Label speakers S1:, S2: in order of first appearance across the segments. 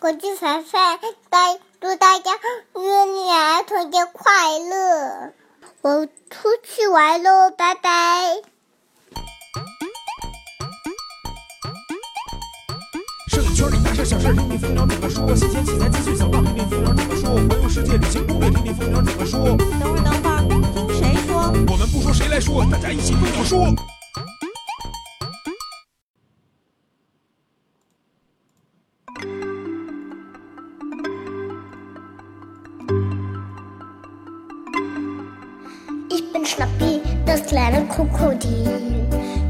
S1: 国际凡凡，大祝大家闰年春节快乐！我出去玩喽，拜拜。
S2: 摄影圈里大事小事，听听蜂鸟怎么说。新鲜起咱继续走吧，听听蜂鸟怎么说。环游世界旅行攻略，听听蜂鸟怎么说。
S3: 等会儿，等会儿，听谁说？
S2: 我们不说谁来说，大家一起蜂鸟说。
S4: Ich bin Schnappi, das kleine Krokodil.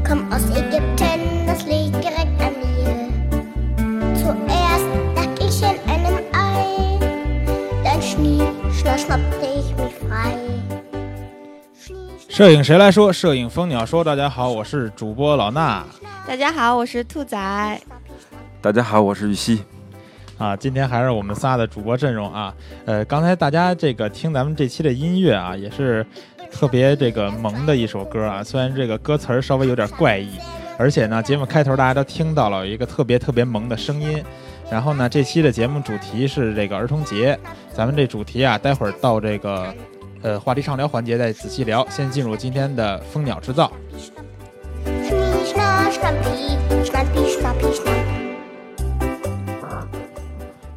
S4: Komm aus Ägypten, das liegt direkt am Nil. Zuerst lag ich in einem Ei, dann schnie, schnapp, schnappte ich mich frei. Schnie, schnapp,
S5: 摄影谁来说？摄影蜂鸟说。大家好，我是主播老衲
S3: 大家好，我是兔仔。
S4: schnapp, ich schnapp.
S6: 大家好，我是玉溪。
S5: 啊，今天还是我们仨的主播阵容啊。呃，刚才大家这个听咱们这期的音乐啊，也是特别这个萌的一首歌啊，虽然这个歌词儿稍微有点怪异，而且呢，节目开头大家都听到了有一个特别特别萌的声音。然后呢，这期的节目主题是这个儿童节，咱们这主题啊，待会儿到这个呃话题畅聊环节再仔细聊，先进入今天的蜂鸟制造。
S4: Schnie, schnapp, schnappi, schnappi, schnappi, schnapp.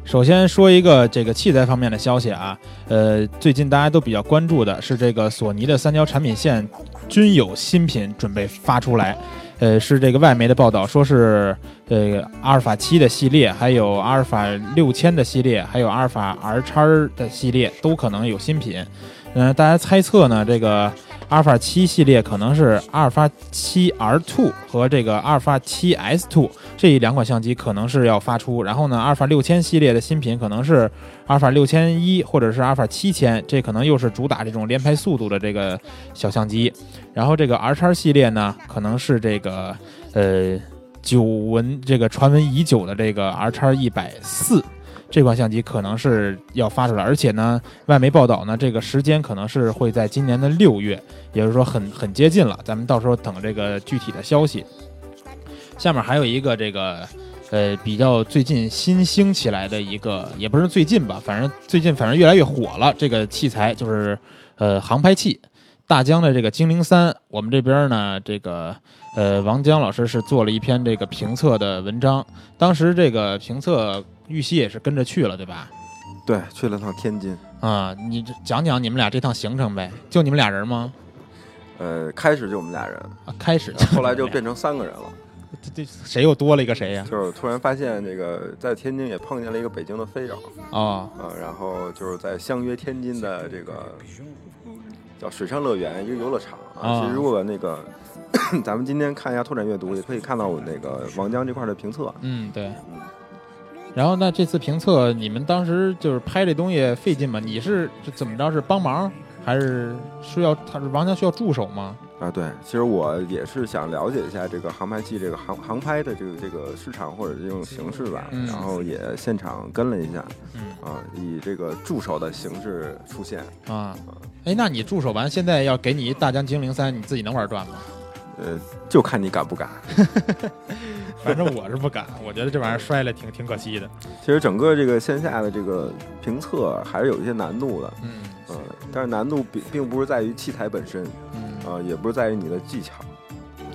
S5: 首先说一个这个器材方面的消息啊，呃，最近大家都比较关注的是这个索尼的三条产品线均有新品准备发出来，呃，是这个外媒的报道说是呃阿尔法七的系列，还有阿尔法六千的系列，还有阿尔法 R 叉的系列都可能有新品。嗯、大家猜测呢，这个阿尔法七系列可能是阿尔法七 R two 和这个阿尔法七 S two 这两款相机可能是要发出。然后呢，阿尔法六千系列的新品可能是阿尔法六千一或者是阿尔法七千，这可能又是主打这种连拍速度的这个小相机。然后这个 R 叉系列呢，可能是这个呃久闻这个传闻已久的这个 R 叉一百四。这款相机可能是要发出来，而且呢，外媒报道呢，这个时间可能是会在今年的六月，也就是说很很接近了。咱们到时候等这个具体的消息。下面还有一个这个，呃，比较最近新兴起来的一个，也不是最近吧，反正最近反正越来越火了。这个器材就是呃航拍器，大疆的这个精灵三，我们这边呢这个呃王江老师是做了一篇这个评测的文章，当时这个评测玉溪也是跟着去了，对吧？
S6: 对，去了趟天津。
S5: 啊、你这讲讲你们俩这趟行程呗？就你们俩人吗？
S6: 呃，开始就我们俩人，
S5: 啊，开始，
S6: 后来就变成三个人了。
S5: 这这谁又多了一个谁呀、
S6: 就是突然发现，这个在天津也碰见了一个北京的飞友
S5: 哦，
S6: 啊、呃然后就是在相约天津的这个叫水上乐园一个游乐场
S5: 啊
S6: 啊。其实如果那个 咱们今天看一下拓展阅读，也可以看到我那个王江这块的评测。
S5: 嗯，对
S6: 嗯。
S5: 然后那这次评测，你们当时就是拍这东西费劲吗？你是是怎么着？是帮忙还是需要他是王强需要助手吗？
S6: 啊，对，其实我也是想了解一下这个航拍器这个航航拍的这个这个市场或者这种形式吧，
S5: 嗯
S6: 然后也现场跟了一下，
S5: 嗯
S6: 啊，以这个助手的形式出现，
S5: 啊，哎，那你助手完现在要给你一大疆精灵三，你自己能玩转吗？
S6: 呃，就看你敢不敢。
S5: 反正我是不敢，我觉得这玩意儿摔了挺挺可惜的。
S6: 其实整个这个线下的这个评测还是有一些难度的，
S5: 嗯
S6: 嗯、但是难度并并不是在于器材本身，
S5: 嗯，
S6: 啊、也不是在于你的技巧，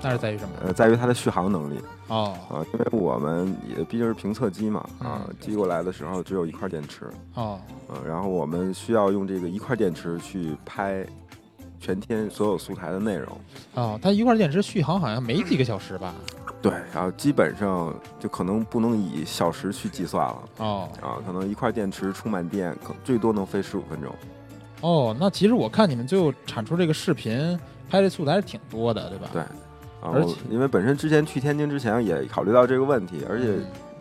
S5: 那是在于什么？
S6: 呃，在于它的续航能力
S5: 哦
S6: 啊、因为我们也毕竟是评测机嘛，啊、
S5: 嗯
S6: 寄过来的时候只有一块电池，
S5: 哦
S6: 嗯，然后我们需要用这个一块电池去拍全天所有素材的内容。
S5: 哦，它一块电池续航好像没几个小时吧？
S6: 对，然后基本上就可能不能以小时去计算了
S5: 哦
S6: 啊，可能一块电池充满电，可最多能飞十五分钟。
S5: 哦，那其实我看你们最后产出这个视频拍的素材还是挺多的，对吧？
S6: 对，啊，
S5: 而
S6: 我
S5: 且
S6: 因为本身之前去天津之前也考虑到这个问题，而且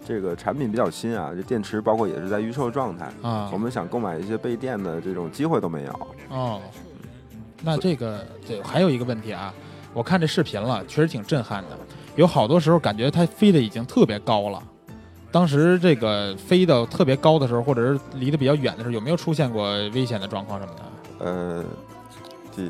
S6: 这个产品比较新啊，这电池包括也是在预售状态，
S5: 啊
S6: 我，们想购买一些备电的这种机会都没有。
S5: 哦，那这个这还有一个问题啊，我看这视频了，确实挺震撼的。有好多时候感觉它飞得已经特别高了。当时这个飞到特别高的时候，或者是离得比较远的时候，有没有出现过危险的状况什么的？
S6: 呃，这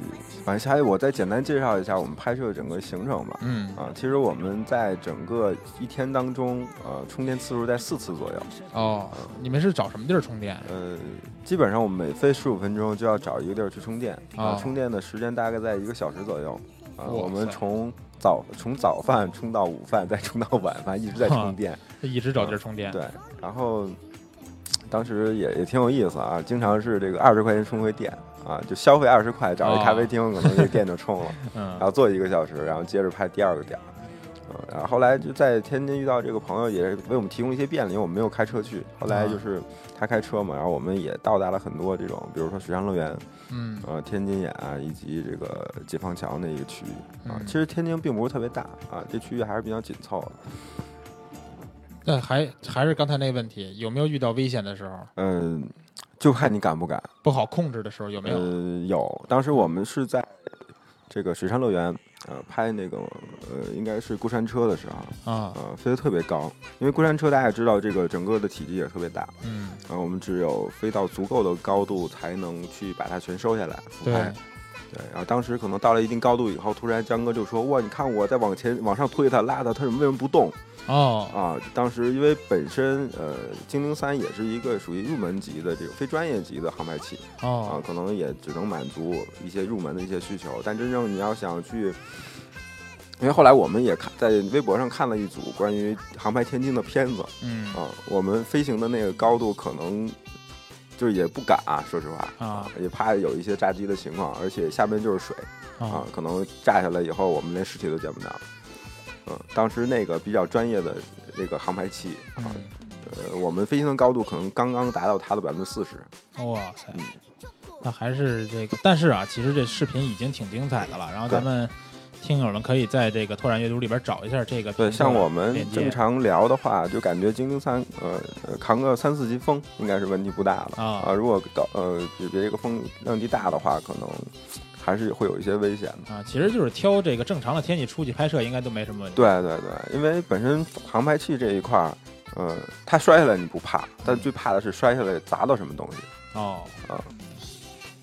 S6: 反正还有我再简单介绍一下我们拍摄的整个行程吧。
S5: 嗯
S6: 啊，其实我们在整个一天当中，呃，充电次数在四次左右。
S5: 哦，你们是找什么地儿充电？
S6: 呃，基本上我们每飞十五分钟就要找一个地儿去充电，啊、
S5: 哦
S6: 充电的时间大概在一个小时左右。啊，
S5: 哇
S6: 我们
S5: 塞
S6: 从早从早饭充到午饭，再充到晚饭，一直在充 电。
S5: 一直找地儿充电。
S6: 对，然后当时也也挺有意思啊，经常是这个二十块钱充回电啊，就消费二十块找一
S5: 哦
S6: 咖啡厅，可能这电就充了，然
S5: 嗯
S6: 后坐一个小时，然后接着拍第二个点儿。嗯，然后后来就在天津遇到这个朋友，也是为我们提供一些便利，因为我们没有开车去。后来就是他开车嘛，然后我们也到达了很多这种，比如说水上乐园、
S5: 嗯
S6: 呃天津眼啊，以及这个解放桥那一个区域啊。
S5: 嗯
S6: 其实天津并不是特别大啊，这区域还是比较紧凑的。
S5: 那还还是刚才那个问题，有没有遇到危险的时候？
S6: 嗯，就看你敢不敢。
S5: 不好控制的时候有没有？
S6: 呃，有，当时我们是在这个水上乐园，呃，拍那个呃，应该是过山车的时候，
S5: 啊，
S6: 呃，飞得特别高，因为过山车大家也知道，这个整个的体积也特别大，
S5: 嗯，
S6: 然后我们只有飞到足够的高度，才能去把它全收下来俯
S5: 对，
S6: 拍。对，然后当时可能到了一定高度以后，突然江哥就说：“哇，你看我在往前往上推它，拉它，它为什么不动
S5: 哦，
S6: 啊？”当时因为本身呃，精灵三也是一个属于入门级的这个非专业级的航拍器，啊
S5: 哦，，
S6: 可能也只能满足一些入门的一些需求。但真正你要想去，因为后来我们也看在微博上看了一组关于航拍天津的片子
S5: 嗯
S6: 啊，我们飞行的那个高度可能就是也不敢、啊，说实话。
S5: 啊
S6: 也怕有一些炸机的情况，而且下边就是水啊
S5: 啊，，
S6: 可能炸下来以后，我们连尸体都见不到。嗯，当时那个比较专业的那个航拍器，
S5: 嗯，
S6: 呃，我们飞行的高度可能刚刚达到它的百分之四十，
S5: 哇塞
S6: 嗯，
S5: 那还是这个，但是啊，其实这视频已经挺精彩的了。然后咱们听友们可以在这个拓展阅读里边找一下这个评测
S6: 对，
S5: 的链接。
S6: 像我们正常聊的话，就感觉精灵三呃呃扛个三四级风应该是问题不大了
S5: 啊
S6: 如果搞呃比比这个风量级大的话，可能还是会有一些危险的。
S5: 啊，其实就是挑这个正常的天气出去拍摄，应该都没什么问题。
S6: 对对对，因为本身航拍器这一块儿，呃，它摔下来你不怕，但最怕的是摔下来砸到什么东西。
S5: 哦，
S6: 啊，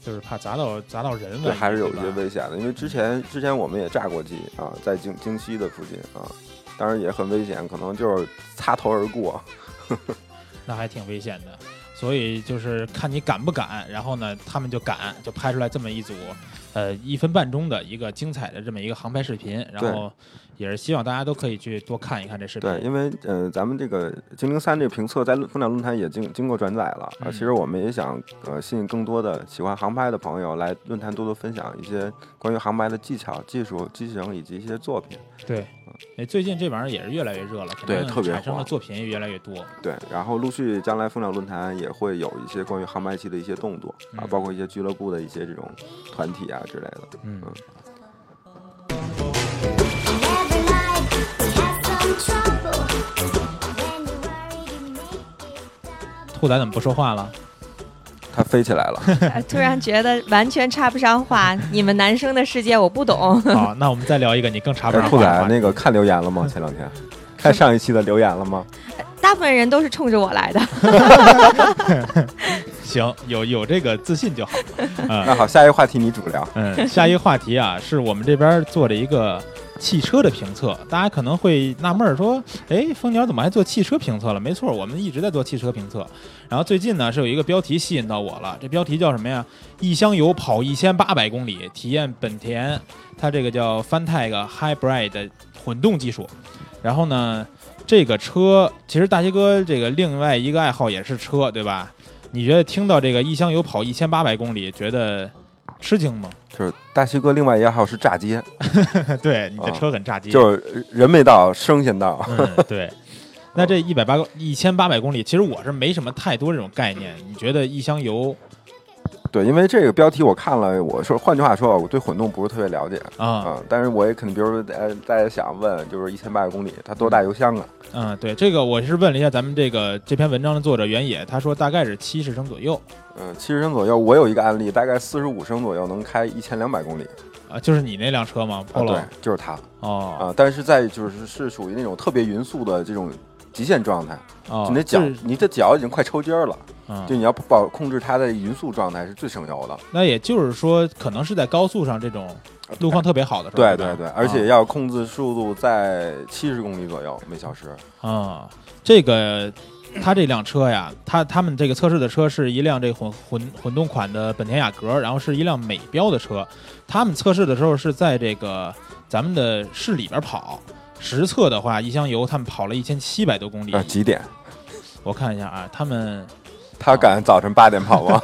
S5: 就是怕砸到砸到人
S6: 对，
S5: 了，
S6: 还是有一些
S5: 对吧
S6: 危险的。因为之前之前我们也炸过机啊，在京京西的附近啊，当然也很危险，可能就是擦头而过。
S5: 那还挺危险的。所以就是看你敢不敢，然后呢，他们就敢，就拍出来这么一组，呃，一分半钟的一个精彩的这么一个航拍视频。然后也是希望大家都可以去多看一看这视频。
S6: 对，因为呃，咱们这个精灵三这个评测在风鸟论坛也经经过转载了啊。
S5: 嗯
S6: 其实我们也想呃吸引更多的喜欢航拍的朋友来论坛多多分享一些关于航拍的技巧、技术、机型以及一些作品。
S5: 对，哎，最近这玩意儿也是越来越热了，可
S6: 对
S5: 能
S6: 特别
S5: 产生
S6: 火
S5: 的作品也越来越多。
S6: 对，然后陆续将来风鸟论坛也会有一些关于航拍器的一些动作啊，
S5: 嗯
S6: 包括一些俱乐部的一些这种团体啊之类的。
S5: 嗯，
S4: Every night we have some trouble. When you worry, you make it double.
S5: 兔仔怎么不说 话了？
S6: 它飞起 来了，
S3: 呃 突然觉得完全插不上话，你们男生的世界我不懂。
S5: 好，那我们再聊一个你更插不
S6: 哎
S5: 上
S6: 兔
S5: 话的
S6: 仔
S5: 话题。
S6: 那个看留言了吗？前两 天看上一期的留言了吗？
S3: 大部分人都是冲着我来的。
S5: 行，有有这个自信就好。嗯
S6: 那好，下一个话题你主聊。
S5: 嗯，下一个话题啊，是我们这边做了一个汽车的评测，大家可能会纳闷儿说，哎，蜂鸟怎么还做汽车评测了？没错，我们一直在做汽车评测。然后最近呢，是有一个标题吸引到我了，这标题叫什么呀？一箱油跑一千八百公里，体验本田它这个叫 Fantech Hybrid 混动技术。然后呢，这个车其实大西哥这个另外一个爱好也是车，对吧？你觉得听到这个一箱油跑一千八百公里，觉得吃惊吗？
S6: 就是大西哥另外一个爱好是炸街，
S5: 对，你的
S6: 啊
S5: 车很炸机。
S6: 就是人没到，声先到。
S5: 嗯，对。那这一百八一千八百公里，其实我是没什么太多这种概念。你觉得一箱油
S6: 对，因为这个标题我看了，我说，换句话说，我对混动不是特别了解
S5: 啊，
S6: 啊、但是我也肯定，比如说呃大家想问，就是一千八百公里，它多大油箱啊？
S5: 嗯，对，这个我是问了一下咱们这个这篇文章的作者原野，他说大概是七十升左右
S6: 嗯、七十升左右。我有一个案例，大概四十五升左右能开一千两百公里。
S5: 啊，就是你那辆车吗
S6: 啊，
S5: ，Polo？、
S6: 对，就是它啊、
S5: 哦，
S6: 但是在就是是属于那种特别匀速的这种极限状态，
S5: 哦
S6: 就你的脚
S7: 嗯，
S6: 你的脚已经快抽筋儿了，
S5: 嗯
S6: 就你要保控制它的匀速状态是最省油的。
S5: 那也就是说，可能是在高速上这种路况特啊别好的时候，
S6: 对
S5: 吧
S6: 对对，而且要控制速度在七十公里左右每小时。
S5: 啊、嗯这个他这辆车呀，他他们这个测试的车是一辆这混混混动款的本田雅阁，然后是一辆美标的车。他们测试的时候是在这个咱们的市里边跑，实测的话，一箱油他们跑了一千七百多公里。
S6: 呃，几
S5: 啊
S6: 点？
S5: 我看一下啊，他们
S6: 他敢早晨八点跑 吗？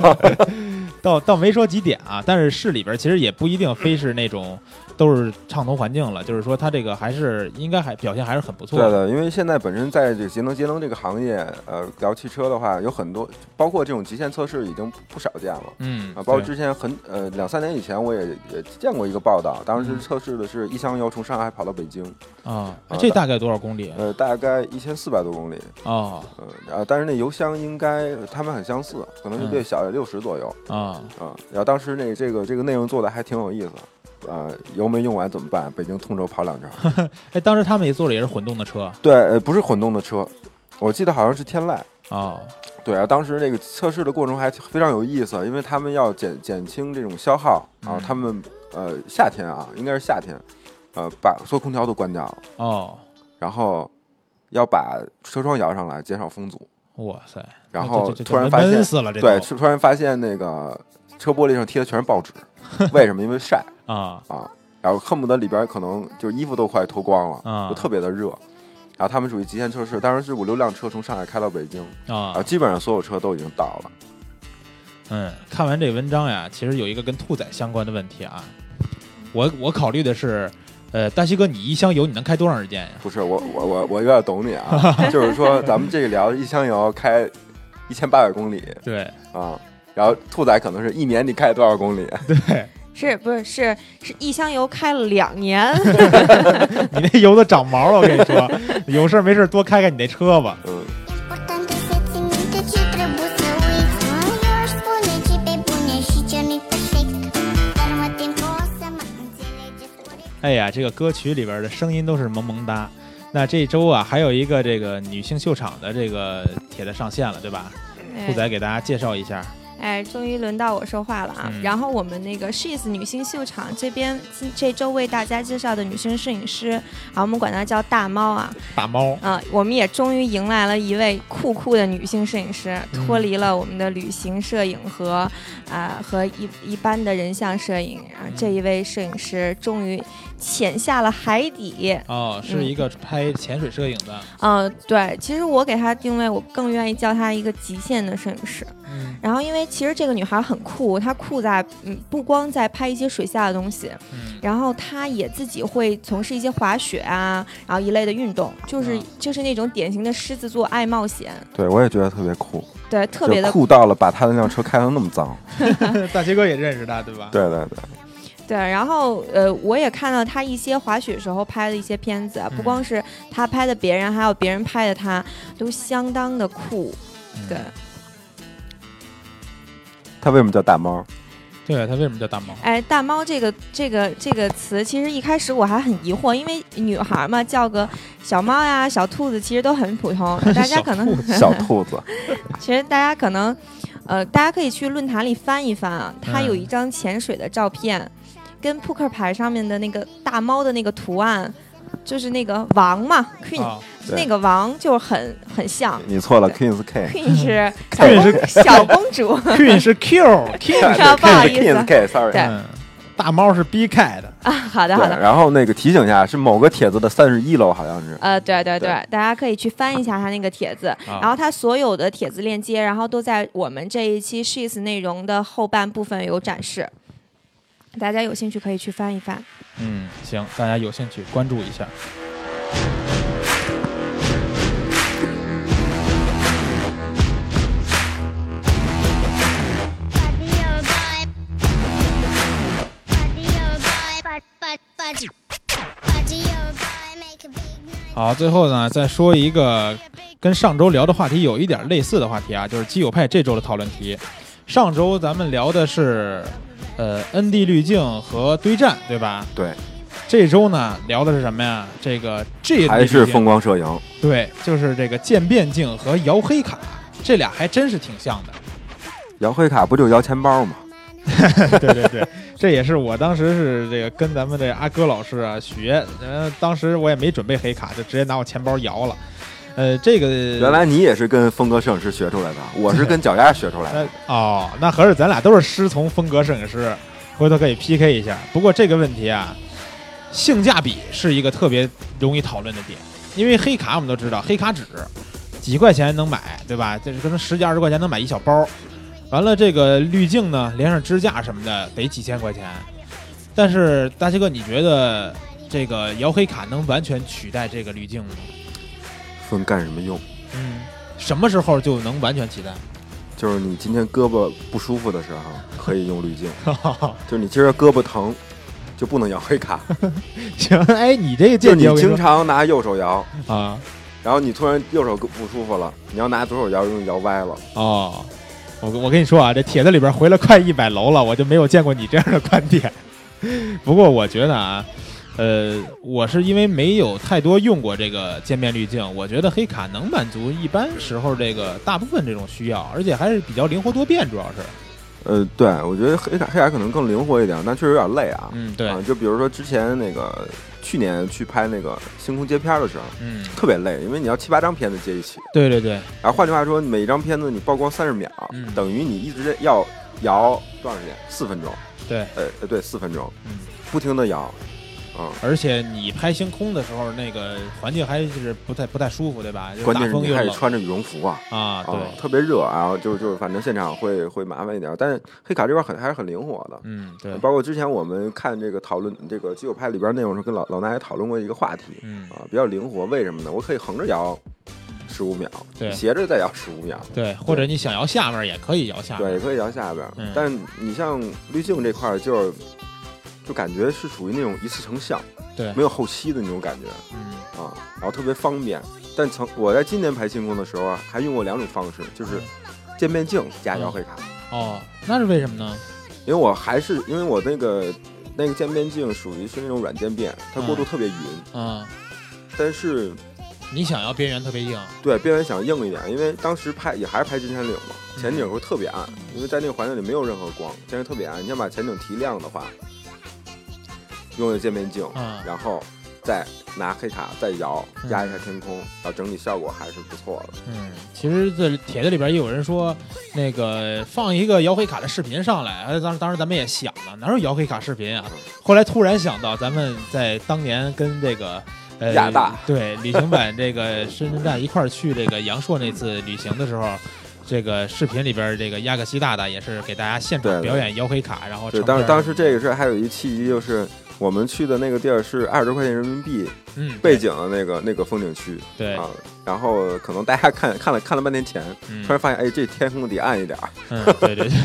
S5: 倒倒没说几点啊，但是市里边其实也不一定非是那种都是畅通环境了，就是说它这个还是应该还表现还是很不错
S6: 对
S5: 的。
S6: 的，因为现在本身在这个节能节能这个行业，呃，聊汽车的话，有很多，包括这种极限测试已经不不少见了。
S5: 嗯，
S6: 啊，包括
S5: 对
S6: 之前很呃两三年以前，我也也见过一个报道，当时
S5: 嗯
S6: 测试的是一箱油从上海跑到北京，
S5: 啊
S6: 啊，
S5: 这大概多少公里？
S6: 呃，大概一千四百多公里，
S5: 哦
S6: 呃，然后但是那油箱应该它们很相似，可能就
S5: 嗯
S6: 略小六十左右
S5: 啊，
S6: 啊、然后当时那这个这个内容做的还挺有意思，呃，油没用完怎么办？北京通州跑两圈儿，
S5: 哎，当时他们也做了也是混动的车
S6: 对，呃不是混动的车，我记得好像是天籁。
S5: 哦，
S6: 对啊，当时那个测试的过程还非常有意思，因为他们要减减轻这种消耗啊
S5: 嗯，
S6: 他们呃夏天啊，应该是夏天，呃把所有空调都关掉了，
S5: 哦，
S6: 然后要把车窗摇上来，减少风阻，
S5: 哇塞！
S6: 然
S5: 这
S6: 后
S5: 这这
S6: 突然
S5: 闷
S6: 发现
S5: 闷死了，这
S6: 对，
S5: 都
S6: 突突然发现那个车玻璃上贴的全是 报纸，为什么？因为晒
S5: 啊
S6: 啊，然后恨不得里边可能就衣服都快脱光
S5: 啊
S6: 了，就特别的热。然后他们属于极限测试，当时是五六辆车从上海开到北京，然后
S5: 啊，
S6: 基本上所有车都已经到了。
S5: 嗯，看完这文章呀，其实有一个跟兔仔相关的问题啊，我我考虑的是，呃，大西哥，你一箱油你能开多长时间呀？
S6: 不是我我我我有点懂你啊，就是说咱们这个聊一箱油开一千八百公里
S5: 对，
S6: 啊，然后兔仔可能是一年你开多少公里？啊
S3: 是不是是是一箱油开了两 年？哎
S5: 你那油都长毛了，我跟你说，有事儿没事儿多开开你那车吧。
S6: 嗯，
S4: Importante să ții minte ce trebuie să uiți Eu aș spune ce pe bune și ce nu-i perfect Dar mă tem că o să mă înțelegeți corect
S5: 哎呀，这个歌曲里边的声音都是萌萌哒。那这周啊，还有一个这个女性秀场的这个帖子上线了，对吧？兔仔给大家介绍一下。
S3: 哎，终于轮到我说话了啊！
S5: 嗯
S3: 然后我们那个 She's 女星秀场这边，今这周为大家介绍的女生摄影师，啊，我们管她叫大猫啊，
S5: 大猫
S3: 啊、我们也终于迎来了一位酷酷的女性摄影师，
S5: 嗯
S3: 脱离了我们的旅行摄影和啊、和一一般的人像摄影啊，这一位摄影师终于潜下了海底，
S5: 哦，是一个拍潜水摄影的。
S3: 嗯、对，其实我给她定位，我更愿意叫她一个极限的摄影师。
S5: 嗯
S3: 然后，因为其实这个女孩很酷，她酷在嗯，不光在拍一些水下的东西，
S5: 嗯
S3: 然后她也自己会从事一些滑雪啊，然后一类的运动，就是、
S5: 嗯
S3: 就是那种典型的狮子座爱冒险，
S6: 对我也觉得特别酷，
S3: 对，特别的
S6: 就酷到了把他那辆车开成那么脏。，
S5: 大杰哥也认识他，对吧？
S6: 对对对，
S3: 对。然后呃，我也看到她一些滑雪时候拍的一些片子啊，不
S5: 嗯
S3: 光是她拍的别人，还有别人拍的她，都相当的酷。
S5: 嗯
S3: 对，
S6: 他为什么叫大 猫？
S5: 对，他为什么叫大猫？，
S3: 哎，大猫这个这个这个词，其实一开始我还很疑惑，因为女孩嘛，叫个小猫呀、小兔子，其实都很 普通大家可能
S6: 小兔子，
S3: 其实大家可能，呃，大家可以去论坛里翻一翻
S6: 嗯
S3: 啊，它有一张潜水的照片，跟扑克牌上面的那个大猫的那个图案，就是那个王嘛，queen，、
S5: 啊，
S6: 哦对
S3: 那个王就很很像
S6: 你错了，Kings K。
S3: ，queen
S6: 嗯
S3: 是 小
S5: Queen
S3: 公 小公主，
S5: Queen 是 Q，Q
S3: 啊不好意思
S6: Kings K，sorry。
S3: 对
S5: 嗯，大猫是 B K 的。
S3: 啊好的
S6: 对
S3: 好的，
S6: 然后那个提醒一下，是某个帖子的三十一楼，好像是。
S3: 呃，对对对，
S6: 对哦
S3: 大家可以去翻一下他那个帖子，
S5: 啊
S3: 然后他所有的帖子链接，然后都在我们这一期 sheets 内容的后半部分有展示，大家有兴趣可以去翻一翻。
S5: 嗯，行，大家有兴趣关注一下。
S4: Party all boy Party all boy Party, party, party Party all boy Make a big night
S5: 好，最后呢，再说一个
S4: a big
S5: 跟上周聊的话题有一点类似的话题啊，就是基友派这周的讨论题。上周咱们聊的是，呃，ND 滤镜和堆栈，对吧？
S6: 对，
S5: 这周呢聊的是什么呀？这个 G
S6: 还是
S5: 风
S6: 风光摄影，
S5: 对，就是这个渐变镜和摇黑卡，这俩还真是挺像的。
S6: 摇黑卡不就摇钱包吗？
S5: 对对对，这也是我当时是这个跟咱们这阿哥老师啊学，呃，当时我也没准备黑卡，就直接拿我钱包摇了。呃，这个
S6: 原来你也是跟峰哥摄影师学出来 的，啊我是跟脚丫学出来的
S5: 那。哦，那合着咱俩都是师从风格摄影师，回头可以 PK 一下。不过这个问题啊，性价比是一个特别容易讨论的点，因为黑卡我们都知道，黑卡纸几块钱能买，对吧？就是可能十几二十块钱能买一小包。完了，这个滤镜呢，连上支架什么的，得几千块钱。但是大西哥，你觉得这个摇黑卡能完全取代这个滤镜吗？
S6: 分干什么用？
S5: 嗯，什么时候就能完全取代？
S6: 就是你今天胳膊不舒服的时候可以用滤镜，就是你今儿胳膊疼就不能摇黑 卡，
S5: 行，哎，你这个
S6: 就是
S5: 见
S6: 你
S5: 解我跟
S6: 经
S5: 你
S6: 常拿右手摇，
S5: 说啊。
S6: 然后你突然右手不舒服了，你要拿左手摇容易摇歪了。
S5: 哦，我我跟你说啊，这帖子里边回了快一百楼了，我就没有见过你这样的观点。 不过我觉得啊，呃，我是因为没有太多用过这个渐变滤镜，我觉得黑卡能满足一般时候这个大部分这种需要，而且还是比较灵活多变，主要是。嗯
S6: 呃，对，我觉得黑卡黑卡可能更灵活一点，但确实有点累啊。
S5: 嗯，对，
S6: 啊，就比如说之前那个去年去拍那个星空接片儿的时候，
S5: 嗯，
S6: 特别累，因为你要七八张片子接一起，
S5: 对对对，
S6: 然后换句话说，每一张片子你曝光三十秒，
S5: 嗯
S6: 等于你一直要摇多长时间？四分钟。
S5: 对，
S6: 呃呃，对，四分钟，
S5: 嗯，
S6: 不停的摇，嗯，
S5: 而且你拍星空的时候，那个环境还是不太不太舒服，对吧？就
S6: 关
S5: 大
S6: 键是
S5: 风
S6: 你
S5: 又
S6: 还得
S5: 冷
S6: 穿着羽绒服啊，
S5: 啊，对，
S6: 特别热啊，然后就就反正现场会会麻烦一点，但是黑卡这边很还是很灵活的。
S5: 嗯，对，
S6: 包括之前我们看这个讨论这个基友拍里边内容的时候，跟老老大也讨论过一个话题，
S5: 嗯，
S6: 啊，比较灵活，为什么呢？我可以横着摇十五秒，
S5: 对
S6: 斜着再摇十五秒，
S5: 对，或者你想摇下面也可以摇下面。
S6: 对，也可以摇下边儿。
S5: 啊嗯
S6: 但你像滤镜这块儿，就是就感觉是属于那种一次成像，
S5: 对
S6: 没有后期的那种感觉
S5: 嗯
S6: 啊，然后特别方便。但曾我在今年拍星空的时候啊，还用过两种方式，就是渐变镜加
S5: 嗯
S6: 摇黑卡，
S5: 哦，那是为什么呢？
S6: 因为我还是因为我那个。那个渐变镜属于是那种软渐变，它过渡特别匀，
S5: 嗯，
S6: 但是
S5: 你想要边缘特别硬，
S6: 对，边缘想硬一点，因为当时拍也还是拍金山岭嘛，前
S5: 嗯
S6: 景会特别暗，因为在那个环境里没有任何光，但是特别暗。你想把前景提亮的话，用的渐变镜，
S5: 嗯
S6: 然后再拿黑卡再摇
S5: 嗯
S6: 压一下天空，然后整体效果还是不错的。
S5: 嗯，其实这帖子里边也有人说，那个放一个摇黑卡的视频上来，哎当时当时咱们也想了，哪有摇黑卡视频啊？后来突然想到，咱们在当年跟这个。呃，
S6: 亚大
S5: 对旅行版这个深圳站一块儿去这个阳朔那次旅行的时候，这个视频里边这个亚克西大大也是给大家现
S6: 对
S5: 场
S6: 对
S5: 表演摇黑卡，然后
S6: 对，
S5: 成
S6: 当时
S5: 片儿
S6: 当时这个是还有一契机，就是我们去的那个地儿是二十块钱人民币
S5: 嗯
S6: 背景的那个那个风景区
S5: 对
S6: 啊，然后可能大家看看了看了半天钱，
S5: 嗯
S6: 突然发现哎这天空得暗一点儿，
S5: 嗯，对对对。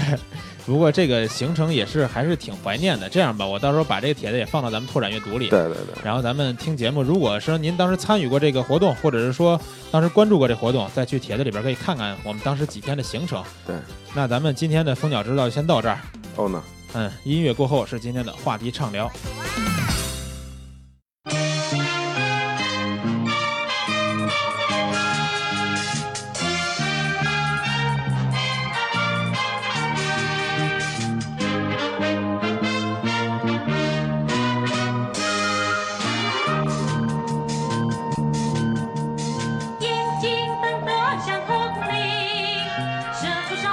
S5: 不过这个行程也是还是挺怀念的。这样吧，我到时候把这个帖子也放到咱们拓展阅读里。
S6: 对对对。
S5: 然后咱们听节目，如果说您当时参与过这个活动，或者是说当时关注过这活动，再去帖子里边可以看看我们当时几天的行程。
S6: 对，
S5: 那咱们今天的蜂鸟之道就先到这儿。
S6: 哦呢，
S5: 嗯，音乐过后是今天的话题畅聊。
S7: 眼睛瞪得像铜铃，射出闪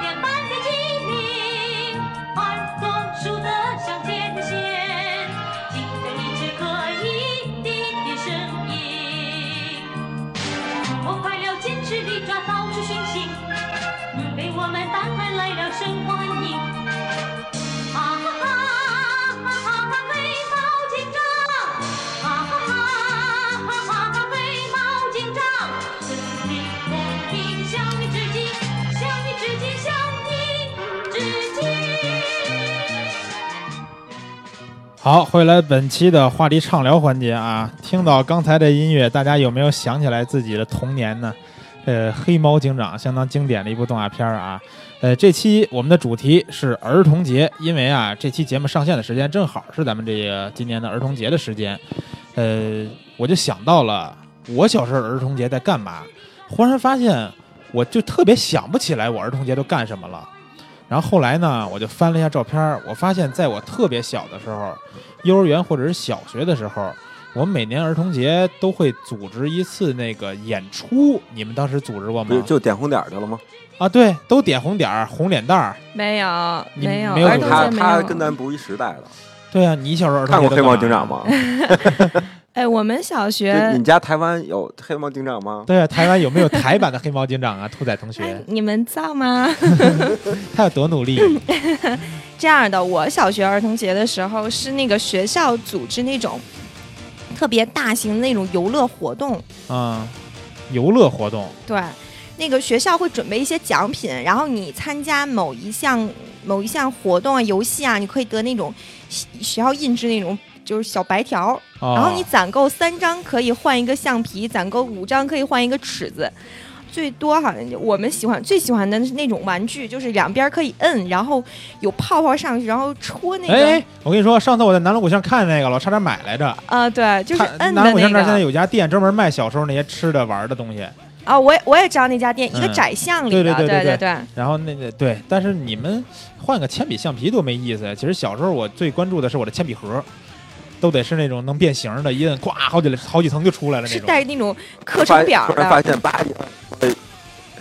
S7: 电般的机灵，耳朵竖得像天线，听着一只可疑的的声音。我快了坚持地抓，到处寻衅，给我们带来了声欢迎。啊哈哈，哈哈哈，黑猫警长！啊哈哈，哈哈哈，黑猫警长！森林公民向你致敬，向你致敬，向你致敬。
S5: 好，回来本期的话题畅聊环节啊，听到刚才这音乐，大家有没有想起来自己的童年呢？呃，黑猫警长相当经典的一部动画片儿啊。呃，这期我们的主题是儿童节，因为啊，这期节目上线的时间正好是咱们这个今年的儿童节的时间。呃，我就想到了我小时候儿童节在干嘛，忽然发现我就特别想不起来我儿童节都干什么了。然后后来呢，我就翻了一下照片儿，我发现在我特别小的时候，幼儿园或者是小学的时候，我们每年儿童节都会组织一次那个演出。你们当时组织过
S6: 不是
S5: 吗？
S6: 就点红点儿去了吗？
S5: 啊，对，都点红点儿、红脸蛋儿。
S3: 没有，
S5: 你
S3: 没有，
S5: 没有
S3: 儿
S5: 对
S3: 童
S6: 他
S3: 节没
S6: 他
S3: 有。
S6: 跟咱不是一时代的。
S5: 对啊，你小时候儿童
S6: 看
S5: 节
S6: 过《
S5: 都
S6: 黑猫警
S5: 干嘛
S6: 长》？吗？
S3: 哎，我们小
S6: 就你
S3: 学
S6: 们，家台湾有《黑猫警长》吗？
S5: 对啊，台湾有没有台版的黑猫警长啊？兔仔同
S3: 哎
S5: 学，，
S3: 你们造吗？
S5: 他有多努力？
S3: 嗯这样的，我小学儿童节的时候是那个学校组织那种特别大型的那种游乐活动，
S5: 啊、游乐活动
S3: 对，那个学校会准备一些奖品，然后你参加某一项某一项活动啊、游戏啊，你可以得那种学学校印制那种就是小白条，
S5: 哦、
S3: 然后你攒够三张可以换一个橡皮，攒够五张可以换一个尺子，最多好像就我们喜欢最喜欢的是那种玩具，就是两边可以摁，然后有泡泡上去，然后戳那个，
S5: 哎，我跟你说，上次我在南锣鼓巷看那个了，我差点买来着。
S3: 啊、对，就是
S5: 他
S3: 摁
S5: 南
S3: 的
S5: 锣鼓巷
S3: 那
S5: 这儿现在
S3: 个。
S5: 有家店专门卖小时候那些吃的玩的东西，
S3: 啊、我也我也知道那家店，一个
S5: 嗯
S3: 窄巷里
S5: 对
S3: 的，
S5: 对对对
S3: 对
S5: 对
S3: 对
S5: 然后那个对，但是你们换个铅笔橡皮多没意思呀。其实小时候我最关注的是我的铅笔盒，都得是那种能变形的，一摁呱好几好几层就出来了那
S3: 是
S5: 种。
S3: 带那种课
S6: 突然
S3: 程表
S6: 突然发
S3: 的，
S6: 现八一摁，哎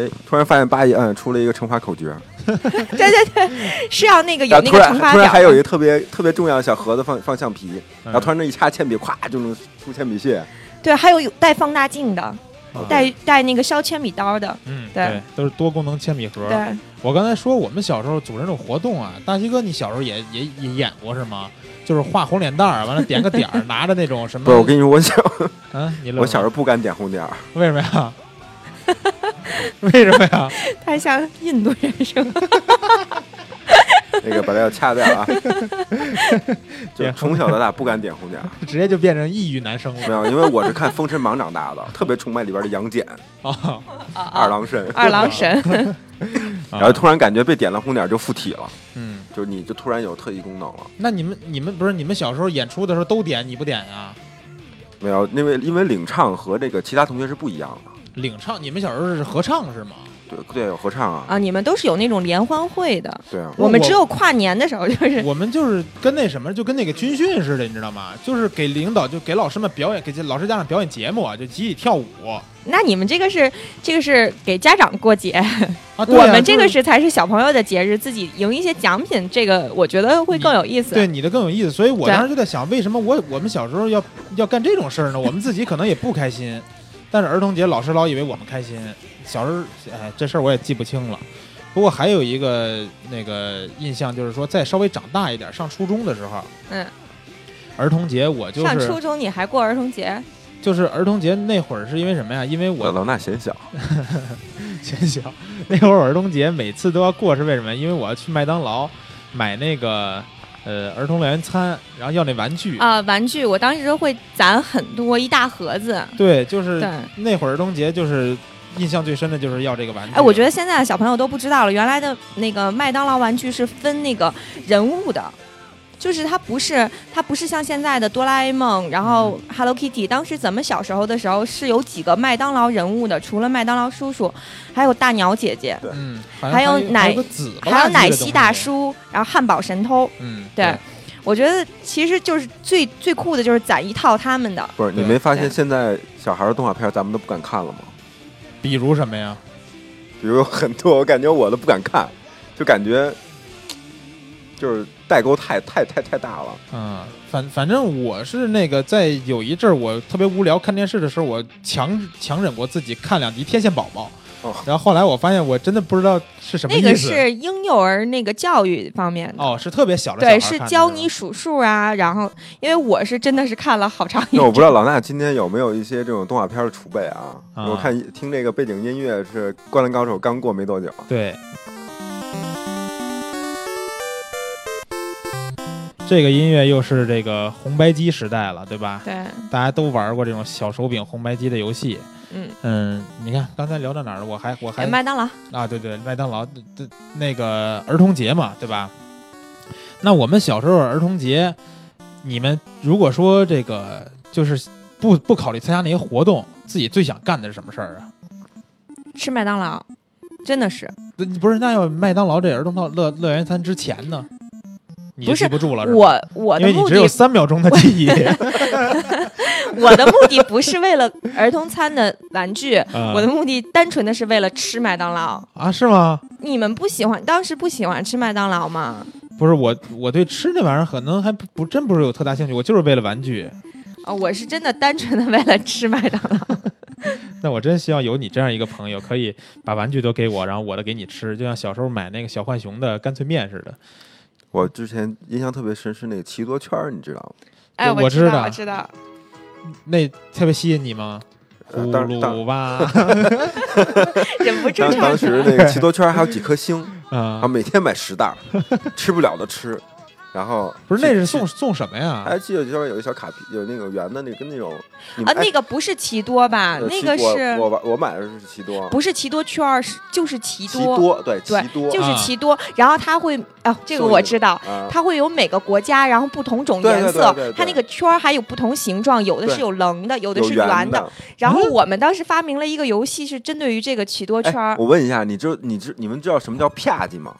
S6: 哎，突然发现八一摁出了一个乘法口诀，
S3: 对对对，是要那个有
S6: 然后突
S3: 那个
S6: 然
S3: 乘法
S6: 突然
S3: 表的，
S6: 还有一个特别特别重要的小盒子放放橡皮，然
S5: 嗯
S6: 后突然那一插铅笔，咵就能出铅笔屑。
S3: 对，还有有带放大镜的，
S5: 嗯
S3: 带带那个削铅笔刀的，
S5: 嗯
S3: 对
S5: 对，都是多功能铅笔盒。
S3: 对，
S5: 我刚才说我们小时候组织那种活动啊，大西哥，你小时候也也也演过是吗？就是画红脸蛋儿，完了点个点儿，拿着那种什么？
S6: 不是，我跟你说，我小
S5: 嗯，你乐
S6: 我小时候
S5: 候
S6: 不敢点红点儿，
S5: 为什么 呀？为什么呀？
S3: 太像印度人是吧？
S6: 那个把它要掐掉 啊。就
S5: 点红
S6: 从小到大不敢点红点儿，
S5: 直接就变成抑郁男生
S6: 没有，
S5: 了
S6: 因为我是看《风尘榜》长大的，特别崇拜里边的杨戬、
S5: 啊！
S6: 二郎神，
S3: 二郎神，
S6: 然后突然感觉被点了红点儿就附体了，
S5: 哦嗯，
S6: 就你就突然有特异功能了。
S5: 那你们你们不是你们小时候演出的时候都点你不点呀？
S6: 没有，因为因为领唱和这个其他同学是不一样的，
S5: 领唱，你们小时候是合唱是吗？
S6: 对对，有合唱啊，
S3: 啊，你们都是有那种联欢会的，
S6: 对啊，
S5: 我
S3: 我们只有跨年的时候就是
S5: 我们就是跟那什么，就跟那个军训似的，你知道吗？就是给领导就给老师们表演，给这老师家长表演节目啊，就集体跳舞
S3: 那你们这个是这个是给家长过节，
S5: 啊。对啊
S3: 我们这
S5: 就是
S3: 个是才是小朋友的节日，自己赢一些奖品，这个我觉得会更有意思。
S5: 对你的更有意思。所以我
S3: 对
S5: 当时就在想，为什么我我们小时候要要干这种事儿呢？我们自己可能也不开心，但是儿童节老师老以为我们开心。小时候，哎，这事儿我也记不清了。不过还有一个那个印象就是说，再稍微长大一点，上初中的时候，
S3: 嗯，
S5: 儿童节我就
S3: 上
S5: 是
S3: 初中你还过儿童节，
S5: 就是儿童节那会儿是因为什么呀？因为
S6: 我
S5: 我
S6: 老衲显小，
S5: 先 小，那会儿儿童节每次都要过，是为什么？因为我要去麦当劳买那个呃儿童乐园餐，然后要那玩具
S3: 啊、玩具，我当时会攒很多一大盒子。
S5: 对，就是
S3: 对，
S5: 那会儿儿童节就是印象最深的就是要这个玩具。
S3: 哎，我觉得现在小朋友都不知道了，原来的那个麦当劳玩具是分那个人物的。就是它不是它不是像现在的哆啦 A 梦，然后
S5: 嗯
S3: Hello Kitty。当时咱们小时候的时候是有几个麦当劳人物的，除了麦当劳叔叔，还有大鸟姐姐，
S5: 嗯，好像
S3: 还有
S5: 有
S3: 奶
S5: 有个紫不
S3: 还
S5: 拉
S3: 有
S5: 几的
S3: 奶
S5: 东
S3: 昔
S5: 西
S3: 大，叔，然后汉堡神偷。
S5: 嗯，
S3: 对，我觉得其实就是最最酷的就是攒一套他们的，
S6: 不是你
S5: 对
S6: 没发现
S3: 对
S6: 现在小孩儿的动画片咱们都不敢看了吗？
S5: 比如什么呀？
S6: 比如有很多，我感觉我都不敢看，就感觉就是代沟太太太太大 了。
S5: 嗯，反反正我是那个在有一阵儿我特别无聊看电视的时候，我强强忍过自己看两集《天线宝宝》
S6: 哦
S5: 然后后来我发现我真的不知道是什么
S3: 那
S5: 意思。
S3: 个是婴幼儿那个教育方面的。
S5: 哦，是特别小的小孩
S3: 对，
S5: 看的，
S3: 是教
S5: 吧
S3: 你数数啊，然后因为我是真的是看了好长一
S6: 那我不知
S3: 阵，
S6: 道老衲今天有没有一些这种动画片的储备啊？
S5: 啊
S6: 我看听这个背景音乐是《灌篮高手》刚过没多久，
S5: 对。这个音乐又是这个红白机时代了，对吧？
S3: 对，
S5: 大家都玩过这种小手柄红白机的游戏。
S3: 嗯哎
S5: 嗯，你看刚才聊到哪儿了？我还我还
S3: 麦当劳，
S5: 啊，对对，麦当劳这那个儿童节嘛，对吧？那我们小时候儿童节，你们如果说这个就是不不考虑参加那些活动，自己最想干的是什么事儿啊？
S3: 吃麦当劳，真的是
S5: 那不是，那要麦当劳这儿童乐乐乐园餐之前呢，你就
S3: 不是
S5: 记不住了是吧？
S3: 我我
S5: 因
S3: 的
S5: 为你
S3: 目
S5: 只有
S3: 的，
S5: 三秒钟的记 忆，
S3: 我的目的不是为了儿童餐的玩具，
S5: 啊
S3: 我的目的单纯的是为了吃麦当劳。
S5: 啊是吗？
S3: 你们不喜欢，当时不喜欢吃麦当劳吗？
S5: 不是我，我对吃那玩意儿可能还不不真不是有特大兴趣，我就是为了玩具。
S3: 哦，我是真的单纯的为了吃麦当劳。
S5: 那我真希望有你这样一个朋友，可以把玩具都给我，然后我的给你吃，就像小时候买那个小浣熊的干脆面似的。
S6: 我之前印象特别深是那个奇多圈儿，你知道吗？
S3: 哎，
S5: 我
S3: 知
S5: 知道
S3: 我知 道，
S5: 那特别吸引你吗？
S6: 嗯呃
S5: 葫
S6: 当当
S5: 芦娃
S3: 忍不住
S6: 当
S3: 唱
S6: 当
S3: 起
S6: 时
S3: 来。
S6: 那个奇多圈儿还有几颗 星，啊，
S5: 啊，
S6: 每天买十袋儿，吃不了的吃。然后
S5: 不是那是送
S6: 去，
S5: 送什么呀？
S6: 还记得上面有一小卡片，有那个圆的那跟那种你
S3: 啊
S6: 们，
S3: 那个不是奇多吧？
S6: 哎
S3: 那
S6: 奇
S3: 个
S6: 多
S3: 是
S6: 我我我买的是奇多，
S3: 不是奇多圈儿？是就是奇
S6: 奇多对
S3: 对
S6: 奇多，
S3: 就是
S5: 啊
S3: 奇多。然后它会，哦，这个
S6: 送
S3: 我
S6: 一个
S3: 知道，
S6: 啊，
S3: 它会有每个国家，然后不同种
S6: 对
S3: 颜
S6: 对对
S3: 色
S6: 对对，
S3: 它那个圈儿还有不同形状，有的是
S6: 对
S3: 有棱的，有的
S6: 有
S3: 是圆
S6: 的。。嗯
S3: 然后我们当时发明了一个游戏，是针对于这个奇多圈
S6: 哎
S3: 儿，
S6: 我问一下，你知你知你们知道什么叫啪叽吗？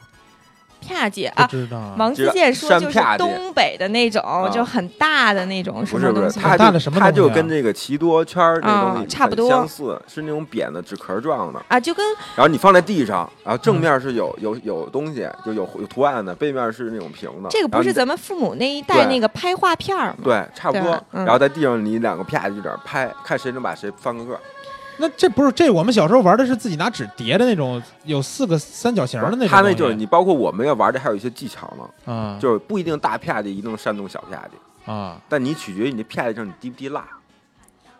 S3: 啪叽
S5: 不
S3: 啊。
S5: 知道啊，
S3: 王
S6: 这
S3: 自
S6: 个
S3: 健说
S6: 山
S3: 就是
S6: 啪叽
S3: 东北的那种，就很大的那种什
S6: 不是
S3: 么
S6: 不
S3: 东
S6: 是，
S3: 西，
S6: 它
S5: 大
S6: 就
S5: 的什么
S6: 它
S5: 东
S6: 就
S5: 西啊
S6: 跟这个奇多圈儿那
S3: 啊
S6: 东西
S3: 差不
S6: 很
S3: 多
S6: 相似，是那种扁的纸壳状的，
S3: 啊，就跟
S6: 然后你放在地上，然后正面是有有有东西，就有有图案的，背面是那种平的。
S3: 这个
S6: 然后
S3: 不是
S6: 你
S3: 咱们父母那一代
S6: 对
S3: 那个拍画片儿吗？
S6: 对，差不
S3: 对
S6: 多
S3: 吧。嗯
S6: 然后在地上你两个啪就点拍，看谁能把谁翻个个儿。
S5: 那这不是这我们小时候玩的是自己拿纸叠的那种，有四个三角形的那种东西。
S6: 他那就是你，包括我们要玩的，还有一些技巧呢，
S5: 啊，
S6: 就是不一定大啪的一定煽动小啪的，
S5: 啊，
S6: 但你取决于你这啪的上你滴不滴蜡，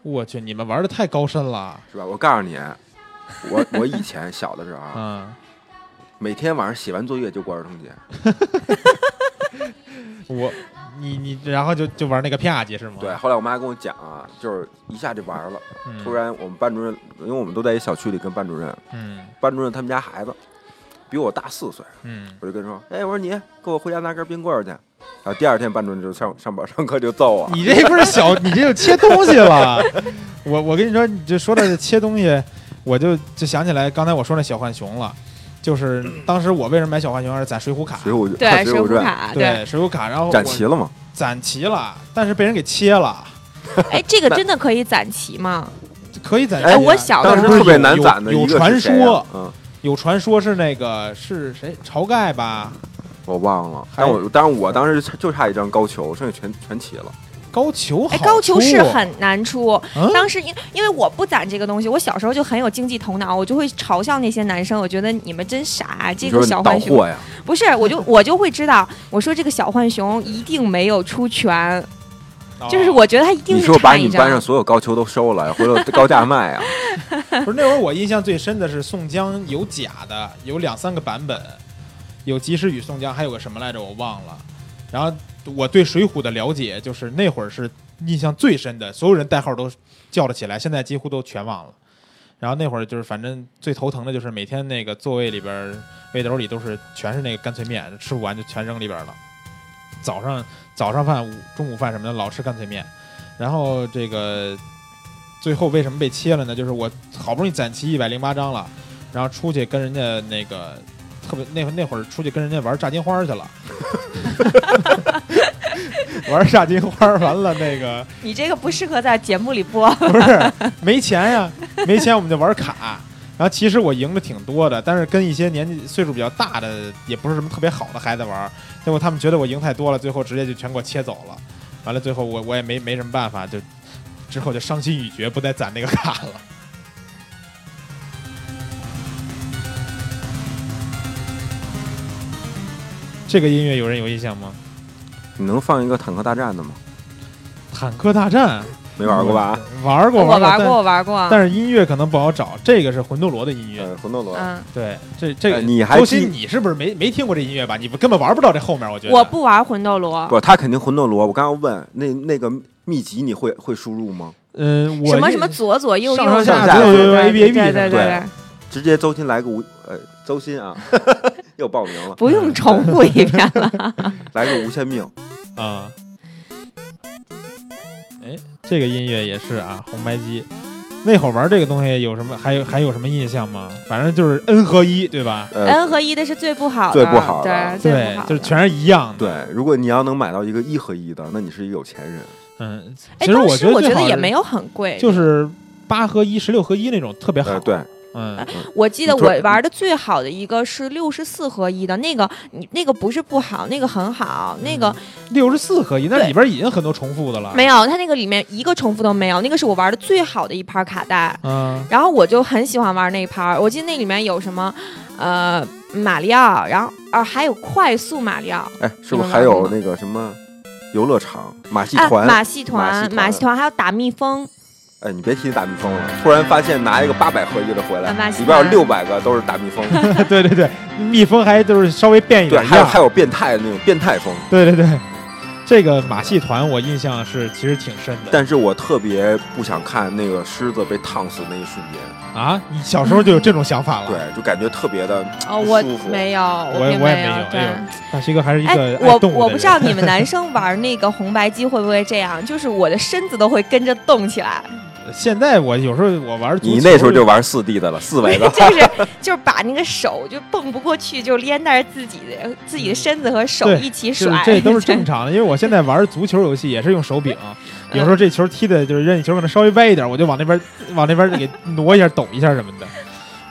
S5: 我去，你们玩的太高深了
S6: 是吧？我告诉你，我 我以前小的时候啊，
S5: 啊！
S6: 每天晚上写完作业就过儿童节，
S5: 我你你，然后就就玩那个啪叽是吗？
S6: 对。后来我妈跟我讲啊，就是一下就玩了。
S5: 嗯，
S6: 突然我们班主任，因为我们都在一小区里跟班主任，
S5: 嗯
S6: 班主任他们家孩子比我大四岁，
S5: 嗯，
S6: 我就跟他说，哎，我说你给我回家拿根冰棍儿去。然后第二天班主任就上上班上课就揍我。
S5: 你这不是小，你这就切东西了。 我我跟你说，你就说到这切东西，我就就想起来刚才我说那小浣熊了，就是当时我为什么买小浣熊，是攒水浒卡，
S6: 水浒
S3: 对，
S6: 看
S3: 水
S6: 浒
S3: 浒
S6: 传
S3: 卡，对，
S5: 对水浒卡，然后我
S6: 展齐了嘛？
S5: 攒齐了，但是被人给切了，
S3: 哎，这个真的可以攒齐吗？
S5: 可以攒齐啊。
S3: 哎，我小的
S6: 当
S3: 时
S6: 时
S3: 候
S6: 特别难攒的
S5: 有
S6: 一
S5: 有
S6: 个是
S5: 传
S6: 谁啊
S5: 说，
S6: 嗯，
S5: 有传说是那个是谁晁盖吧，
S6: 我忘了。
S5: 还
S6: 但我当然我当时就差一张高俅，剩下全全齐了。
S5: 高俅好
S3: 哎，
S5: 出啊，
S3: 高俅是很难出。
S5: 嗯
S3: 当时因因为我不攒这个东西，我小时候就很有经济头脑，我就会嘲笑那些男生，我觉得你们真傻，这
S6: 你
S3: 个
S6: 说
S3: 小
S6: 你倒
S3: 浣熊
S6: 货呀？
S3: 不是，我就我就会知道，我说这个小浣熊一定没有出全，
S5: 哦，
S3: 就是我觉得他一定
S6: 你
S3: 是
S6: 说把
S3: 差
S6: 你
S3: 一
S6: 们班
S3: 张
S6: 上。所有高俅都收了，回头高价卖 啊？
S5: 不是那会儿我印象最深的是宋江有假的，有两三个版本，有及时雨宋江，还有个什么来着我忘了。然后我对《水浒》的了解就是那会儿是印象最深的，所有人代号都叫了起来，现在几乎都全忘了。然后那会儿就是反正最头疼的就是每天那个座位里边儿背兜里都是全是那个干脆面，吃不完就全扔里边儿了。早上早上饭、午中午饭什么的老吃干脆面，然后这个最后为什么被切了呢？就是我好不容易攒齐一百零八张了，然后出去跟人家那个特别那会那会儿出去跟人家玩炸金花去了， 玩炸金花完了那个
S3: 你这个不适合在节目里播。
S5: 不是没钱呀，没钱我们就玩卡。然后其实我赢的挺多的，但是跟一些年纪岁数比较大的，也不是什么特别好的孩子玩，结果他们觉得我赢太多了，最后直接就全给我切走了。完了，最后我我也没没什么办法，就之后就伤心欲绝，不再攒那个卡了。 这个音乐有人有印象吗？
S6: 你能放一个坦克大战的吗？
S5: 坦克大战
S6: 没玩过吧？？
S5: 玩过，
S3: 我
S5: 过，
S3: 玩
S5: 但
S3: 过，我玩过。
S5: 但是音乐可能不好找，这个是魂斗罗的音乐。
S6: 呃，魂斗罗。
S3: 嗯，
S5: 对，这这个、
S6: 呃你还
S5: 周
S6: 记
S5: 鑫，你是不是没没听过这音乐吧？你不根本玩不到这后面，我觉得。
S3: 我不玩魂斗罗，
S6: 不，他肯定魂斗罗。我刚刚问那那个秘籍你会会输入吗？
S5: 嗯，我
S3: 什么
S5: 印
S3: 什么左左右
S5: 上
S3: 右
S5: 上
S6: 下
S3: 左
S6: 左
S3: 左
S6: 右
S5: 右
S3: 对
S5: ABAB
S3: 对
S5: 什
S3: 对
S5: 么
S3: 对
S6: 的，直接周鑫来个无呃周鑫 啊，又报名了，
S3: 不用重复一遍了。
S6: 来个无限命，
S5: 啊。哎，这个音乐也是啊，红白机。那会儿玩这个东西有什么？还有还有什么印象吗？反正就是 N 合一，对吧？
S6: 呃
S3: N，和一的是最不好的，
S6: 最不好的
S3: 对，最
S5: 对
S3: 不好，的，
S5: 就是全是一样的。
S6: 对，如果你要能买到一个一合一的，那你是一个有钱人。
S5: 嗯，其
S3: 哎，
S5: 实
S3: 当
S5: 我
S3: 时
S5: 觉得
S3: 我
S5: 最
S3: 觉得
S5: 好
S3: 也
S5: 的
S3: 没有很贵，
S5: 就是八合一、十六合一那种特别
S3: 哎
S5: 好。
S6: 呃，对，
S5: 嗯，
S3: 我记得
S6: 你突
S3: 我
S6: 然
S3: 玩的最好的一个是六十四合一的那个，你那个不是不好，那个很好，那
S5: 嗯
S3: 个
S5: 六十四合一，那
S3: 对
S5: 里边已经很多重复的了。
S3: 没有，它那个里面一个重复都没有，那个是我玩的最好的一盘卡带。
S5: 嗯，
S3: 然后我就很喜欢玩那一盘，我记得那里面有什么，呃，马里奥，然后啊还有快速马里奥，
S6: 哎，是不是
S3: 你们
S6: 还
S3: 玩
S6: 有
S3: 过吗
S6: 那个什么游乐场、马戏
S3: 啊
S6: 团？
S3: 马戏
S6: 马戏
S3: 团，
S6: 团
S3: 马戏团，还有打蜜蜂，
S6: 哎，你别提打蜜蜂了，突然发现拿一个八百合一的回来
S3: 啊马，戏
S6: 里边有
S3: 团
S6: 六百个都是打 蜜蜂，
S5: 对对对，蜜蜂还就是稍微变一
S6: 对，
S5: 点
S6: 还有
S5: 样
S6: 还。有变态的那种变态风。
S5: 对对对，这个马戏团我印象是其实挺深的。
S6: 但是我特别不想看那个狮子被烫死那一瞬间，
S5: 啊，你小时候就有这种想法了？，
S6: 对，就感觉特别的
S3: 哦，
S6: 不
S3: 我
S6: 舒服
S3: 没有，
S5: 我也
S3: 并
S5: 我也
S3: 没
S5: 没有
S3: 对。
S5: 哎大西哥还是一
S3: 哎
S5: 个，爱
S3: 我
S5: 动物的人。
S3: 我不知道你们男生玩那个红白机会不会这样，就是我的身子都会跟着动起 来，。
S5: 现在我有时候我玩足球，
S6: 你那时候就玩四 D 的了，四维的
S3: 就是就是把那个手就蹦不过去，就连带自己的自己的身子和手
S5: 对
S3: 一起
S5: 就是
S3: 甩。
S5: 这都是正常的，因为我现在玩足球游戏也是用手柄，啊有时候这球踢的就是任意球可能稍微歪一点，我就往那边 往那边给挪一下、抖一下什么的。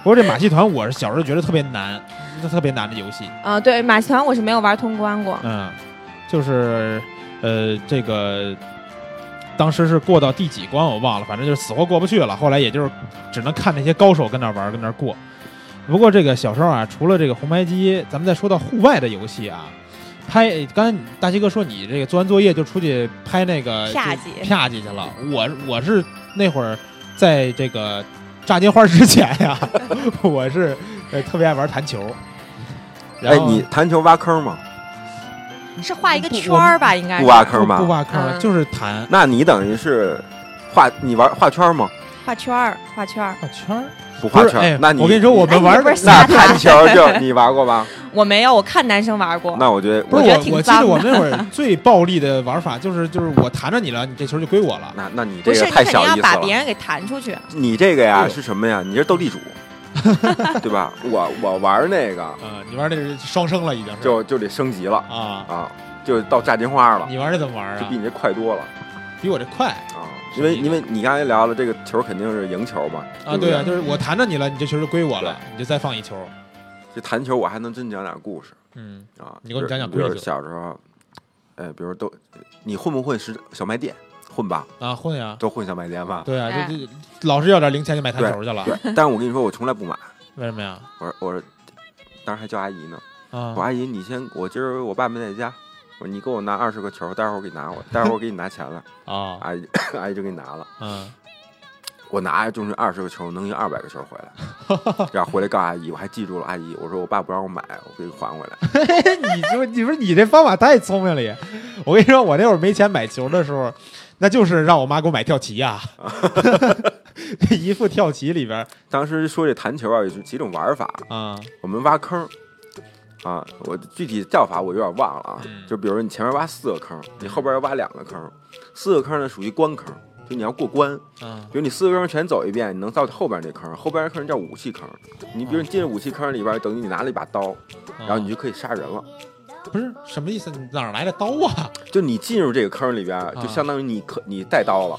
S5: 不过这马戏团我是小时候觉得特别难，特别难的游戏，
S3: 啊、对马戏团我是没有玩通关过，
S5: 嗯，就是呃这个。当时是过到第几关我忘了，反正就是死活过不去了。后来也就是只能看那些高手跟那儿玩儿，跟那儿过。不过这个小时候啊，除了这个红白机，咱们再说到户外的游戏啊，拍。刚才你大西哥说你这个做完作业就出去拍那个
S3: 啪
S5: 就
S3: 叽
S5: 啪叽去了。我我是那会儿在这个炸金花之前呀、 我是呃特别爱玩弹球。 然
S6: 哎，
S5: 后
S6: 你弹球挖坑吗？
S3: 是画一个
S5: 不
S3: 圈儿吧？应该是
S6: 不挖
S5: 不
S6: 坑
S5: 不
S6: 吧？
S5: 挖坑，
S3: 嗯
S5: 就是弹
S6: 那你等于是画你玩画圈吗？
S3: 画圈儿，画圈儿。
S5: 画圈儿。
S6: 不
S5: 不
S6: 画
S5: 是，哎
S6: 圈，，那你
S5: 我跟你说，我
S3: 哎
S5: 们
S3: 你
S5: 玩
S3: 不是
S6: 那
S3: 瞎
S6: 弹球就你玩过 吧？
S3: 我没有，我看男生玩过。
S6: 那我觉得
S5: 不
S6: 我
S5: 是
S3: 我觉得
S5: 我，
S3: 挺
S5: 我记
S3: 脏
S5: 得我
S3: 的
S5: 那会儿最暴力的玩法就是就是我弹着你了，你这球就归我了。
S6: 那那你
S3: 不
S6: 这
S3: 是，
S6: 个
S3: 你
S6: 太
S3: 肯定
S6: 小
S3: 要
S6: 意思
S3: 把别
S6: 了。
S3: 人给弹出去。
S6: 你这个 呀
S5: 对
S6: 是什么呀？你这是斗地主， 对吧？我我玩那个
S5: 啊，你玩那是双生了，已经是
S6: 就就得升级了
S5: 啊，
S6: 啊，就到炸金花了，
S5: 你玩这怎么玩
S6: 就
S5: 啊
S6: 比？你这快多了
S5: 比我这快
S6: 啊。
S5: 是
S6: 因为
S5: 一个
S6: 因为你刚才聊了这个球肯定是赢球嘛
S5: 啊！
S6: 对
S5: 对
S6: 不
S5: 啊，就是我弹着你了，你这球就归我了，你就再放一球。
S6: 这弹球我还能真讲点故事。
S5: 嗯，
S6: 啊，
S5: 你给我
S6: 比如
S5: 们讲讲
S6: 比如
S5: 规则
S6: 小时候，呃，比如都，你混不混是小卖店？混吧，
S5: 啊，混呀，
S6: 都混小卖店吧。
S5: 对啊，
S3: 哎
S5: 就就老是要点零钱就买弹球去了，
S6: 对，但是我跟你说，我从来不买。
S5: 为什么呀？
S6: 我说我说，当时还叫阿姨呢。我说
S5: 啊，
S6: 阿姨，你先，我今儿我爸没在家，我说你给我拿二十个球，待会儿我给你拿我，待会儿我给你拿钱 来。
S5: 啊，
S6: 阿姨阿姨就给你拿了，
S5: 嗯，
S6: 我拿就是二十个球，能赢二百个球回来。 然后回来告诉阿姨，我还记住了，阿姨，我说我爸不让我买，我给你还回来。
S5: 你就 你不是你这方法太聪明了也。我跟你说，我那会儿没钱买球的时候，那就是让我妈给我买跳棋呀、一副跳棋里边
S6: 当时说这弹球啊，有几种玩法，
S5: 啊，
S6: 我们挖坑儿啊，我具体叫法我有点忘了啊。
S5: 嗯
S6: 就比如说你前面挖四个坑，你后边要挖两个坑，四个坑呢属于关坑，就你要过关。
S5: 啊
S6: 比如你四个坑全走一遍，你能到后边那坑，后边那坑叫武器坑。你比如你进武器坑里边，等于你拿了一把
S5: 哦
S6: 刀，然后你就可以杀人了。
S5: 不是什么意思？你哪儿来的刀啊？
S6: 就你进入这个坑里边，
S5: 哦
S6: 就相当于你可你带刀了，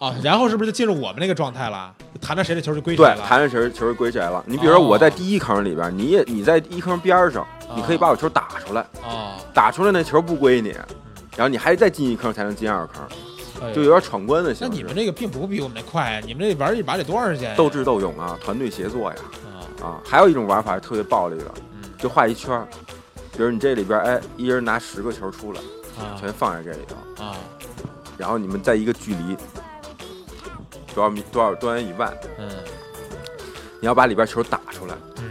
S5: 啊，然后是不是就进入我们那个状态了？弹着谁的球就归谁
S6: 对，
S5: 了？哦
S6: 弹着球球归谁了？你比如说我在第一坑里边，你也你在一坑边上，你可以把我球打出来，
S5: 啊，
S6: 打出来那球不归你，
S5: 嗯
S6: 然后你还再进一坑才能进二坑。
S5: 哎呦
S6: 就有点闯关的
S5: 那
S6: 形
S5: 你
S6: 式
S5: 们。这个并不比我们那快，你们这玩一把得多长时间呀？
S6: 斗智斗勇啊，团队协作呀，
S5: 啊，
S6: 啊，还有一种玩法是特别暴力的
S5: 嗯，
S6: 就画一圈儿，比如你这里边，哎，一人拿十个球出来，
S5: 啊
S6: 全放在这里头，
S5: 啊，
S6: 然后你们在一个距离多少米多少多远以外，
S5: 嗯
S6: 你要把里边球打出来，
S5: 嗯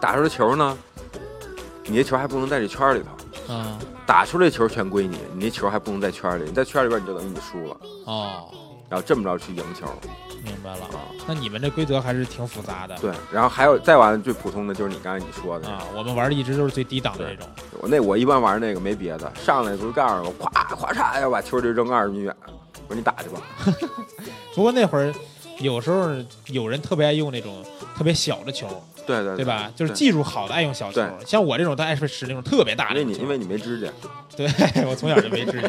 S6: 打出来球呢，你这球还不能在这圈儿里头，
S5: 啊
S6: 打出来球全归你，你那球还不能在圈儿里，你在圈儿里边你就等于你输了
S5: 哦。
S6: 然后这么着去赢球
S5: 明白了。
S6: 啊。
S5: 那你们这规则还是挺复杂的。
S6: 对，然后还有再完最普通的就是你刚才你说的那
S5: 啊
S6: 个，，
S5: 我们玩的一直都是最低档的这种。
S6: 我那我一般玩那个没别的，上来不是告诉我，咵咵嚓要把球就扔二十米远，我说你打去吧，
S5: 不过那会儿有时候有人特别爱用那种特别小的球，
S6: 对对
S5: 对吧？就是
S6: 对
S5: 技术好的爱用小球，
S6: 对
S5: 像我这种都爱使那种特别大
S6: 因
S5: 的
S6: 为
S5: 那
S6: 你
S5: 种球。
S6: 因为你没指甲，
S5: 对我从小就没指甲，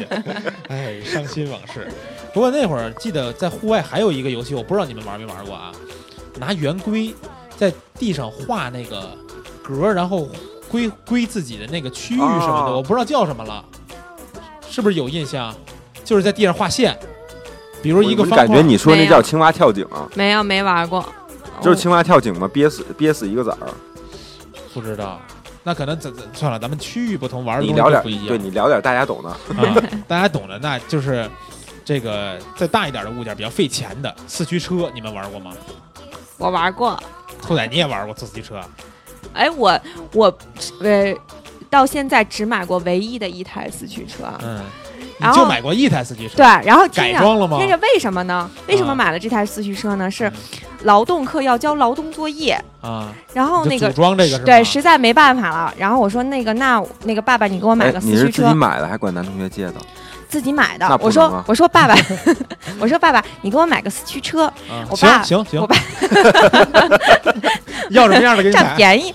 S5: 哎，伤心往事。不过那会儿记得在户外还有一个游戏，我不知道你们玩没玩过啊，拿圆规在地上画那个格儿，然后归归自己的那个区域什么的，
S6: 啊
S5: 我不知道叫什么了，是不是有印象？就是在地上画线，比如一个
S6: 我
S5: 方块，
S6: 感觉你说那
S3: 没有
S6: 叫青蛙跳井啊，
S3: 没有没玩过，
S5: 哦
S6: 就是青蛙跳井嘛，憋死憋死一个崽儿。
S5: 不知道。那可能咱咱算了，咱们区域不同，玩的
S6: 你
S5: 东
S6: 聊
S5: 西
S6: 点
S5: 都不一样。
S6: 对你聊点大家懂的，
S5: 啊，大家懂的，那就是这个再大一点的物件比较费钱的四驱车，你们玩过吗？
S3: 我玩过。
S5: 兔仔你也玩过四驱车啊？
S3: 哎，我我呃，到现在只买过唯一的一台四驱车。
S5: 嗯，你
S3: 然后
S5: 就买过一台四驱车？
S3: 对，然后啊
S5: 改
S3: 听着
S5: 装了吗啊嗯
S3: 听着为什么呢？为什么买了这台四驱车呢？是劳动课要交劳动作业，
S5: 啊，
S3: 然后
S5: 你
S3: 那
S5: 就
S3: 个
S5: 组装这个是吗？
S3: 对，实在没办法了。然后我说那个，那我那个爸爸，你给我买
S6: 哎
S3: 个，四
S6: 你是
S3: 驱
S6: 自
S3: 车，
S6: 己买的还管男同学借的？
S3: 自己买的
S6: 那。不能
S3: 我说
S6: 啊
S3: 我说 爸爸，我说爸爸，你给我买个四 驱车，
S5: 啊
S3: 我
S5: 行
S3: 爸
S5: 行行
S3: 我爸，
S5: 要什么样的给你
S3: 占
S5: 买？
S3: 便宜。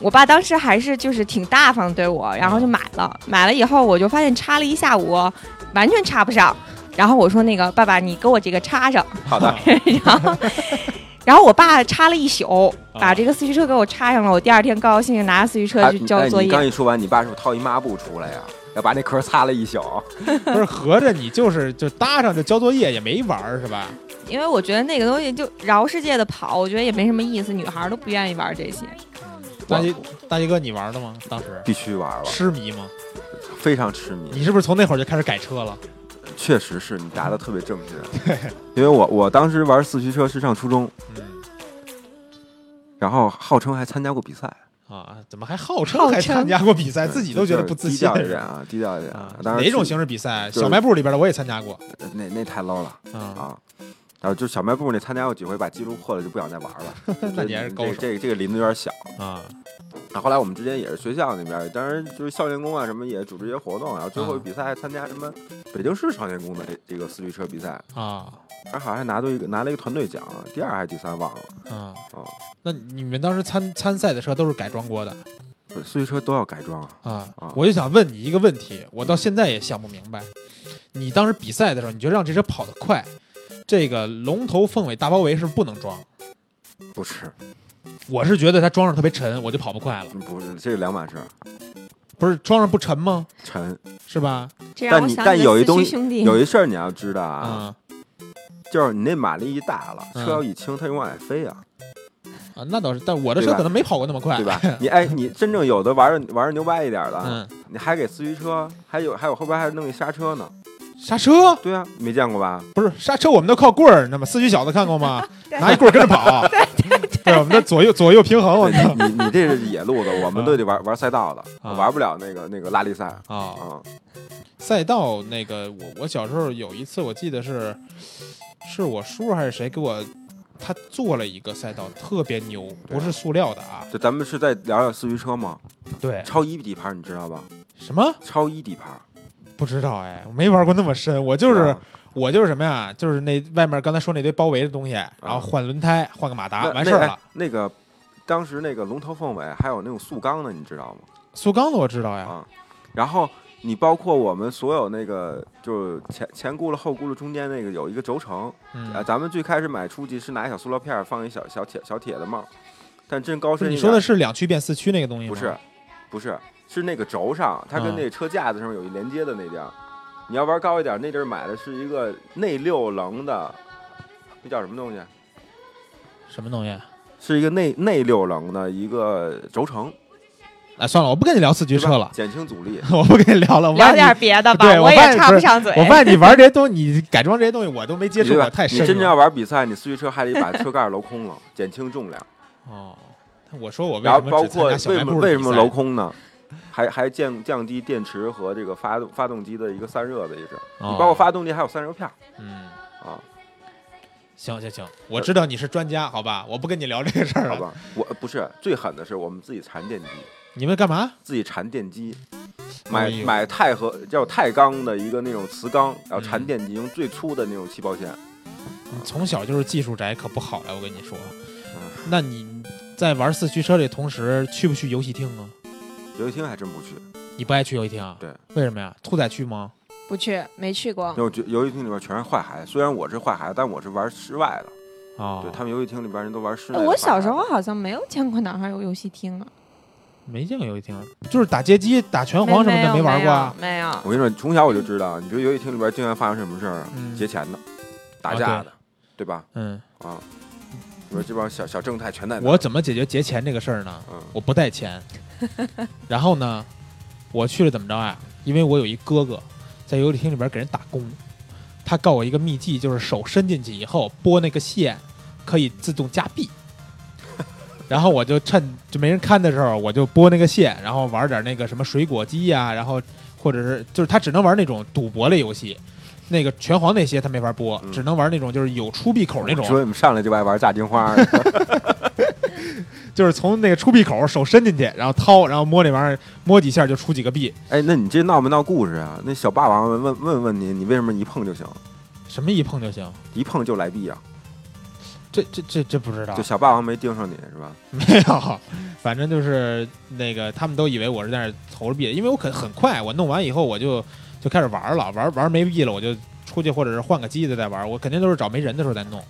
S3: 我爸当时还是就是挺大方对我，然
S5: 啊
S3: 后就买了。买了以后，我就发现插了一下午，完全插不上。然后我说那个爸爸，你给我这个插上。
S6: 好 的，
S3: 然后，然后我爸插了一宿，
S5: 啊
S3: 把这个四驱车给我插上了。我第二天高高兴兴拿着四驱车
S6: 哎
S3: 去交
S6: 哎
S3: 作
S6: 你
S3: 业。
S6: 刚一说完，你爸是不是掏一抹布出来呀？要把那壳擦了一宿，
S5: 不是合着你就是就搭上就交作业也没玩儿是吧？
S3: 因为我觉得那个东西就绕世界的跑，我觉得也没什么意思，女孩儿都不愿意玩这些。
S5: 大鸡大鸡哥你玩的吗？当时
S6: 必须玩了，
S5: 痴迷吗？
S6: 非常痴迷。
S5: 你是不是从那会儿就开始改车了？
S6: 确实是你答的特别正确，因为我我当时玩四驱车是上初中，
S5: 嗯
S6: 然后号称还参加过比赛，
S5: 啊，怎么还号称还参加过比赛，哎自己都觉得不自
S6: 低
S5: 信
S6: 调一点啊， 低调一点
S5: 啊？
S6: 当然
S5: 哪种
S6: 去
S5: 形式比赛？
S6: 就是
S5: 小卖部里边的我也参加过
S6: 那那太 low 了
S5: 啊。
S6: 啊。然后就小卖部那参加过几回，把记录破了就不想再玩 了。
S5: 那你还是高手
S6: 这这个这个林子有点小。
S5: 啊，
S6: 然后后来我们之间也是学校那边，当然就是少年宫啊什么也组织一些活动，然后最后
S5: 嗯
S6: 比赛还参加什么北京市少年宫的这这个四驱车比赛，
S5: 啊
S6: 然后好像还拿到一个拿了一个团队奖，第二还是第三忘了。
S5: 啊
S6: 哦！
S5: 那你们当时参参赛的车都是改装过的
S6: 四驱车都要改装啊，
S5: 啊
S6: 啊？
S5: 我就想问你一个问题，我到现在也想不明白，你当时比赛的时候，你觉得让这车跑得快，这个龙头凤尾大包围是不是不能装？
S6: 不是，
S5: 我是觉得它装上特别沉，我就跑不快了。
S6: 不是，这是两码事儿，
S5: 不是装上不沉吗？
S6: 沉。
S5: 是吧？
S3: 这让
S6: 但
S3: 我
S6: 你
S3: 想
S6: 但
S3: 起
S6: 有一
S3: 了四
S6: 东
S3: 驱
S6: 西
S3: 兄弟，
S6: 有一事儿你要知道啊，
S5: 啊
S6: 就是你那马力一大了，
S5: 嗯
S6: 车要一轻，它永远爱飞啊，
S5: 啊，那倒是，但我的
S6: 对
S5: 车
S6: 吧
S5: 可能没跑过那么快，
S6: 对 吧？你哎，你真正有的玩儿玩儿牛掰一点的啊，
S5: 嗯，
S6: 你还给四驱车，还有还有后边还弄一刹车呢，
S5: 刹车
S6: 对啊，没见过吧？
S5: 不是刹车，我们都靠棍儿，你知道吗？四驱小子看 过吗？拿一棍儿跟着跑，对，我们这左右左右平衡，我
S6: 对
S5: 操
S6: 你你你这是野路子，我
S5: 嗯
S6: 们都得玩玩赛道的，我
S5: 啊
S6: 玩不了那个那个拉力赛啊。
S5: 啊！赛道那个，我我小时候有一次，我记得是是我叔还是谁给我，他做了一个赛道，特别牛，不是塑料的啊。
S6: 这咱们是在聊聊四驱车吗？
S5: 对，
S6: 超一底盘你知道吧？
S5: 什么
S6: 超一底盘
S5: 不知道哎，我没玩过那么深，我就是、
S6: 啊
S5: 我就是什么呀，就是那外面刚才说那堆包围的东西，然后换轮胎，换个马达，
S6: 啊那
S5: 啊完事儿
S6: 那
S5: 了
S6: 哎。那个当时那个龙头凤尾还有那种塑钢的，你知道吗？
S5: 塑钢的我知道呀，
S6: 啊，然后你包括我们所有那个，就是前前轱辘后轱辘中间那个有一个轴承，
S5: 嗯，
S6: 啊，咱们最开始买初级是拿一小塑料片儿放一小小铁小铁的帽儿，但真高
S5: 不
S6: 深
S5: 是
S6: 一
S5: 你说的
S6: 点
S5: 是两驱变四驱那个东西
S6: 儿
S5: 吗？嗯
S6: 不是，不是是那个轴上，它跟那个车架子上有一连接的那地儿，你要玩高一点，那地儿买的是一个内六棱的，那叫什么东西？
S5: 什么东西？啊
S6: 是一个内内六棱的一个轴承，
S5: 哎，算了，我不跟你聊四驱
S6: 对吧
S5: 车了，
S6: 减轻阻力。
S5: 我不跟你聊了，我发现
S3: 聊点
S5: 你
S3: 别的吧
S5: 对，我
S3: 我
S5: 发现
S3: 也插
S5: 不是
S3: 上嘴。
S5: 我发现你玩这些东西，你改装这些东西我都没接触
S6: 对吧
S5: 过，太
S6: 你
S5: 深
S6: 真正
S5: 了。
S6: 要玩比赛，你四驱车还得把车盖儿镂空 了，减轻重量。
S5: 哦，我说我为
S6: 然后
S5: 什
S6: 包
S5: 么只
S6: 括为
S5: 参加小卖
S6: 什么
S5: 部的
S6: 为
S5: 比
S6: 什么
S5: 赛
S6: 镂空呢？还还降降低电池和这个发动发动机的一个散热的一个，
S5: 哦
S6: 你包括发动机还有散热片儿
S5: 嗯，
S6: 啊、啊，
S5: 行行行，我知道你是专家，好吧？我不跟你聊这个事儿
S6: 好
S5: 了。
S6: 吧，我不是最狠的是我们自己缠电机，
S5: 你们干嘛？
S6: 自己缠电机，
S5: 哎
S6: 买
S5: 呦
S6: 买钛和叫钛钢的一个那种磁钢，
S5: 嗯
S6: 然后缠电机，用最粗的那种气泡线。
S5: 你从小就是技术宅，可不好呀！我跟你说，那你在玩四驱车的同时，去不去游戏厅啊？
S6: 游戏厅还真不去，
S5: 你不爱去游戏厅啊？
S6: 对，
S5: 为什么呀？兔仔去吗？
S3: 不去，没去过
S6: 因。为我觉游戏厅里边全是坏孩子。虽然我是坏孩子，但我是玩室外的。
S5: 啊、
S6: 对他们游戏厅里边人都玩室内
S3: 哎
S6: 的坏孩子。
S3: 我小时候好像没有见过哪儿有游戏厅啊，
S5: 没见过游戏厅，就是打街机、打拳皇什么的
S3: 没有
S5: 玩过啊。
S3: 没有。没有
S6: 我跟你说，从小我就知道，你觉得游戏厅里边经常发生什么事儿啊？
S5: 嗯
S6: 劫钱的，打
S5: 啊
S6: 架
S5: 对
S6: 的，对吧？
S5: 嗯，
S6: 啊，你说这帮小小正太全在那儿。
S5: 我怎么解决节钱这个事儿呢？
S6: 嗯
S5: 我不带钱， 然后呢，我去了怎么着啊？因为我有一哥哥在游戏厅里边给人打工，他告我一个秘技，就是手伸进去以后拨那个线，可以自动加币。 然后我就趁就没人看的时候，我就拨那个线，然后玩点那个什么水果机呀、然后或者是就是他只能玩那种赌博类游戏，那个拳皇那些他没法拨，
S6: 嗯哦
S5: 只能玩那种就是有出币口那种。
S6: 说你们上来就爱玩炸金花，
S5: 就是从那个出币口手伸进去，然后掏，然后摸那玩意儿，摸几下就出几个币，
S6: 哎，那你这闹没闹故事啊？那小霸王问问问问你，你为什么一碰就行？
S5: 什么一碰就行。
S6: 一碰就来币啊？
S5: 这这这这不知道
S6: 就，小霸王没盯上你是吧？
S5: 没有，哎反正就是那个他们都以为我是在那儿投着币，因为我很很快，我弄完以后我就就开始玩了，玩玩没币了我就出去或者是换个机子再玩，我肯定都是找没人的时候再弄。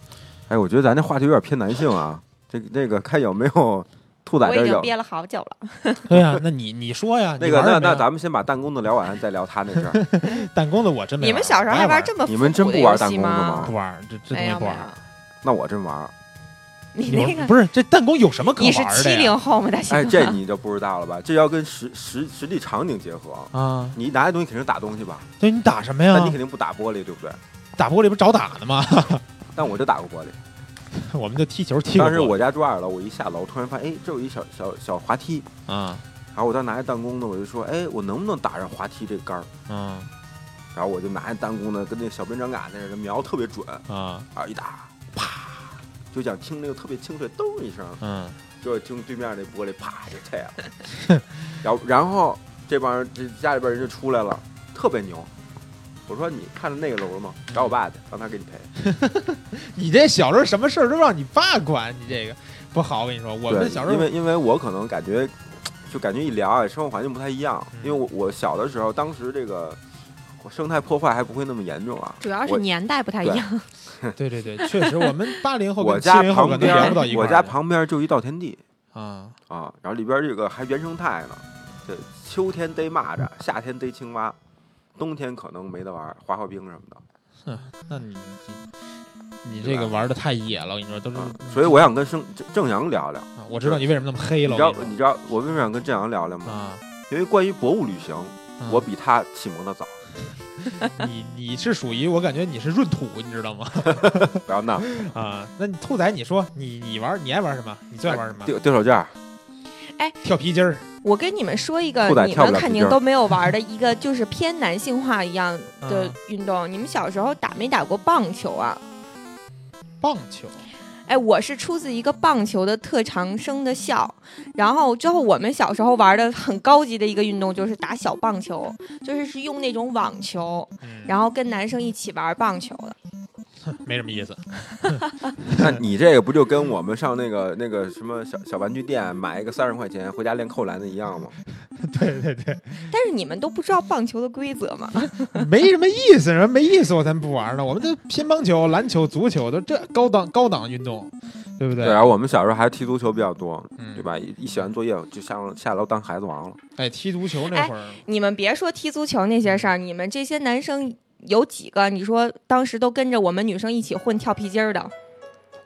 S6: 哎，我觉得咱这话题有点偏男性啊。这个这个看有没有兔仔
S3: 我
S6: 这
S3: 已
S6: 儿
S3: 经
S6: 有
S3: 憋了好久了，
S5: 对哎呀、 那你你说呀，
S6: 那个那那咱
S5: 们
S6: 们先把弹弓的聊完，再聊他那事 儿。
S5: 弹弓的我真没玩。
S3: 你们小时候
S5: 我爱
S3: 还
S5: 玩
S3: 这哎么
S6: 你们真
S3: 复古
S6: 不玩
S3: 游戏
S6: 弹弓的吗
S5: 不玩？这这东
S3: 没
S5: 西
S3: 有
S5: 不
S3: 没有
S5: 玩。，
S6: 那我真玩儿，
S3: 你
S5: 有
S3: 那个
S5: 不是这弹弓有什么可
S3: 你
S5: 玩
S3: 是
S5: 的呀？
S3: 七零后吗？大 啊
S6: 哎，
S3: 兴，
S6: 这你就不知道了吧？这要跟实实实际场景结合。
S5: 啊，
S6: 你拿的东西肯定是打东西吧，
S5: 对你打什么呀
S6: 但你？肯定不打玻璃，对不对？
S5: 打玻璃不是找打呢吗？
S6: 但我就打过玻璃。
S5: 我们就踢球踢过玻璃。
S6: 当时我家住二楼，我一下楼突然发现，哎，这有一小小小滑梯，
S5: 啊
S6: 然后我当时拿着弹弓呢，我就说，哎，我能不能打上滑梯这杆儿？
S5: 啊
S6: 然后我就拿着弹弓呢，跟那小兵张嘎在那儿瞄，特别准，
S5: 啊
S6: 啊，一打，啪，就想听那个特别清脆，咚一声，
S5: 嗯
S6: 就是听对面那玻璃啪就碎了。 然后然后这帮人这家里边人就出来了，特别牛。我说你看着那个楼了吗？找我爸去，让他给你赔。
S5: 你这小时候什么事儿都让你爸管，你这个不好。我跟你说，我
S6: 对，
S5: 们小时
S6: 因
S5: 候
S6: 为因为我可能感觉，就感觉一聊啊，生活环境不太一样。
S5: 嗯
S6: 因为我我小的时候，当时这个生态破坏还不会那么严重啊。
S3: 主要是
S6: 我
S3: 年代不太一
S6: 对
S3: 样。
S5: 对对对， 确实我们八零后
S6: 我
S5: 跟七
S6: 家
S5: 零后
S6: 旁
S5: 可能
S6: 边
S5: 聊不到一
S6: 儿，我
S5: 块儿去。
S6: 家旁边儿就一稻田地
S5: 啊，
S6: 啊，然后里边儿这个还原生态呢。这秋天逮蚂蚱，夏天逮青蛙，冬天可能没得玩儿，滑滑冰什么的。
S5: 那你你这个玩的太野了，我跟你说都是
S6: 啊。，所以我想跟郑郑阳聊聊。
S5: 啊我知道你为什么那么黑
S6: 你
S5: 了。
S6: 知道
S5: 我跟你
S6: 你知道我为什么想跟郑阳聊聊
S5: 说
S6: 吗？
S5: 啊，
S6: 因为关于博物旅行，
S5: 嗯
S6: 我比他启蒙的 早。
S5: 你你是属于我感觉你是闰土，你知道吗？
S6: 不要闹，
S5: 啊，那你兔仔，你说你你玩你爱玩什么？你最爱玩什么？
S6: 丢丢手绢儿，
S5: 跳皮筋儿
S3: 我跟你们说一个
S6: 裤带
S3: 你
S6: 跳不
S3: 们
S6: 了
S3: 肯
S6: 皮
S3: 定
S6: 筋儿
S3: 都没有玩的一个，就是偏男性化一样的
S5: 嗯
S3: 运动。你们小时候打没打过棒球啊？
S5: 棒球。
S3: 哎，我是出自一个棒球的特长生的校，然后之后我们小时候玩的很高级的一个运动就是打小棒球，就是是用那种网球，
S5: 嗯，
S3: 然后跟男生一起玩棒球的。
S5: 没什么意思。
S6: 那你这个不就跟我们上那个那个什么小小玩具店买一个三十块钱回家练扣篮的一样吗？
S5: 对对对，
S3: 但是你们都不知道棒球的规则吗？
S5: 没什么意思，人没意思我才不玩呢。我们这乒乓球、篮球、足球都这高档高档运动，对不对？
S6: 然后我们小时候还踢足球比较多，
S5: 嗯
S6: 对吧？一一写完作业就下楼下楼当孩子王了。
S5: 哎，踢足球那会儿，
S3: 你们别说踢足球那些事儿，你们这些男生有几个？你说当时都跟着我们女生一起混跳皮筋儿的？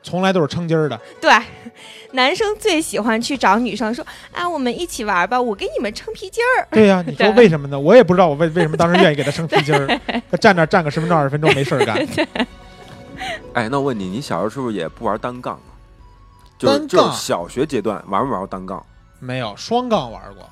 S5: 从来都是撑筋儿的。
S3: 对， 男生最喜欢去找女生说：“啊，我们一起玩吧，我给你们撑皮筋儿。
S5: 对呀、你说
S3: 对
S5: 为什么呢？我也不知道我为为什么当时愿意给他生皮筋儿， 他站那儿站个十分钟二十分钟没事儿干。
S6: 哎，那我问你，你小时候是不是也不玩单杠啊？就是
S5: 单杠
S6: 就是小学阶段玩没玩过单杠？
S5: 没有双杠玩过。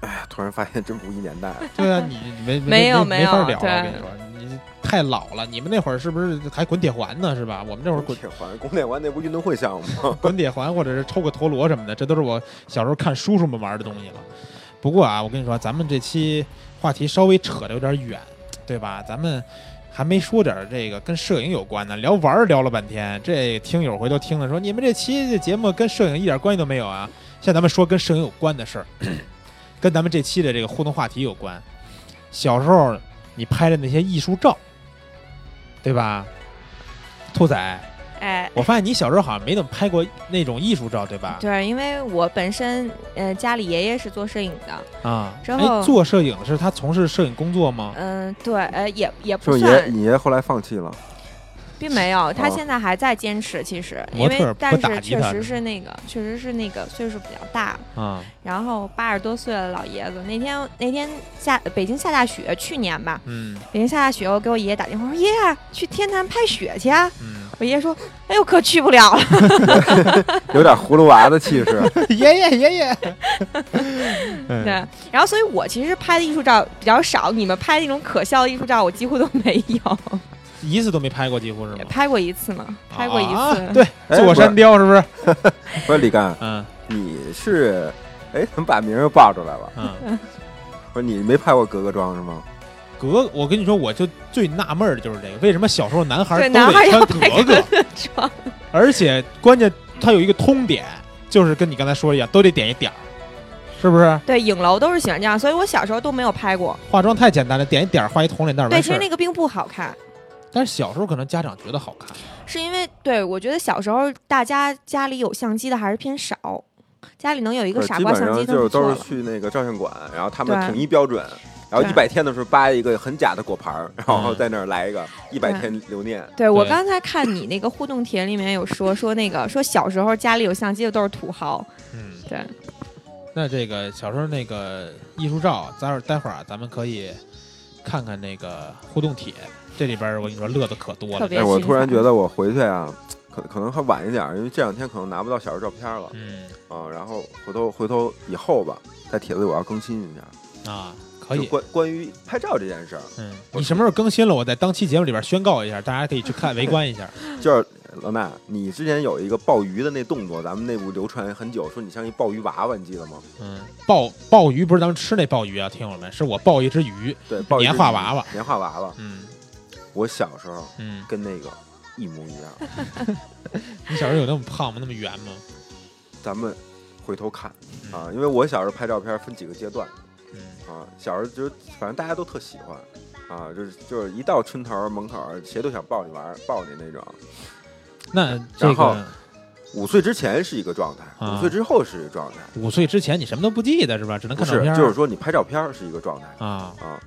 S6: 哎呀，突然发现真不一年代了。
S5: 对啊，你你没
S3: 没有
S5: 没
S3: 没有
S5: 法聊，
S3: 对
S5: 我跟你说，你太老了，你们那会儿是不是还滚铁环呢？是吧？我们这会儿滚
S6: 铁环， 宫铁环那不运动会项目吗？
S5: 滚铁环或者是抽个陀螺什么的，这都是我小时候看叔叔们玩的东西了。不过啊，我跟你说，咱们这期话题稍微扯得有点远，对吧？咱们还没说点儿这个跟摄影有关的，聊玩儿聊了半天，这听友回头听了说，你们这期这节目跟摄影一点关系都没有啊。现在咱们说跟摄影有关的事儿， 跟咱们这期的这个互动话题有关。小时候你拍的那些艺术照，对吧？兔仔，
S3: 哎，
S5: 我发现你小时候好像没怎么拍过那种艺术照，对吧？
S3: 对，因为我本身呃家里爷爷是做摄影的，
S5: 啊，
S3: 之
S5: 哎，
S3: 后
S5: 做摄影的是他从事摄影工作吗？
S3: 嗯、对，呃也也
S6: 是
S3: 不
S6: 不是爷
S3: 算，
S6: 你爷后来放弃了？
S3: 并没有，他
S6: 哦
S3: 现在还在坚持，其实因
S5: 模特
S3: 为
S5: 不
S3: 但
S5: 打
S3: 是
S5: 击
S3: 确
S5: 他
S3: 实
S5: 是
S3: 是那个确实是那个岁数比较大，
S5: 啊，
S3: 然后八十多岁的老爷子，那天那天下北京下大雪，去年吧，
S5: 嗯
S3: 北京下大雪，我给我爷爷打电话我说爷爷去天坛拍雪去啊，
S5: 嗯，
S3: 我爷爷说哎呦可去不了了，
S6: 有点葫芦娃的气 势。
S5: 爷爷爷爷，嗯
S3: 对， 然后所以我其实拍的艺术照比较少，你们拍那种可笑的艺术照我几乎都没 有，
S5: 一次都没拍过，几乎是吗？
S3: 拍过一次嘛， 拍过一次，
S5: 啊对，
S6: 哎
S5: 坐山雕是不是？
S6: 不是李干，
S5: 嗯
S6: 你是哎，怎么把名儿又报出来了？
S5: 嗯，
S6: 不是你没拍过格格装是吗？
S5: 格，我跟你说，我就最纳闷儿的就是这个，为什么小时候男孩儿
S3: 对
S5: 都
S3: 男孩儿
S5: 得
S3: 要
S5: 穿
S3: 拍
S5: 格格，
S3: 格
S6: 啊
S3: 装，
S5: 而且关键它有一个通点，就是跟你刚才说一样，都得点一点儿，是不是？
S3: 对，影楼都是喜欢这样，所以我小时候都没有拍过。
S5: 化妆太简单了，点一点儿画一红脸蛋儿
S3: 对，
S5: 完
S3: 其
S5: 事
S3: 实
S5: 儿。
S3: 那个并不好看，
S5: 但是小时候可能家长觉得好看，
S3: 是因为对我觉得小时候大家家里有相机的还是偏少，家里能有一
S6: 不
S3: 个
S6: 是
S3: 傻
S6: 基
S3: 瓜
S6: 本
S3: 相机
S6: 上
S3: 已经不
S6: 就是
S3: 错
S6: 都
S3: 了
S6: 是。去那个照相馆，然后他们
S3: 对
S6: 统一标准，然后
S3: 对
S6: 一百天的时候扒一个很假的果盘儿，然后
S5: 嗯
S6: 在那儿来一个一百
S3: 对
S6: 天留念。
S3: 对我
S5: 对
S3: 刚才看你那个互动帖里面有说说那个说小时候家里有相机的都是土豪，
S5: 嗯。
S3: 对，
S5: 那这个小时候那个艺术照，待会儿待会儿啊，咱们可以看看那个互动帖，这里边儿我跟你说乐的可多
S3: 特
S5: 了。
S3: 别
S6: 哎，我
S3: 欣
S6: 突然
S3: 赏
S6: 觉得我回去啊，可可能还晚一点儿，因为这两天可能拿不到小时候照片了
S5: 嗯
S6: 啊。然后回头回头以后吧，在帖子里我要更新一下，
S5: 啊，可
S6: 就
S5: 以。
S6: 关关于拍照这件事儿，
S5: 嗯，你什么时候更新了？我在当期节目里边宣告一下，大家可以去看围观 一下。
S6: 就是老衲，你之前有一个鲍鱼的那动作，咱们内部流传很久，说你像一鲍鱼娃娃，你记得吗？
S5: 嗯，鲍鲍鱼不是咱们吃那鲍鱼啊，听友们，是我鲍一只鱼。
S6: 对，鲍鱼
S5: 年画娃娃，
S6: 年画娃娃，
S5: 嗯
S6: 我小时候
S5: 嗯，
S6: 跟那个一模一样。
S5: 你小时候有那么胖吗？那么圆吗？
S6: 咱们回头看
S5: 嗯
S6: 啊，因为我小时候拍照片分几个阶段
S5: 嗯
S6: 啊，小时候就反正大家都特喜欢啊，就是就是一到村头儿门口儿，谁都想抱你玩儿，抱你那种。
S5: 嗯那这
S6: 然后
S5: 个
S6: 五岁之前是一个状态，
S5: 啊
S6: 五岁之后是一个状态，
S5: 五岁之前你什么都不记得是吧？只能
S6: 不
S5: 看照
S6: 是
S5: 片儿。
S6: 就是说你拍照片儿是一个状态
S5: 啊，
S6: 啊，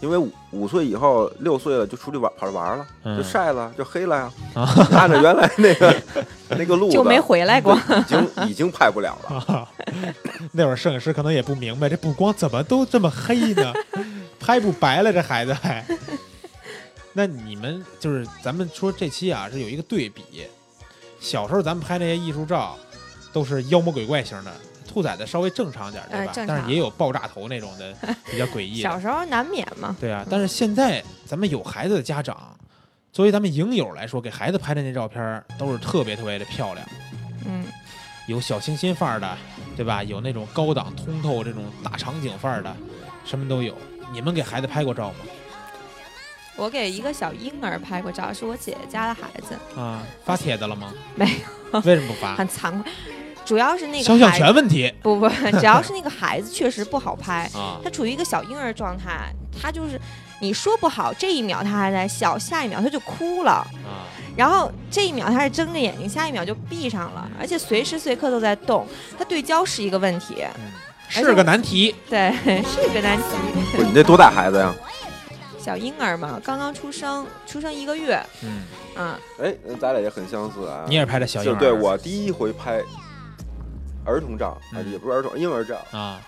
S6: 因为五五岁以后六岁了就出去玩跑着玩了，
S5: 嗯
S6: 就晒了就黑 了呀，
S5: 啊
S6: 按照原来那 个那个路子
S3: 就没回来过。
S6: 已经已经拍不了了。
S5: 啊， 那会儿摄影师可能也不明白，这布光怎么都这么黑呢？拍不白了，这孩子还。 那你们就是咱们说这期啊是有一个对比，小时候咱们拍那些艺术照，都是妖魔鬼怪型的，兔崽子稍微正常点儿，对
S3: 哎
S5: 吧？
S3: 正常
S5: 但是也有爆炸头那种 的，比较诡异的
S3: 小。时候难免嘛，
S5: 对啊，但是现在咱们有孩子的家长，作为咱们影友来说，给孩子拍的那照片儿都是特别特别的漂亮。
S3: 嗯，
S5: 有小清新范儿的，对吧？有那种高档通透这种大场景范儿的，什么都有。你们给孩子拍过照吗？
S3: 我给一个小婴儿拍过照，是我姐姐家的孩子，
S5: 啊，发帖子了吗？
S3: 没
S5: 有，为什么不发？
S3: 很惭愧，主要是那个
S5: 肖像
S3: 孩子
S5: 权问题
S3: 不 不，主要是那个孩子确实不好拍，
S5: 啊
S3: 他处于一个小婴儿状态，他就是你说不好，这一秒他还在笑，下一秒他就哭了，
S5: 啊！
S3: 然后这一秒他是睁着眼睛，下一秒就闭上了，而且随时随刻都在动，他对焦是一个问题，
S5: 嗯，
S3: 且
S5: 是个难题。
S3: 对，是个难题。
S6: 不是你这多大孩子呀？
S3: 小婴儿嘛，刚刚出生，出生一个月，
S5: 嗯，
S3: 嗯，
S6: 哎，咱俩也很相似啊。
S5: 你也是拍的小婴
S6: 就
S5: 儿？
S6: 对我第一回拍儿童照，啊
S5: 嗯
S6: 也不是儿童婴儿照，
S5: 啊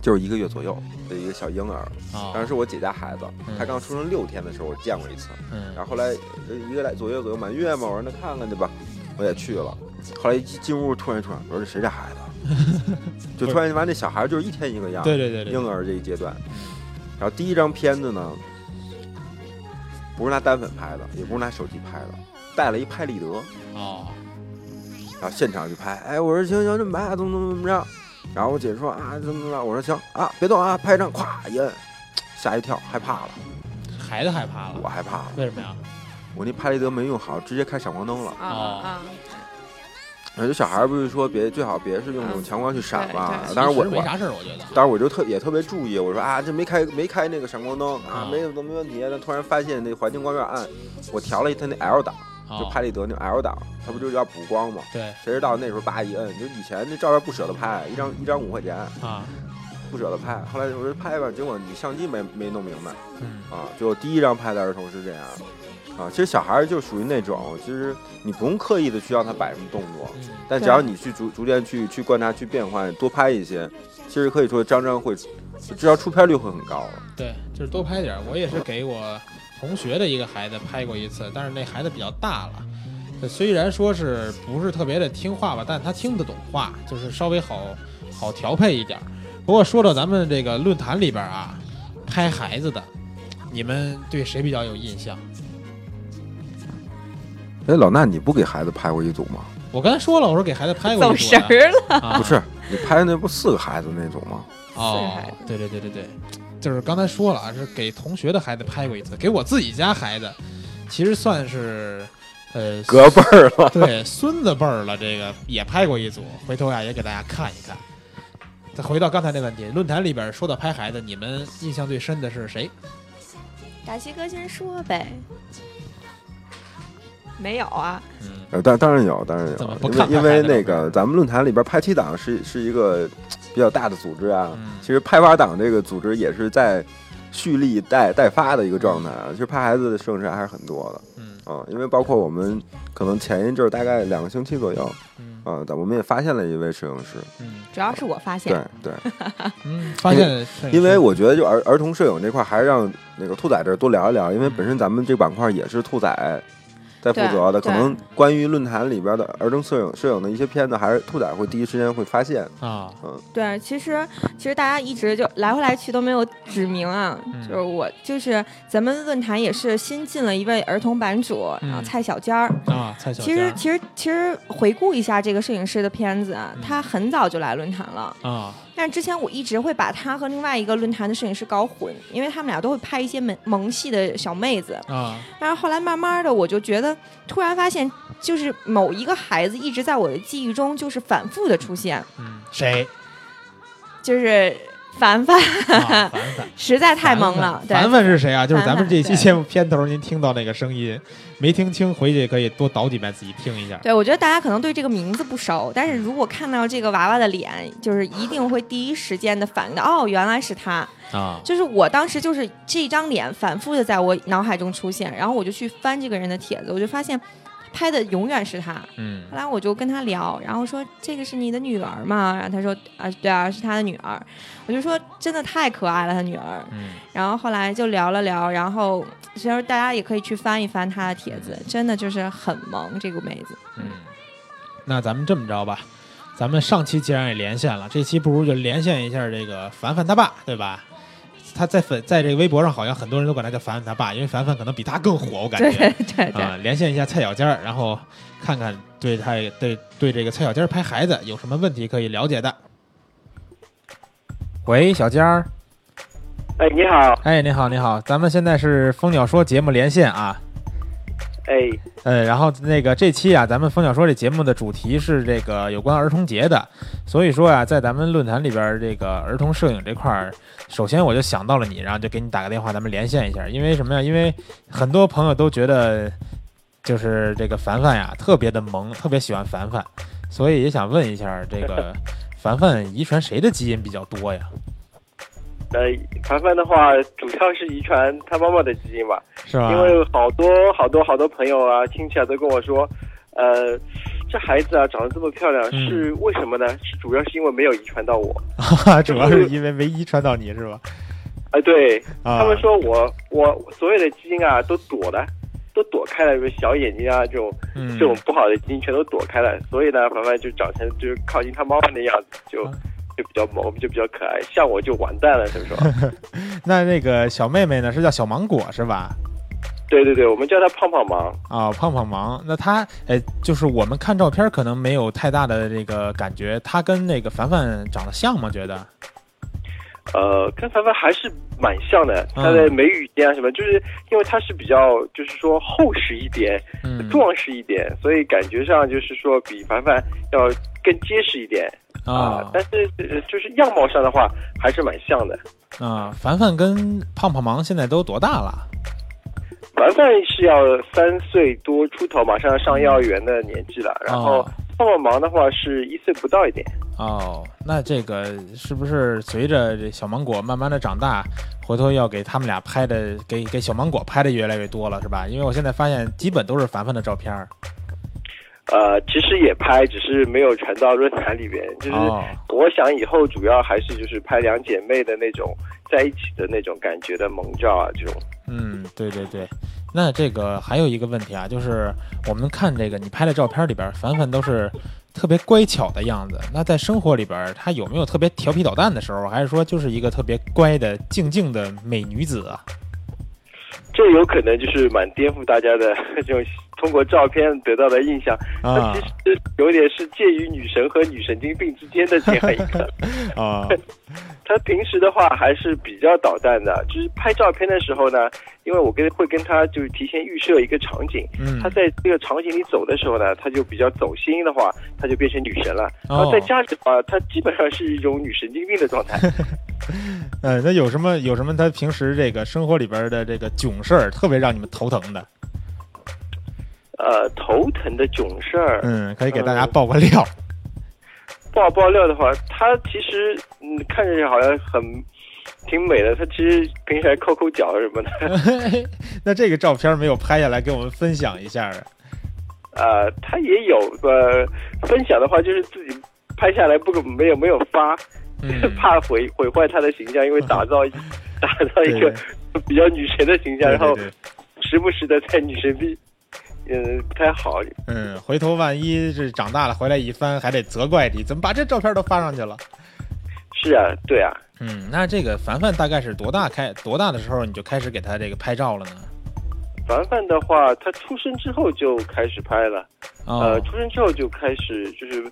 S6: 就是一个月左右的一个小婴儿，
S5: 啊
S6: 当时是我姐家孩子，他刚出生六天的时候我见过一次，
S5: 嗯
S6: 然后后来呃一个来左右左右满月嘛，我说那看看去吧，我也去了。后来一进屋突然一转，我说这谁家孩子？啊 就突然完那小孩就是一天一个样，
S5: 对对对对
S6: 婴儿这一阶段。然后第一张片子呢，不是拿单反拍的，也不是拿手机拍的，带了一拍立得，
S5: 哦，
S6: 然后现场去拍。哎，我说行行，这么拍，怎么怎么怎么着？然后我姐说啊，怎么怎么着？我说行啊，别动啊，拍一张，咵一摁，吓一跳，害怕了，
S5: 孩子害怕
S6: 我
S5: 了，
S6: 害怕了，
S5: 为什么呀？
S6: 我那拍立得没用好，直接开闪光灯了。
S3: 啊
S5: 哦
S3: 啊，
S6: 有些小孩不是说别最好别是用那种强光去闪嘛
S3: 嗯对？对
S6: 当然我
S5: 其实
S6: 我
S5: 没啥事儿，我觉得。
S6: 当然我就特也特别注意，我说啊，这没开没开那个闪光灯啊
S5: 啊，
S6: 没有都没问题。但突然发现那环境光有点暗，我调了一它那 L 档，
S5: 哦
S6: 就拍立得那 L 档，它不就要补光嘛？
S5: 对
S6: 谁知道那时候叭一摁，就以前那照片不舍得拍，一张一张五块钱，
S5: 啊，
S6: 不舍得拍。后来我说拍吧，结果你相机没没弄明白
S5: 嗯，
S6: 啊。就第一张拍的儿童是这样啊，其实小孩儿就属于那种，其实你不用刻意的去让他摆什么动作，
S5: 嗯
S6: 但只要你去逐逐渐去去观察、去变换、多拍一些，其实可以说张张会，至少出片率会很高了。
S5: 对，就是多拍点儿。我也是给我同学的一个孩子拍过一次，但是那孩子比较大了，就虽然说是不是特别的听话吧，但他听得懂话，就是稍微好好调配一点儿。不过说到咱们这个论坛里边儿啊，拍孩子的，你们对谁比较有印象？
S6: 哎，老衲，你不给孩子拍过一组吗？
S5: 我刚才说了，我说给孩子拍过一
S3: 走
S5: 组
S3: 神
S5: 的
S3: 儿了，
S5: 啊
S6: 不是，你拍那不四个孩子那组吗？
S5: 哦
S3: 孩子，
S5: 对对对对对，就是刚才说了啊，是给同学的孩子拍过一次，给我自己家孩子，其实算是呃
S6: 隔辈儿 了。
S5: 对孙子辈儿了，这个也拍过一组，回头啊呀也给大家看一看。再回到刚才那问题，论坛里边说到拍孩子，你们印象最深的是谁？
S3: 达西哥先说呗。没有啊，
S5: 嗯，
S6: 呃，当当然有，当然
S5: 怎么
S6: 有，
S5: 不
S6: 因为
S5: 看
S6: 因
S5: 拍
S6: 为
S5: 拍的
S6: 那
S5: 照
S6: 个咱们论坛里边拍七党是是一个呃比较大的组织啊。
S5: 嗯
S6: 其实拍发党这个组织也是在蓄力待待发的一个状态啊。其实拍孩子的盛事还是很多的。
S5: 嗯
S6: 啊，因为包括我们可能前一阵儿大概两个星期左右
S5: 嗯
S6: 啊，但我们也发现了一位摄影师。
S5: 嗯
S3: 主要是我发现
S6: 对对，
S5: 嗯，发现摄影师
S6: 因为我觉得就儿儿童摄影这块儿还是让那个兔仔这儿多聊一聊，因为本身咱们这板块也是兔仔。在负责的，
S3: 对
S6: 可能关于论坛里边的儿童摄影摄影的一些片子，还是兔仔会第一时间会发现。
S5: 啊，
S3: 对，其实其实大家一直就来回来去都没有指明啊，
S5: 嗯
S3: 就是我就是咱们论坛也是新进了一位儿童版主，
S5: 嗯
S3: 然后蔡小尖儿。
S5: 啊，蔡小
S3: 其
S5: 娟
S3: 实
S5: 儿
S3: 其实其实回顾一下这个摄影师的片子啊
S5: 嗯，
S3: 他很早就来论坛了，
S5: 啊，
S3: 但之前我一直会把他和另外一个论坛的摄影师搞混，因为他们俩都会拍一些萌萌系的小妹子。
S5: 啊，
S3: 但是后来慢慢的，我就觉得突然发现，就是某一个孩子一直在我的记忆中就是反复的出现，
S5: 嗯，谁？
S3: 就是凡凡
S5: 啊，凡凡。
S3: 实在太萌了
S5: 凡，
S3: 对
S5: 凡凡凡是谁啊？就是咱
S3: 凡
S5: 们
S3: 凡
S5: 这期
S3: 对
S5: 节目片头您听到那个声音，没听清，回去可以多倒几遍自己听一下。
S3: 对，我觉得大家可能对这个名字不熟，但是如果看到这个娃娃的脸，就是一定会第一时间的反应到，哦，原来是他。
S5: 啊，
S3: 就是我当时就是这张脸反复的在我脑海中出现，然后我就去翻这个人的帖子，我就发现拍的永远是他。
S5: 嗯
S3: 后来我就跟他聊，然后说这个是你的女儿吗？然后他说啊，对啊，是他的女儿。我就说真的太可爱了，他女儿。
S5: 嗯，
S3: 然后后来就聊了聊，然后其实大家也可以去翻一翻他的帖子，真的就是很萌这个妹子。
S5: 嗯，那咱们这么着吧，咱们上期既然也连线了，这期不如就连线一下这个凡凡他爸，对吧？他在粉在这个微博上，好像很多人都管他叫凡凡他爸，因为凡凡可能比他更火，我感
S3: 对
S5: 觉
S3: 对对，
S5: 啊、连线一下蔡小尖儿，然后看看对他对对这个蔡小尖儿拍孩子有什么问题可以了解的。喂，小尖儿，
S8: 哎，你好，
S5: 哎，你好，你好，咱们现在是蜂鸟说节目连线啊，
S8: 哎，
S5: 呃，然后那个这期啊，咱们《蜂鸟说》这节目的主题是这个有关儿童节的，所以说啊，在咱们论坛里边儿这个儿童摄影这块儿，首先我就想到了你，然后就给你打个电话，咱们连线一下。因为什么呀？因为很多朋友都觉得，就是这个凡凡呀，特别的萌，特别喜欢凡凡，所以也想问一下这 个凡凡遗传谁的基因比较多呀？
S8: 呃，凡凡的话，主要是遗传他妈妈的基因吧，
S5: 是吧？
S8: 因为好多好多好多朋友啊、亲戚啊都跟我说，呃，这孩子啊长得这么漂亮，
S5: 嗯
S8: 是为什么呢？是主要是因为没有遗传到我。
S5: 主要是因为没遗传到你是吧？
S8: 哎、对
S5: 啊，
S8: 他们说我我所有的基因啊都躲了，都躲开了，比如小眼睛啊这种
S5: 嗯
S8: 这种不好的基因全都躲开了，所以呢，凡凡就长成就是靠近他妈妈那样子，就
S5: 啊
S8: 就比较萌，就比较可爱，像我就完蛋了，是不是？
S5: 那那个小妹妹呢，是叫小芒果是吧？
S8: 对对对，我们叫他胖胖忙。
S5: 啊、胖胖忙，那他哎，就是我们看照片可能没有太大的这个感觉，他跟那个凡凡长得像吗？觉得
S8: 呃，跟凡凡还是蛮像的，
S5: 嗯
S8: 他的眉宇间啊什么，就是因为他是比较就是说厚实一点、
S5: 嗯
S8: 壮实一点，所以感觉上就是说比凡凡要更结实一点
S5: 啊
S8: 但是呃就是样貌上的话，还是蛮像的。
S5: 啊，凡凡跟胖胖忙现在都多大了？
S8: 凡凡是要三岁多出头，马上要上幼儿园的年纪了，然后
S5: 啊
S8: 胖胖忙的话是一岁不到一点。
S5: 哦，那这个是不是随着这小芒果慢慢的长大，回头要给他们俩拍的，给给小芒果拍的越来越多了，是吧？因为我现在发现基本都是凡凡的照片儿。
S8: 呃，其实也拍，只是没有传到论坛里边。就是
S5: 哦
S8: 我想以后主要还是就是拍两姐妹的那种在一起的那种感觉的萌照啊，这种。
S5: 嗯，对对对。那这个还有一个问题啊，就是我们看这个你拍的照片里边，凡凡都是特别乖巧的样子。那在生活里边，她有没有特别调皮捣蛋的时候？还是说就是一个特别乖的、静静的美女子 啊？
S8: 这有可能就是蛮颠覆大家的这种通过照片得到的印象，
S5: 啊
S8: 那其实有点是介于女神和女神经病之间的这样一个。
S5: 啊、
S8: 他平时的话还是比较捣蛋的，就是拍照片的时候呢，因为我跟会跟他就是提前预设一个场景，
S5: 嗯
S8: 他在这个场景里走的时候呢，他就比较走心的话，他就变成女神了。
S5: 哦
S8: 然后在家里的话，他基本上是一种女神经病的 状态。
S5: 呃，那有什么有什么他平时这个生活里边的这个囧事儿，特别让你们头疼的？
S8: 呃，头疼的囧事儿，
S5: 嗯，可以给大
S8: 呃
S5: 家爆个料。
S8: 不好爆料的话，他其实嗯看上去好像很挺美的，他其实平时还抠抠脚什 么的。
S5: 那这个照片没有拍下来，给我们分享一下。
S8: 呃，他也有呃分享的话，就是自己拍下来不给没有没有发，
S5: 嗯
S8: 怕毁毁坏他的形象，因为打 造一打造一个比较女神的形
S5: 对
S8: 象，然
S5: 对
S8: 后
S5: 对，
S8: 时不时的在女神逼，嗯，不太好。
S5: 嗯，回头万一是长大了回来一翻，还得责怪你，怎么把这照片都发上去了？
S8: 是啊，对啊，
S5: 嗯，那这个凡凡大概是多大开多大的时候你就开始给他这个拍照了呢？
S8: 凡凡的话，他出生之后就开始拍了，
S5: 哦、
S8: 呃，出生之后就开始就是，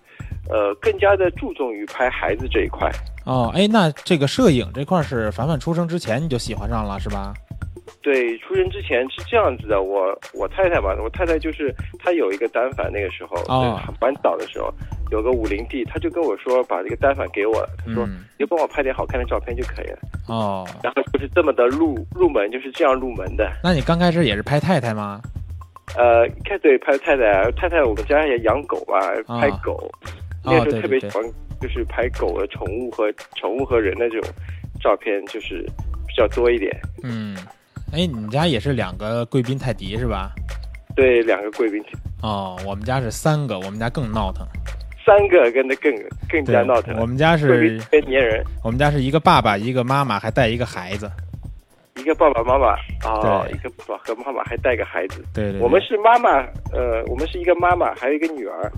S8: 呃，更加的注重于拍孩子这一块。
S5: 哦，哎，那这个摄影这块是凡凡出生之前你就喜欢上了是吧？
S8: 对，出生之前是这样子的，我我太太嘛，我太太就是她有一个单反，那个时候
S5: 哦
S8: 对蛮早的时候，有个五零 D，她就跟我说把这个单反给我了，她说、
S5: 嗯
S8: 你就帮我拍点好看的照片就可以了。
S5: 哦，
S8: 然后就是这么的入入门，就是这样入门的。
S5: 那你刚开始也是拍太太吗？
S8: 呃，一开始也拍太太，太太我们家也养狗嘛，
S5: 啊
S8: 拍狗，
S5: 哦
S8: 那时
S5: 对
S8: 候
S5: 对
S8: 特别
S5: 对
S8: 喜欢就是拍狗的宠物和宠物和人的这种照片，就是比较多一点。
S5: 嗯，哎，你们家也是两个贵宾泰迪是吧？
S8: 对，两个贵宾，
S5: 哦，我们家是三个，我们家更闹腾，
S8: 三个跟的更更加闹腾了。
S5: 我们家
S8: 贵宾
S5: 是，
S8: 成年人，
S5: 我们家是一个爸爸，一个妈妈，还带一个孩子。
S8: 一个爸爸妈妈哦，
S5: 对
S8: 一个爸爸和妈妈还带个孩子。
S5: 对对对
S8: 我们是妈妈，呃，我们是一个妈妈，还有一个女儿。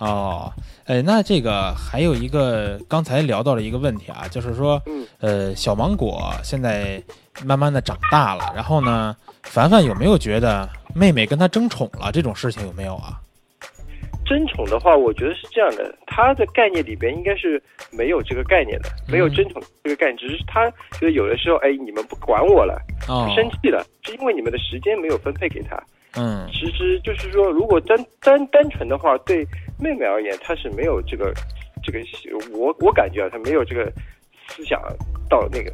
S5: 哦，哎，那这个还有一个刚才聊到了一个问题啊，就是说，
S8: 嗯
S5: 呃，小芒果现在慢慢的长大了，然后呢，凡凡有没有觉得妹妹跟他争宠了这种事情有没有啊？
S8: 争宠的话，我觉得是这样的，它的概念里边应该是没有这个概念的，没有争宠这个概念，只是他觉得有的时候，哎，你们不管我了，
S5: 哦，
S8: 生气了，是因为你们的时间没有分配给他。
S5: 嗯，
S8: 其实就是说，如果单单单纯的话，对妹妹而言，她是没有这个这个，我我感觉啊，她没有这个思想到那个。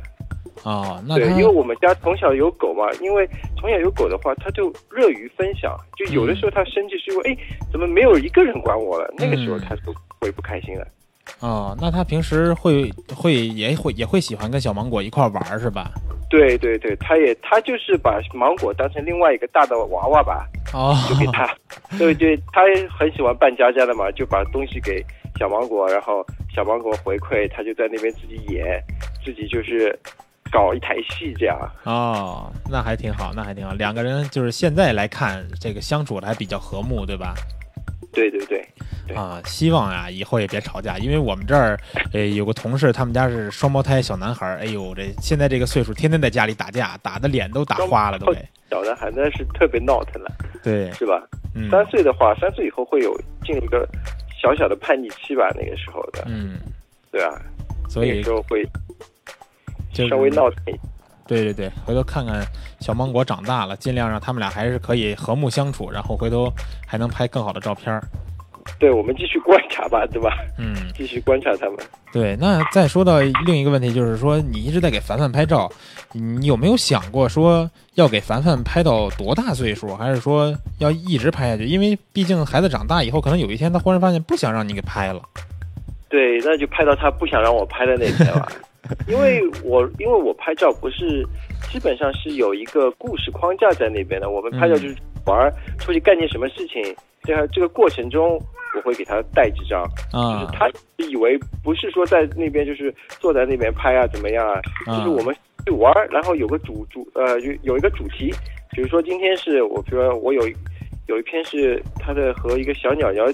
S5: 哦，那
S8: 对，
S5: 他
S8: 因为我们家从小有狗嘛，因为从小有狗的话，它就乐于分享。就
S5: 嗯
S8: 有的时候它生气是因为，哎、怎么没有一个人管我了？那个时候
S5: 嗯
S8: 它就会不开心了。
S5: 哦，那他平时会会也会也会喜欢跟小芒果一块儿玩儿是吧？
S8: 对对对，它也它就是把芒果当成另外一个大的娃娃吧，
S5: 哦，
S8: 就给 它，对对，它很喜欢扮家家的嘛，就把东西给小芒果，然后小芒果回馈，它就在那边自己演，自己就是搞一台戏这样。
S5: 哦，那还挺好，那还挺好。两个人就是现在来看，这个相处的还比较和睦，对吧？
S8: 对对对，对
S5: 啊，希望啊以后也别吵架，因为我们这儿呃有个同事，他们家是双胞胎小男孩儿，哎呦这现在这个岁数，天天在家里打架，打的脸都打花了都得。
S8: 小男孩那是特别闹腾了，
S5: 对，
S8: 是吧？
S5: 嗯
S8: 三岁的话，三岁以后会有进入一个小小的叛逆期吧，那个时候的，
S5: 嗯，
S8: 对啊，
S5: 所
S8: 那
S5: 以
S8: 个时候会
S5: 就是
S8: 稍微闹腾一
S5: 对对对，回头看看小芒果长大了，尽量让他们俩还是可以和睦相处，然后回头还能拍更好的照片儿。
S8: 对，我们继续观察吧，对吧？
S5: 嗯，
S8: 继续观察他们。
S5: 对。那再说到另一个问题，就是说你一直在给凡凡拍照，你有没有想过说要给凡凡拍到多大岁数，还是说要一直拍下去？因为毕竟孩子长大以后，可能有一天他忽然发现不想让你给拍了。
S8: 对，那就拍到他不想让我拍的那天了，因为我因为我拍照不是基本上是有一个故事框架在那边的，我们拍照
S5: 嗯
S8: 就是玩儿，出去干件什么事情，这个这个过程中我会给他带几张，就是
S5: 啊
S8: 他以为不是说在那边就是坐在那边拍啊怎么样啊，就是
S5: 嗯
S8: 我们去玩儿，然后有个主主呃有有一个主题，比如说今天是我比如说我有一有一篇是他在和一个小鸟鸟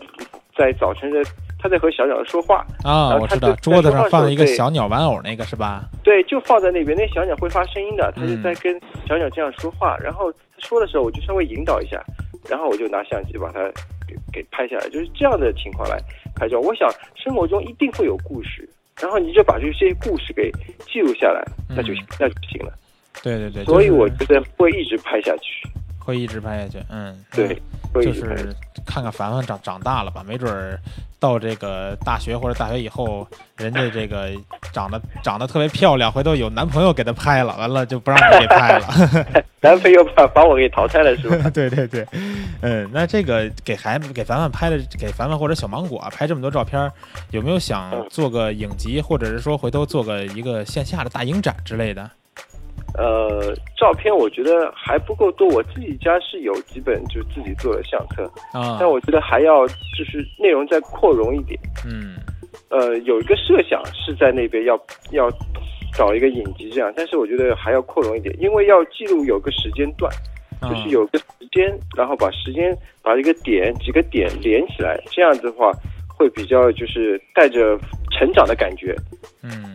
S8: 在早晨的他在和小鸟说话，
S5: 啊！
S8: 然后
S5: 我
S8: 他
S5: 知道，
S8: 就
S5: 桌子上放了一个
S8: 对
S5: 小鸟玩偶，那个是吧？
S8: 对，就放在那边，那小鸟会发声音的，它就
S5: 嗯
S8: 在跟小鸟这样说话。然后它说的时候，我就稍微引导一下，然后我就拿相机把它给给拍下来，就是这样的情况来拍照。我想生活中一定会有故事，然后你就把这些故事给记录下来，那就、
S5: 嗯
S8: 那就行了。
S5: 对对对，
S8: 所以
S5: 就是
S8: 我觉得会一直拍下去，
S5: 会一直拍下去。嗯，
S8: 对，会
S5: 就
S8: 一直拍。
S5: 是看看凡凡长长大了吧，没准儿到这个大学或者大学以后，人家这个长得长得特别漂亮，回头有男朋友给她拍了，完了就不让你给拍了。
S8: 男朋友把把我给淘汰了是吧？
S5: 对对对，嗯，那这个给孩子给凡凡拍的，给凡凡或者小芒果、啊、拍这么多照片儿，有没有想做个影集，或者是说回头做个一个线下的大影展之类的？
S8: 呃，照片我觉得还不够多，我自己家是有几本就自己做的相册，
S5: 啊，
S8: 但我觉得还要就是内容再扩容一点。
S5: 嗯
S8: 呃，有一个设想是在那边要要找一个影集这样，但是我觉得还要扩容一点，因为要记录有个时间段，
S5: 啊
S8: 就是有个时间，然后把时间把一个点几个点连起来，这样子的话会比较就是带着成长的感觉。
S5: 嗯。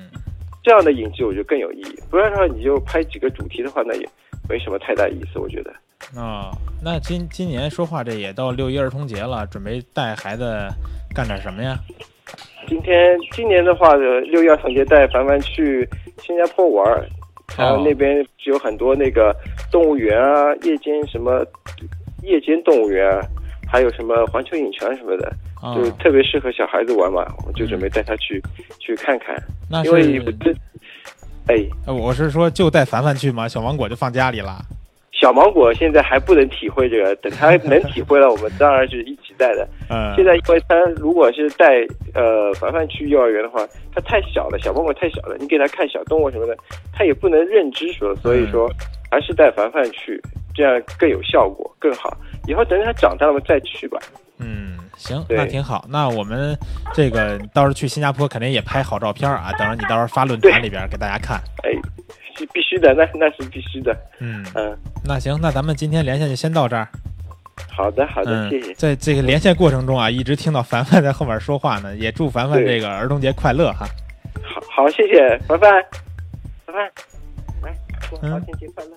S8: 这样的影集我觉得更有意义，不然的话你就拍几个主题的话，那也没什么太大意思，我觉得。
S5: 啊、那今今年说话这也到六一儿童节了，准备带孩子干点什么呀？
S8: 今天今年的话，呃六一儿童节带凡凡去新加坡玩儿，然后那边有很多那个动物园啊，夜间什么夜间动物园啊，还有什么环球影城什么的，
S5: 啊、嗯
S8: 就特别适合小孩子玩嘛。我就准备带他去去看看，
S5: 那
S8: 因为
S5: 是
S8: 这哎，
S5: 呃我是说就带凡凡去吗？小芒果就放家里了。
S8: 小芒果现在还不能体会这个，等他能体会了，我们当然是一起带的。
S5: 嗯，
S8: 现在因为他如果是带呃凡凡去幼儿园的话，他太小了，小猫猫太小了，你给他看小动物什么的，他也不能认知说，所
S5: 嗯
S8: 以说还是带凡凡去，这样更有效果，更好。以后等他长大了再去吧。
S5: 嗯，行，
S8: 对
S5: 那挺好。那我们这个到时候去新加坡肯定也拍好照片儿啊，等着你到时候发论坛里边儿给大家看。
S8: 哎，是必须的，那那是必须的。
S5: 嗯，
S8: 嗯，
S5: 那行，那咱们今天连线就先到这儿。
S8: 好的，好的，
S5: 嗯
S8: 谢谢，。
S5: 在这个连线过程中啊，一直听到凡凡在后面说话呢，也祝凡凡
S8: 对
S5: 这个儿童节快乐哈。
S8: 好好，谢谢凡凡，凡凡，来，祝
S5: 嗯
S8: 哎好天节快乐。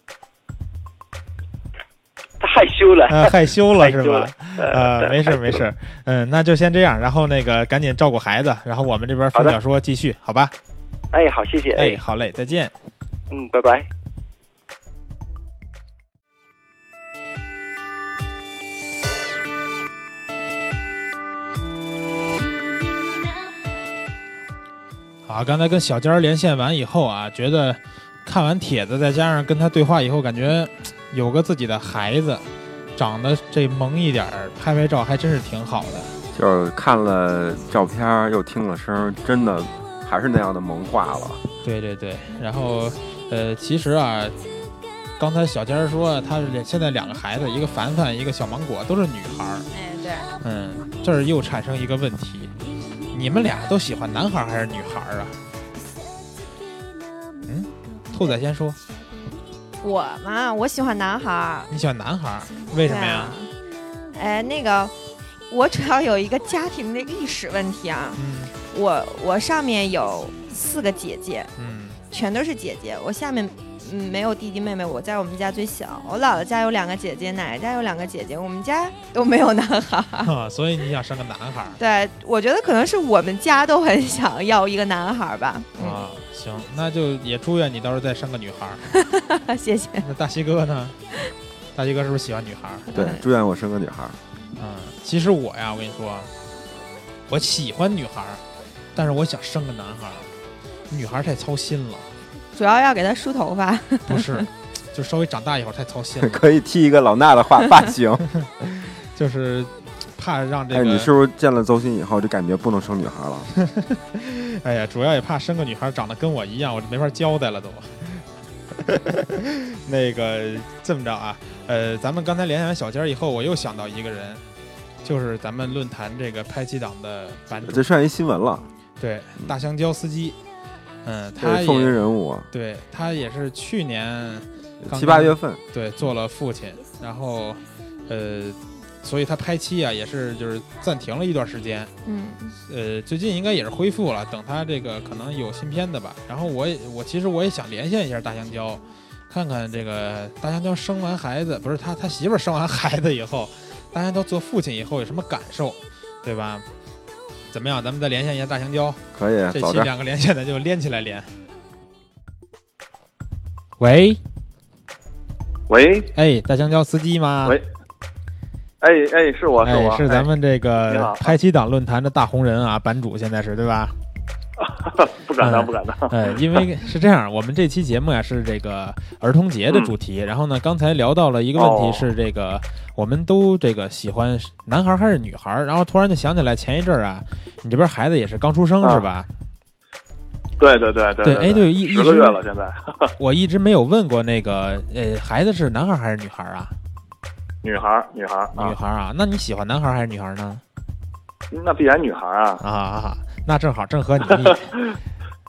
S8: 他害羞 了，
S5: 呃，害羞了是
S8: 害羞
S5: 吧
S8: 了？
S5: 呃，没事没事，嗯，那就先这样，然后那个赶紧照顾孩子，然后我们这边
S8: 好
S5: 冯
S8: 的
S5: 小说继续，好吧？
S8: 哎，好，谢谢，
S5: 哎，
S8: 哎，
S5: 好嘞，再见。
S8: 嗯，拜拜。
S5: 好，啊刚才跟小尖儿连线完以后啊，觉得看完帖子，再加上跟他对话以后，感觉有个自己的孩子，长得这萌一点儿，拍拍照还真是挺好的。
S6: 就是看了照片儿又听了声儿，真的还是那样的萌化了。
S5: 对对对，然后呃，其实啊。刚才小尖儿说，他是现在两个孩子，一个凡凡，一个小芒果，都是女孩儿。
S3: 哎，对，
S5: 嗯，这儿又产生一个问题，你们俩都喜欢男孩儿还是女孩儿啊？嗯，兔仔先说，
S3: 我嘛，我喜欢男孩儿，
S5: 你喜欢男孩儿，为什么
S3: 对
S5: 呀
S3: 啊？？哎，那个，我主要有一个家庭的历史问题啊，
S5: 嗯
S3: 我我上面有四个姐姐，
S5: 嗯
S3: 全都是姐姐，我下面。嗯，没有弟弟妹妹，我在我们家最小。我姥姥家有两个姐姐，奶奶家有两个姐姐，我们家都没有男孩。
S5: 啊，所以你想生个男孩儿
S3: 对，我觉得可能是我们家都很想要一个男孩吧。
S5: 啊？行，那就也祝愿你到时候再生个女孩儿。
S3: 嗯，谢谢。
S5: 那大西哥呢？大西哥是不是喜欢女孩儿？
S6: 对，祝愿我生个女孩儿。
S5: 嗯，其实我呀，我跟你说，我喜欢女孩儿，但是我想生个男孩儿，女孩儿太操心了，
S3: 主要要给他梳头发。
S5: 不是，就稍微长大一会儿太操心了，
S6: 可以剃一个老衲的发发型。
S5: 就是怕让这
S6: 哎，
S5: 个，
S6: 你是不是见了邹鑫以后就感觉不能生女孩了？
S5: 哎呀，主要也怕生个女孩儿长得跟我一样，我就没法交代了都。 那个这么着啊，呃，咱们刚才联系完小尖儿以后，我又想到一个人，就是咱们论坛这个拍七党的版主
S6: 这，算一新闻了，
S5: 对，大香蕉司机，嗯，
S6: 这
S5: 他
S6: 是风云
S5: 也
S6: 人物，
S5: 对他也是去年刚
S6: 七八
S5: 刚
S6: 月份
S5: 对，做了父亲，然后，呃，所以他拍期啊也是就是暂停了一段时间，
S3: 嗯，
S5: 呃，最近应该也是恢复了，等他这个可能有新片子吧。然后我也我其实我也想连线一下大香蕉，看看这个大香蕉生完孩子，不是他他媳妇儿生完孩子以后，大香蕉做父亲以后有什么感受，对吧？怎么样？咱们再连线一下大香蕉，
S6: 可以
S5: 这
S6: 走
S5: 期
S6: 这儿。
S5: 两个连线咱就连起来连。喂，
S9: 喂，
S5: 哎，大香蕉司机吗？
S9: 喂哎哎，是我
S5: 哎，是咱们这
S9: 哎你好
S5: 个拍七党论坛的大红人啊，版主现在是对 吧？
S9: 不
S5: 敢当不
S9: 敢当。
S5: 哎，因为是这样，我们这期节目呀、是这个儿童节的主
S9: 嗯
S5: 题。然后呢，刚才聊到了一个问
S9: 哦
S5: 题是这个，我们都这个喜欢男孩还是女孩？然后突然就想起来前一阵儿啊，你这边孩子也是刚出生、
S9: 啊
S5: 是吧？
S9: 对对对
S5: 对哎对一
S9: 十
S5: 一
S9: 个
S5: 直
S9: 月了，现在
S5: 我一直没有问过那个呃，孩子是男孩还是女孩啊？
S9: 女孩儿女孩儿
S5: 女
S9: 啊，
S5: 孩啊？那你喜欢男孩还是女孩呢？
S9: 那必然女孩儿啊。
S5: 啊啊，啊那正好正合你意。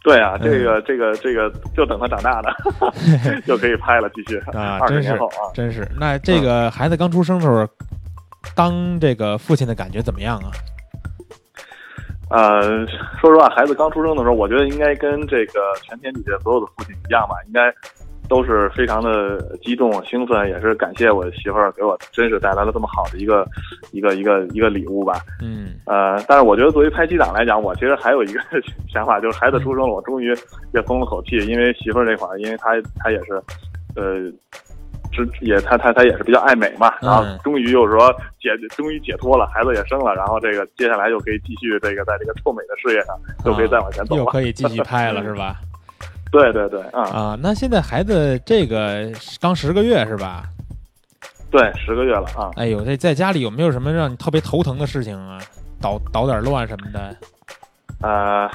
S9: 对 啊，这个这个这个就等她长 大了，就可以拍了，继续
S5: 啊
S9: 二十
S5: 真是
S9: 年后啊。
S5: 真是，那这
S9: 嗯
S5: 个孩子刚出生的时候，当这个父亲的感觉怎么样啊？
S9: 呃，说实话，孩子刚出生的时候，我觉得应该跟这个全天底下所有的父亲一样吧，应该都是非常的激动、兴奋，也是感谢我媳妇儿给我真是带来了这么好的一个一个一个一个礼物吧。
S5: 嗯
S9: 呃，但是我觉得作为拍机党来讲，我其实还有一个 想法，就是孩子出生了，我终于也松了口气，因为媳妇儿这块儿，因为她她也是，呃，之也她她她也是比较爱美嘛，
S5: 嗯
S9: 然后终于就是说解终于解脱了，孩子也生了，然后这个接下来就可以继续这个在这个臭美的事业上，就可以再往前走
S5: 啊又
S9: 了。
S5: 可以继续拍 了是吧？
S9: 对对对，啊、
S5: 啊，那现在孩子这个刚十个月是吧？
S9: 对，十个月了啊。
S5: 哎呦，这在家里有没有什么让你特别头疼的事情啊？捣捣点乱什么的？
S9: 呃，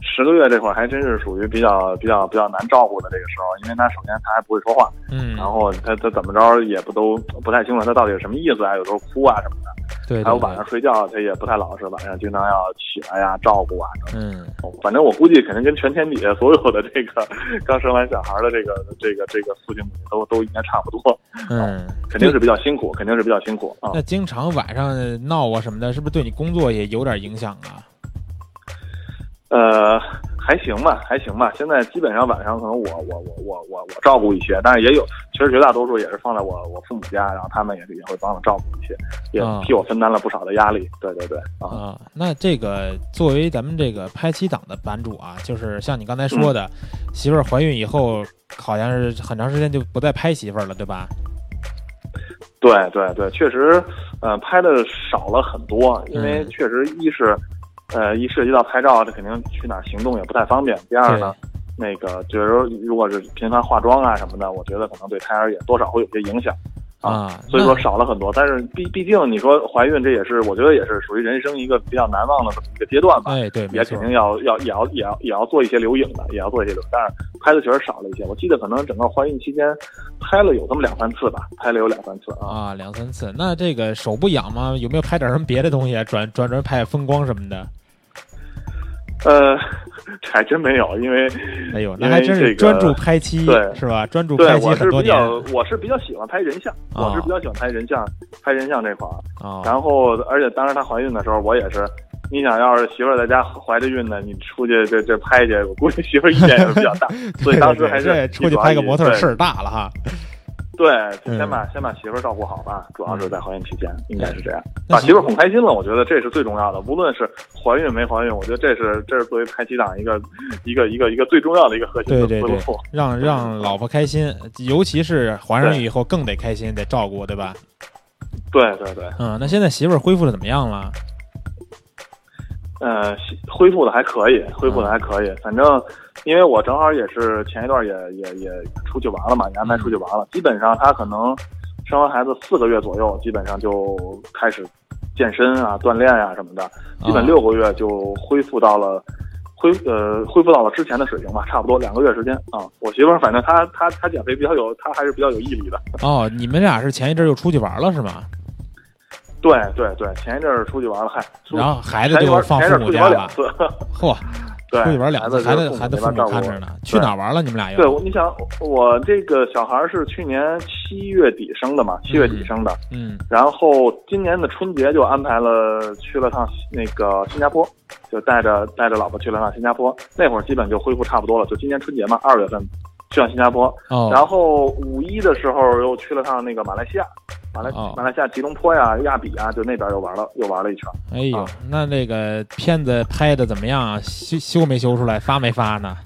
S9: 十个月这会儿还真是属于比较比较比较难照顾的这个时候，因为他首先他还不会说话，
S5: 嗯，
S9: 然后他他怎么着也不都不太清楚他到底是什么意思啊，有时候哭啊什么的。
S5: 对
S9: 还有
S5: 对
S9: 晚上
S5: 对，
S9: 睡觉他也不太老实，晚上经常要起来呀、照顾啊。
S5: 嗯，
S9: 反正我估计肯定跟全天底下所有的这个刚生完小孩的这个这个这个父亲母亲都都应该差不多，
S5: 嗯，
S9: 肯定是比较辛苦，肯定是比较辛苦啊。
S5: 那经常晚上闹啊什么的，是不是对你工作也有点影响啊？
S9: 呃，还行吧，还行吧。现在基本上晚上可能我我我我我我照顾一些，但是也有，其实绝大多数也是放在我我父母家，然后他们也是也会帮我照顾一些，也
S5: 啊
S9: 替我分担了不少的压力。对对对，啊。
S5: 啊，那这个作为咱们这个拍七档的版主啊，就是像你刚才说的，
S9: 嗯
S5: 媳妇儿怀孕以后，好像是很长时间就不再拍媳妇儿了，对吧？
S9: 对对对，确实，呃，拍的少了很多，因为
S5: 嗯
S9: 确实一是，呃，一涉及到拍照，这肯定去哪儿行动也不太方便。第二呢，那个就是说如果是频繁化妆啊什么的，我觉得可能对胎儿也多少会有些影响，
S5: 啊，
S9: 所以说
S5: 那
S9: 少了很多。但是毕毕竟你说怀孕，这也是我觉得也是属于人生一个比较难忘的这么一个阶段吧。
S5: 哎对，没
S9: 也
S5: 错
S9: 肯，定要要也要也要也要做一些留影的，也要做一些留，但是拍的确实少了一些。我记得可能整个怀孕期间拍了有这么两三次吧，拍了有两三次啊。
S5: 啊，两三次。那这个手不痒吗？有没有拍点什么别的东西啊？转转转拍风光什么的？
S9: 呃， 还真没有，因为
S5: 哎呦，
S9: 因
S5: 那还
S9: 为
S5: 真是
S9: 这个
S5: 专注拍妻
S9: 对
S5: 是吧？专注
S9: 对
S5: 拍妻
S9: 我
S5: 很
S9: 是
S5: 多
S9: 比
S5: 年
S9: 较我是比较喜欢拍人像，我是比较喜欢拍人像，拍人像这块儿。
S5: 啊，
S9: 然后，而且当时她怀孕的时候，我也是，你想要是媳妇儿在家怀着孕呢，你出去这这拍去，我估计媳妇儿意见也是比较大， 所以当时还
S5: 对对对
S9: 是
S5: 出去拍个模特儿事
S9: 是
S5: 儿大了哈。
S9: 对，
S5: 嗯
S9: 先把先把媳妇儿照顾好吧，主要是在怀孕期间，应该是这样，
S5: 那
S9: 把
S5: 是
S9: 啊媳妇儿哄开心了，我觉得这是最重要的，无论是怀孕没怀孕，我觉得这是这是作为拍妻档一个一个一个一个最重要的一个核心
S5: 对
S9: 的
S5: 对
S9: 思
S5: 对
S9: 路。，
S5: 让
S9: 嗯
S5: 让老婆开心，尤其是怀上孕以后更得开心，得照顾，对吧？
S9: 对对对，
S5: 嗯，那现在媳妇儿恢复的怎么样了？
S9: 呃，恢复的还可以，恢
S5: 嗯
S9: 复的还可以。反正因为我正好也是前一段也也也出去玩了嘛，也安排
S5: 嗯
S9: 出去玩了。基本上她可能生完孩子四个月左右，基本上就开始健身啊、锻炼啊什么的。基本六个月就恢复到了。恢呃恢复到了之前的水平吧，差不多两个月时间啊。我媳妇儿反正她她她减肥比较有，她还是比较有毅力的。
S5: 哦，你们俩是前一阵儿又出去玩了是吗？
S9: 对对对，前一阵儿出去玩了，嗨，出
S5: 然后孩子
S9: 前一
S5: 就
S9: 段
S5: 放
S9: 前一
S5: 父
S9: 阵儿出
S5: 母
S9: 去玩
S5: 家
S9: 两
S5: 了，
S9: 次，
S5: 嚯，
S9: 对，
S5: 出去玩两次，孩
S9: 孩
S5: 子
S9: 子
S5: 孩子
S9: 没
S5: 父
S9: 法
S5: 母
S9: 照顾
S5: 看着呢。去哪儿玩了？你们俩又？
S9: 对，我你想我这个小孩儿是去年七月底生的嘛，七月底生的，
S5: 嗯，
S9: 然后今年的春节就安排了去了趟那个新加坡，就带着带着老婆去了趟新加坡，那会儿基本就恢复差不多了，就今年春节嘛，二月份去趟新加坡，
S5: 哦，
S9: 然后五一的时候又去了趟那个马来西亚，马来、
S5: 哦
S9: 马来西亚吉隆坡呀、亚比呀，就那边又玩了又玩了一圈。
S5: 哎呦
S9: 啊，
S5: 那那个片子拍的怎么样啊？修修没修出来？发没发呢？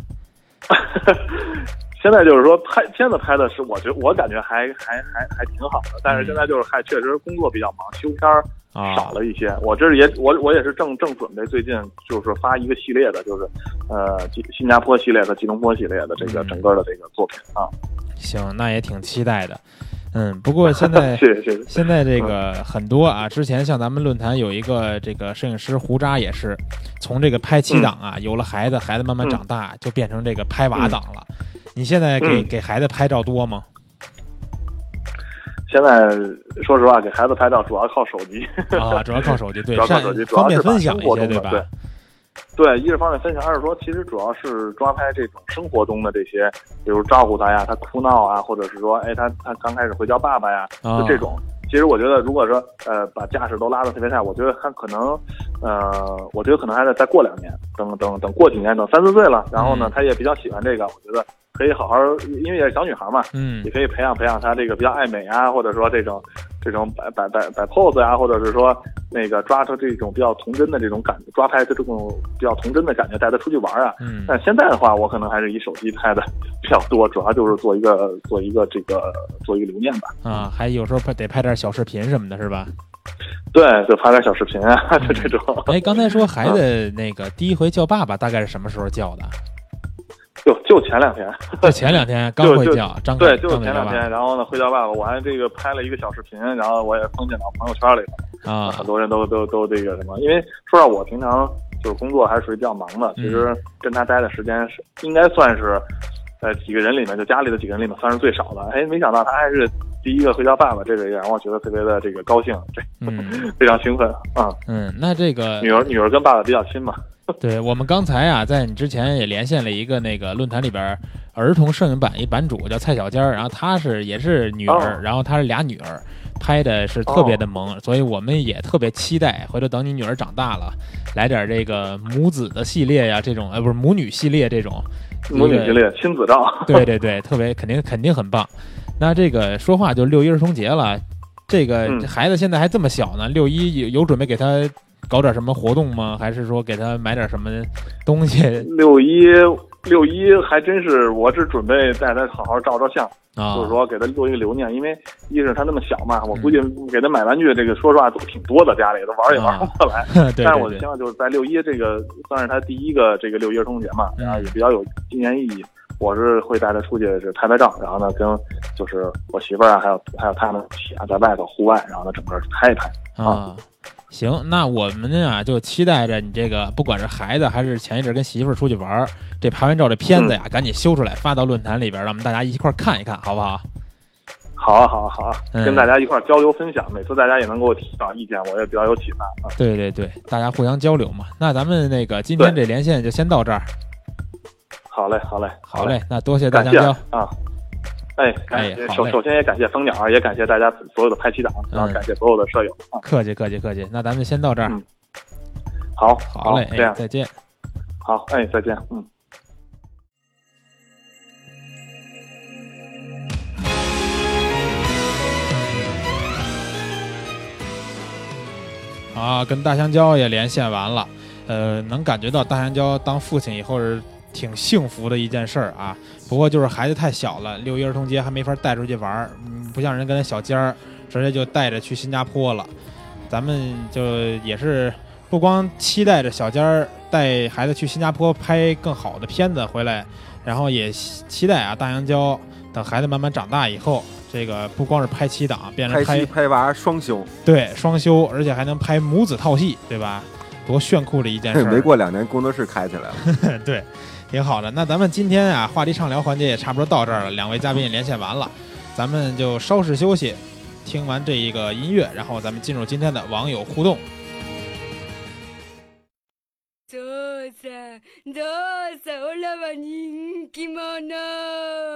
S9: 现在就是说拍片子拍的是，我觉得我感觉还还还还挺好的，但是现在就是还确实工作比较忙，修片儿
S5: 啊，
S9: 少了一些。我这也我我也是正正准备最近就是发一个系列的，就是呃吉新加坡系列和吉隆坡系列的这个
S5: 嗯
S9: 整个的这个作品啊。
S5: 行，那也挺期待的。嗯，不过现在
S9: 谢谢谢谢。
S5: 现在这个很多啊，之前像咱们论坛有一个这个摄影师胡渣也是，从这个拍妻党啊，
S9: 嗯
S5: 有了孩子，孩子慢慢长大，就变成这个拍娃党了。你现在给
S9: 嗯
S5: 给孩子拍照多吗？
S9: 现在说实话，给孩子拍照主要靠手机，
S5: 啊，主要靠手机，对
S9: 嗯主，要靠
S5: 善
S9: 手机，主
S5: 方便
S9: 要是把
S5: 分享
S9: 生
S5: 一
S9: 活
S5: 些，
S9: 中的
S5: 吧？
S9: 对对，一是方面分享，二是说其实主要是抓拍这种生活中的这些，比如照顾他呀，他哭闹啊，或者是说，哎，他他刚开始会叫爸爸呀，
S5: 啊
S9: 就这种。其实我觉得，如果说呃把架势都拉得特别大，我觉得他可能，呃，我觉得可能还得再过两年，等等等过几年，等三四岁了，然后呢
S5: 嗯，
S9: 他也比较喜欢这个，我觉得可以好好，因为也是小女孩嘛，
S5: 嗯
S9: 也可以培养培养她这个比较爱美啊，或者说这种这种摆摆摆摆 pose 啊，或者是说那个抓住这种比较童真的这种感觉，抓拍的这种比较童真的感觉，带她出去玩啊。
S5: 嗯
S9: 但现在的话，我可能还是以手机拍的比较多，主要就是做一个做一个这个做一个留念吧。
S5: 啊，还有时候拍得拍点小视频什么的，是吧？
S9: 对，就拍点小视频啊， 就这种。
S5: 哎，刚才说孩子那个第一回叫爸爸，大概是什么时候叫的？
S9: 就就前两天，
S5: 就前两天刚会
S9: 就
S5: 叫，张
S9: 对，
S5: 开
S9: 就
S5: 张嘴
S9: 前
S5: 叫
S9: 两
S5: 爸
S9: 天，然后呢，会叫爸爸，我还这个拍了一个小视频，然后我也封进到朋友圈里了。
S5: 啊
S9: 很多人都都都这个什么，因为说实话，我平常就是工作还是属于比较忙的，
S5: 嗯
S9: 其实跟他待的时间是应该算是，呃，几个人里面就家里的几个人里面算是最少的。哎，没想到他还是第一个回家爸爸，这个也让我觉得特别的这个高兴， 这
S5: 嗯
S9: 非常兴奋啊、
S5: 嗯，那这个
S9: 女儿女儿跟爸爸比较亲嘛，
S5: 对我们刚才啊，在你之前也连线了一个那个论坛里边儿儿童摄影版一版主叫蔡小尖儿，然后她是也是女儿，
S9: 哦
S5: 然后她是俩女儿，拍的是特别的萌，所以我们也特别期待，回头等你女儿长大了，来点这个母子的系列呀、这种呃不是母女系列这种，
S9: 母女
S5: 一个
S9: 之类的亲子 照。
S5: 嗯对对对，特别肯定肯定很棒。那这个说话就六一儿童节了，这个
S9: 嗯
S5: 孩子现在还这么小呢，六一有有准备给他搞点什么活动吗？还是说给他买点什么东西
S9: 六一六一还真是，我是准备带他好好照照相。
S5: 啊？
S9: 就是说给他做一个留念，因为一是他那么小嘛，我估计
S5: 嗯
S9: 给他买玩具这个，说实话都挺多的，家里都玩儿也
S5: 啊
S9: 玩不过来。
S5: 对对
S9: 但是我
S5: 对
S9: 希望就是在六一这个算是他第一个这个六一儿童节嘛，
S5: 嗯
S9: 然后也比较有纪念意义。我是会带他出去是拍拍照，然后呢跟就是我媳妇儿啊，还有还有他们一起啊，在外头户外，然后呢整个拍一拍。
S5: 啊。行，那我们啊就期待着你这个，不管是孩子还是前一阵跟媳妇儿出去玩儿，这拍完照这片
S9: 嗯
S5: 子呀，赶紧修出来发到论坛里边儿，让我们大家一块儿看一看，好不好？
S9: 好啊，好啊，好啊，
S5: 嗯
S9: 跟大家一块儿交流分享，每次大家也能给我提到意见，我也比较有启发啊。
S5: 对对对，大家互相交流嘛。那咱们那个今天这连线就先到这儿
S9: 好嘞，好嘞，
S5: 好
S9: 嘞，
S5: 嘞，那多谢大
S9: 感
S5: 家
S9: 谢
S5: 交。
S9: 啊。哎，感
S5: 哎
S9: 谢
S5: 好
S9: 首
S5: 嘞
S9: 首先也感谢蜂鸟，也感谢大家所有的拍戏党，然后
S5: 嗯
S9: 感谢所有的舍友啊。
S5: 客气客气客气，那咱们先到这儿
S9: 嗯，好，
S5: 好嘞，
S9: 这
S5: 哎
S9: 样，
S5: 再见。
S9: 好，哎，再见，嗯。
S5: 啊，跟大香蕉也连线完了，呃，能感觉到大香蕉当父亲以后是挺幸福的一件事儿啊。不过就是孩子太小了，六一儿童节还没法带出去玩儿，嗯，不像人跟小尖儿直接就带着去新加坡了。咱们就也是不光期待着小尖儿带孩子去新加坡拍更好的片子回来，然后也期期待啊大香蕉等孩子慢慢长大以后，这个不光是拍七档，变成
S6: 拍
S5: 拍
S6: 妻拍娃双休，
S5: 对，双休，而且还能拍母子套戏，对吧？多炫酷的一件事 儿！
S6: 没过两年工作室开起来了。
S5: 对，挺好的。那咱们今天啊，话题畅聊环节也差不多到这儿了，两位嘉宾也连线完了，咱们就稍事休息，听完这一个音乐，然后咱们进入今天的网友互动。
S10: 父さん、どうぞ、オラは人気者。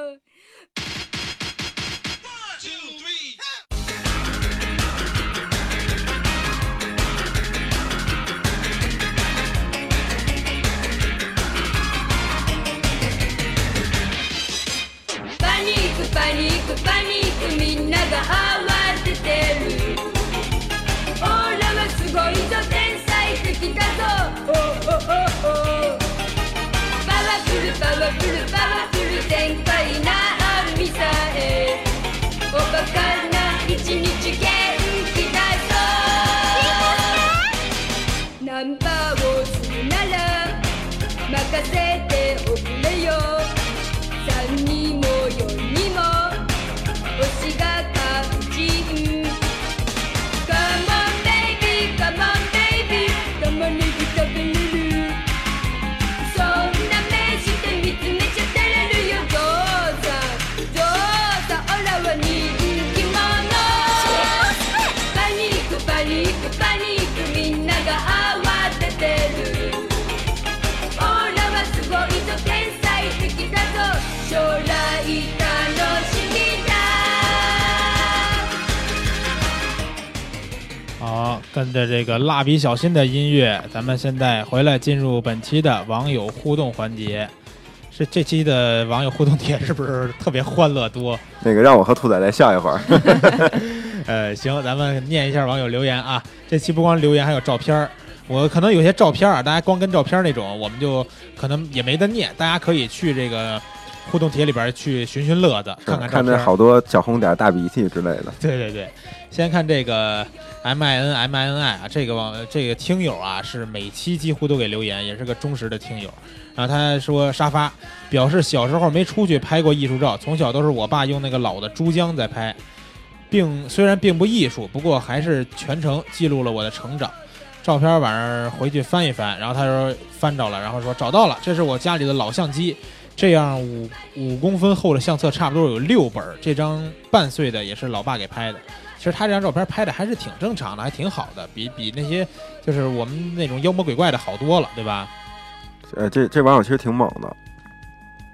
S10: パニック、パニック、パニック、みんなが慌ててる。オーラはすごいぞ天才的だぞおおおおパワフルパワフルパワフル全開なミサイルおバカな一日元気だぞナンバーをするなら任せておくれよ3にも4にも星が肝心 Come on, baby, come on, baby, come on, baby, come on, baby. そんな目して見つめちゃ照れるよ、どうぞ、どうぞ、オラは人気者。パニック、パニック、パニック、みんなが慌ててる。オーラはすごいぞ、天才的だぞ、将来楽しみだ。
S5: 好，跟着这个蜡笔小新的音乐，咱们现在回来进入本期的网友互动环节。是这期的网友互动帖是不是特别欢乐多？
S6: 那个让我和兔仔再笑一会儿。
S5: 呃，行，咱们念一下网友留言啊。这期不光留言，还有照片儿。我可能有些照片儿啊，大家光跟照片儿那种，我们就可能也没得念。大家可以去这个互动帖里边儿去寻寻乐子，看看照
S6: 看
S5: 片
S6: 那
S5: 儿。啊
S6: 好多小红点、大鼻涕之类的。
S5: 对对对，先看这个 M I N M I N I 啊，这个网这个听友啊，是每期几乎都给留言，也是个忠实的听友。然后他说沙发，表示小时候没出去拍过艺术照，从小都是我爸用那个老的珠江在拍，并虽然并不艺术，不过还是全程记录了我的成长。照片晚上回去翻一翻，然后他说翻着了，然后说找到了，这是我家里的老相机，这样五五公分厚的相册差不多有六本儿，这张半岁的也是老爸给拍的。其实他这张照片拍的还是挺正常的，还挺好的，比比那些就是我们那种妖魔鬼怪的好多了，对吧？
S6: 呃，这这网友其实挺猛的，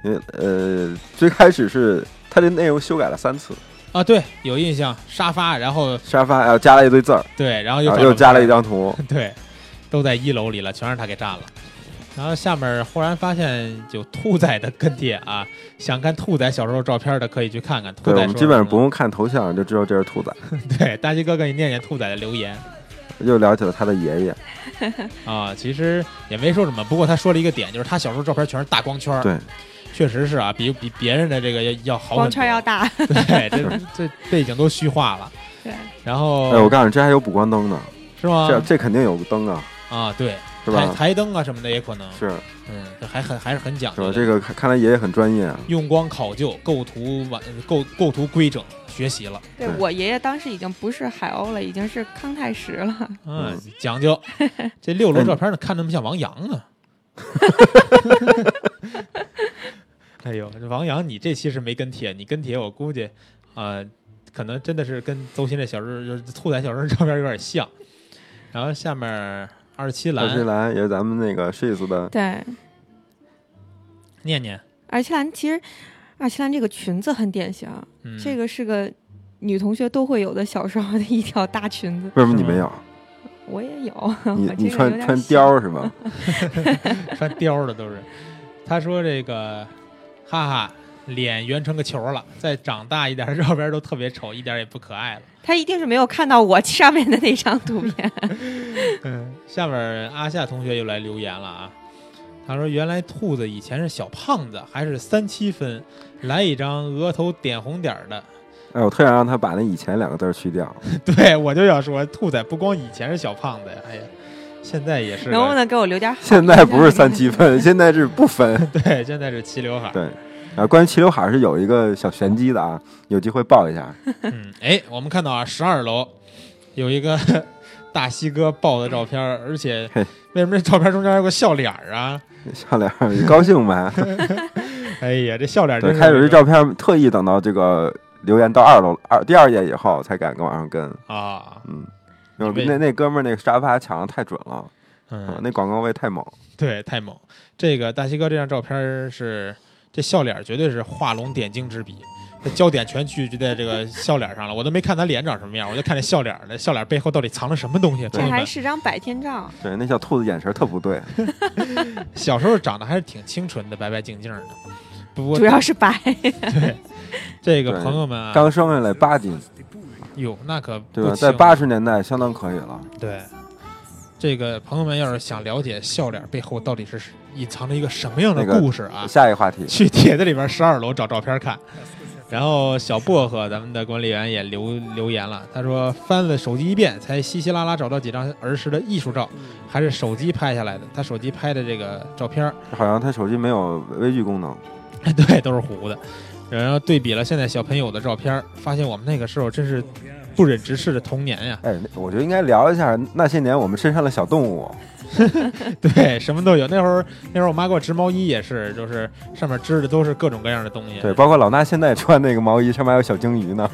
S6: 因为呃，最开始是他这内容修改了三次，
S5: 啊，对，有印象，沙发，然后
S6: 沙发呃加了一堆字儿，
S5: 对，然后又
S6: 然后
S5: 找
S6: 又
S5: 照片
S6: 加了一张图，
S5: 对，都在一楼里了，全是他给占了。然后下面忽然发现有兔仔的跟帖啊，想看兔仔小时候照片的可以去看看。兔
S6: 对
S5: 仔
S6: 我们
S5: 说
S6: 基本上
S5: 什
S6: 不
S5: 么
S6: 用看头像就知道这是兔仔，
S5: 对大鸡哥哥，你念念兔仔的留言
S6: 又了解了他的爷爷，
S5: 啊，其实也没说什么，不过他说了一个点，就是他小时候照片全是大光圈儿，
S6: 对，
S5: 确实是啊，比比别人的这个要要好
S3: 光
S5: 很
S3: 圈
S5: 多
S3: 要大，
S5: 对，这这背景都虚化了。
S3: 对，
S5: 然后、
S6: 哎，我告诉你，这还有补光灯呢，
S5: 是吗？
S6: 这这肯定有灯啊，
S5: 啊，对，
S6: 是
S5: 台
S6: 吧？
S5: 台灯啊什么的也可能，
S6: 是
S5: 嗯，这还很还是很讲
S6: 是
S5: 究
S6: 吧？
S5: 的。
S6: 这个看看来爷爷很专业啊，
S5: 用光考究，构图完构构图规整，学习了，
S3: 对
S6: 对
S3: 我爷爷当时已经不是海鸥了，已经是康泰石了。
S5: 嗯
S6: 嗯，
S5: 讲 究。这六楼
S6: 哎
S5: 照片呢，看着那么像王阳呢。 哎呦，这王阳，你这期是没跟帖，你跟帖我估计，呃，可能真的是跟邹鑫这小人儿、兔仔小人儿照片有点像。然后下面二十七
S6: 赵
S5: 栏，
S6: 新兰也是咱们那个 Shiz 的
S3: 对，
S5: 念念，
S3: 尔奇兰其实，尔奇兰这个裙子很典型，
S5: 嗯，
S3: 这个是个女同学都会有的小时候的一条大裙子。
S6: 为什么你没有？
S3: 我也有，
S6: 你
S3: 我这
S6: 你
S3: 个哦有
S6: 穿
S3: 点
S6: 穿
S3: 小
S6: 貂是吗？
S5: 穿貂的都是。他说这个，哈哈，脸圆成个球了，再长大一点，照片都特别丑，一点也不可爱了。
S3: 他一定是没有看到我 上面的那张图片。
S5: 嗯，下面阿夏同学又来留言了啊，他说原来兔子以前是小胖子，还是三七分，来一张额头点红点儿的。
S6: 哎，我特想让他把那以前两个字儿去掉。
S5: 对我就要说，兔仔不光以前是小胖子呀，哎呀，现在也是个，
S3: 能不能给我留点好？
S6: 现在不是三七分，现在是不分。
S5: 对，现在是齐刘海儿。
S6: 对，啊，关于齐刘海儿是有一个小玄机的啊，有机会报一下。
S5: 嗯，哎，我们看到啊，十二楼有一个 大西哥抱的照片儿，而且
S6: 嘿
S5: 为什么这照片中间还有个笑脸儿啊？
S6: 笑脸儿你高兴 呗？
S5: 哎呀，这笑脸
S6: 对
S5: 真，是
S6: 开始这照片特意等到这个留言到二楼二第二页以后才敢跟往上跟，
S5: 啊，
S6: 嗯。因
S5: 你为
S6: 为那那哥们儿那个沙发抢的太准了，嗯，
S5: 嗯，
S6: 那广告位太猛，
S5: 对，太猛。这个大西哥这张照片儿是这笑脸儿绝对是画龙点睛之笔。这焦点全聚集在这个笑脸上了，我都没看他脸长什么样，我就看这笑脸儿了。笑脸背后到底藏了什么东西？
S3: 这
S5: 朋友
S3: 还
S5: 们
S3: 是张百天照，
S6: 对，那小兔子眼神儿特不对，
S5: 嗯小时候长得还是挺清纯的，白白净净的。不过
S3: 主要是白。
S5: 这个
S6: 对
S5: 朋友们啊，
S6: 刚生下来八斤，
S5: 哟，那可
S6: 对
S5: 不
S6: 吧？
S5: 轻
S6: 在八十年代相当可以了，
S5: 对，这个朋友们要是想了解笑脸背后到底是隐藏着一个什么样的
S6: 那个
S5: 故事啊，
S6: 下一个话题，
S5: 去帖子里边十二楼找照片看。然后小薄荷，咱们的管理员也留留言了，他说翻了手机一遍，才稀稀拉拉找到几张儿时的艺术照，还是手机拍下来的。他手机拍的这个照片儿，
S6: 好像他手机没有微距功能，
S5: 对，都是糊的。然后对比了现在小朋友的照片儿，发现我们那个时候真是不忍直视的童年 呀。
S6: 哎，那我觉得应该聊一下那些年我们身上的小动物，
S5: 对，什么都有。那会儿那会儿我妈给我织毛衣也是，就是上面织的都是各种各样的东西。
S6: 对，包括老衲现在穿那个毛衣，上面还有小鲸 鱼呢。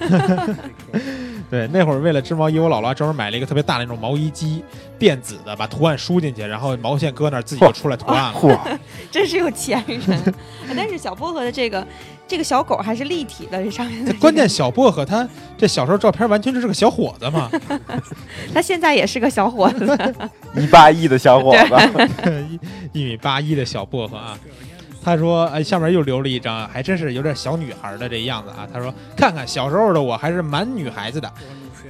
S5: 对那会儿为了织毛衣，我姥姥专门买了一个特别大的那种毛衣机，电子的，把图案输进去，然后毛线搁那儿，自己就出来图案了。
S6: 嚯，
S3: 真是有钱人。 哎但是小薄荷的这个这个小狗还是立体的，这上面
S5: 这
S3: 的这个
S5: 关键小薄荷他这小时候照片完全就是个小伙子嘛，
S3: 它现在也是个小伙子。
S6: 一八一的小伙子，
S5: 一米八一的小薄荷啊。他说：“哎，下面又留了一张，还真是有点小女孩的这样子啊。”他说：“看看小时候的我还是蛮女孩子的，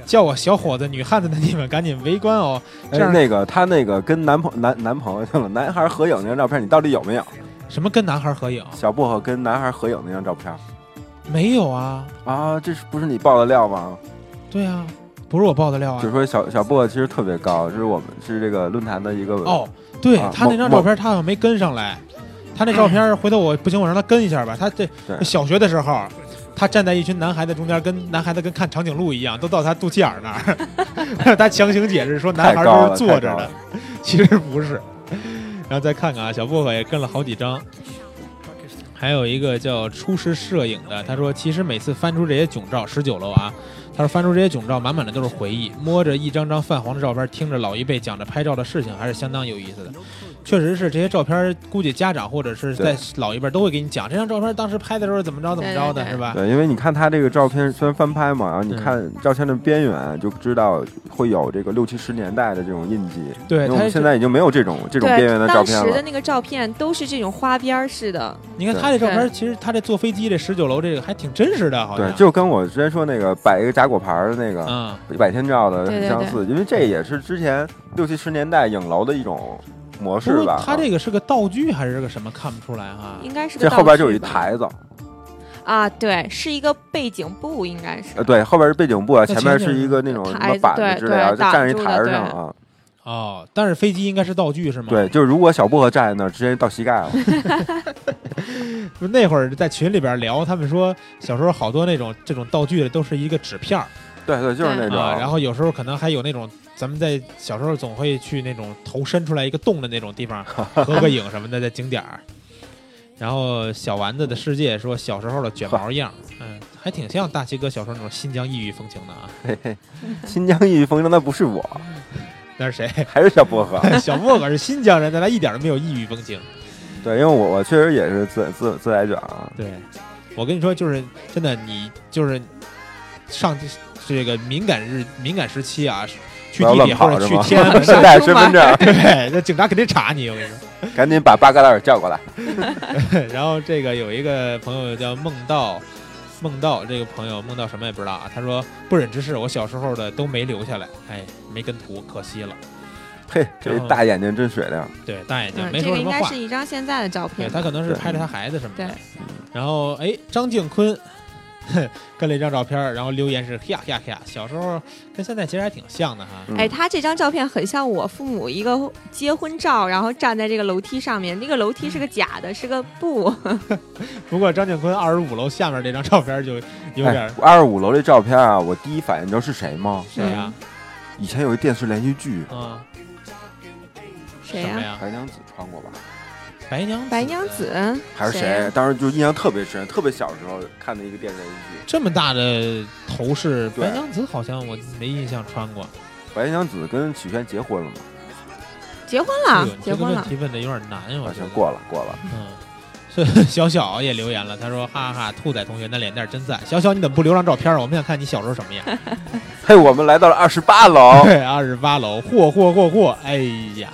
S5: 叫我小伙子、女汉子的你们赶紧围观哦。”这
S6: 哎
S5: 样，
S6: 那个他那个跟男朋男男朋友去 了，男孩合影那张照片，你到底有没有？
S5: 什么跟男孩合影？
S6: 小薄荷跟男孩合影那张照片
S5: 没有啊，
S6: 啊，这是不是你爆的料吗？
S5: 对啊，不是我爆的料
S6: 就是
S5: 啊。
S6: 说小小薄荷其实特别高，这是我们是这个论坛的一个
S5: 哦，对
S6: 啊
S5: 他那张
S6: 梦
S5: 照片，他好像没跟上来。他那照片，回头我不行，我让他跟一下吧。他这
S6: 对
S5: 小学的时候，他站在一群男孩子中间，跟男孩子跟看长颈鹿一样，都到他肚脐眼儿那儿。 他强行解释说，男孩
S6: 太高
S5: 都
S6: 了
S5: 是坐着
S6: 太高
S5: 的
S6: 了，
S5: 其实不是。然后再看看啊，小薄荷也跟了好几张。还有一个叫初识摄影的，他说其实每次翻出这些囧照，十九楼啊，他说翻出这些囧照，满满的都是回忆，摸着一张张泛黄的照片，听着老一辈讲着拍照的事情，还是相当有意思的。确实是这些照片，估计家长或者是在
S6: 对
S5: 老一辈都会给你讲，这张照片当时拍的时候怎么着怎么着的，
S3: 对对对
S5: 是吧？
S6: 对，因为你看他这个照片虽然翻拍嘛，然后你看照片的边缘啊就知道会有这个六七十年代的这种印记，因
S5: 对，
S6: 为我
S5: 他
S6: 们现在已经没有这种这种边缘的
S3: 对，
S6: 照
S3: 当
S6: 片
S3: 时的
S6: 了。
S3: 那个照片都是这种花边儿似的，
S5: 你看他这照片，其实他这坐飞机这十九楼这个还挺真实的，好像
S6: 对，就跟我之前说那个摆一个假果盘儿的那个，
S5: 嗯，
S6: 一百天照的
S3: 对
S6: 很
S3: 对
S6: 相似，因为这也是之前六七十年代影楼的一种模
S5: 不
S6: 式
S5: 过
S6: 吧。啊
S5: 他这个是个道具还是个什么，看不出来啊哈。
S3: 应该是个
S6: 这后边就有
S3: 道
S6: 一
S3: 具吧
S6: 台子，
S3: 啊，对，是一个背景布，应该是
S6: 呃，。对，后边是背景布啊，
S5: 那
S6: 前面
S5: 前面
S6: 是一个那种什
S3: 台
S6: 么
S3: 子
S6: 板
S3: 对
S6: 子之类的，
S3: 对
S6: 就站一
S3: 挡住
S6: 台
S3: 的
S6: 儿
S3: 对
S6: 上啊。
S5: 哦，但是飞机应该是道具是吗？
S6: 对，就是如果小薄荷站在那儿，直接到膝盖 了。
S5: 就那会儿在群里边聊，他们说小时候好多那种这种道具都是一个纸片儿
S6: 对对，就是那
S3: 对
S6: 种。
S5: 啊，然后有时候可能还有那种咱们在小时候总会去那种头伸出来一个洞的那种地 方合个影什么的，在景点儿。然后小丸子的世界说小时候的卷毛样，嗯，还挺像大齐哥小时候那种新疆异域风情的啊。
S6: 嘿嘿， 新疆异域风情，那不是我，
S5: 那是谁？
S6: 还是小薄荷。
S5: 小莫可是新疆人，但他一点都没有异域风情。
S6: 对，因为我我确实也是自自自来卷啊，
S5: 对，我跟你说，就是真的，你就是上这个敏感日敏感时期啊，去
S6: 不要
S5: 地
S6: 乱
S5: 铁或
S6: 跑
S5: 者
S6: 是
S5: 去
S6: 吗？
S5: 天安门
S6: 先
S5: 的，
S6: 带身份证，
S5: 对，那警察肯定查你。我跟你说，
S6: 赶紧把巴嘎达尔叫过来。
S5: 然后这个有一个朋友叫梦到，梦到这个朋友梦到什么也不知道啊。他说不忍直视，我小时候的都没留下来，哎，没跟图，可惜了。
S6: 嘿，这
S5: 然后
S6: 大眼睛真水灵，
S5: 对，大眼睛、
S3: 嗯，
S5: 没
S3: 这
S5: 说
S3: 个
S5: 什
S3: 应
S5: 么
S3: 该
S5: 话
S3: 是，一张现在的照
S5: 对
S3: 片吧。
S5: 他可能是
S6: 对
S5: 拍着他孩子什么的
S3: 对。
S5: 然后哎，张静坤 跟了一张照片儿，然后留言是呀呀呀，小时候跟现在其实还挺像的哈。
S6: 嗯
S3: 哎，他这张照片很像我父母一个结婚照，然后站在这个楼梯上面，那个楼梯是个
S5: 嗯
S3: 假的，是个 布。
S5: 不过张静坤二十五楼下面这张照片儿就有点
S6: 哎
S5: 儿，
S6: 二十五楼这照片啊，我第一反应你知道是谁吗？
S5: 谁呀？
S6: 以前有一电视连续剧，
S5: 嗯，
S3: 谁
S5: 什么
S3: 呀、
S5: 呀？
S6: 白娘子穿过吧，
S5: 白娘
S3: 白娘子？
S6: 还是
S3: 谁
S6: 谁啊
S3: 呀？
S6: 当时就印象特别深，特别小时候看的一个电视连续剧。
S5: 这么大的头饰，
S6: 对
S5: 白娘子好像我没印象穿过。
S6: 白娘子跟许宣结婚了吗？
S3: 结婚
S5: 哎
S3: 了
S5: 呦，
S3: 啊结
S5: 这个
S3: 婚
S5: 问
S3: 了。
S5: 题问的有点难，我
S6: 好
S5: 觉得
S6: 像。过了，过了。
S5: 嗯，是 小小也留言了，他说：“哈哈，兔仔同学那脸蛋儿真赞。小小，你怎么不留张照片儿？啊我们想看你小时候什么样。。
S6: 嘿，我们来到了二十八楼
S5: 对，二十八楼，嚯嚯嚯嚯！哎呀，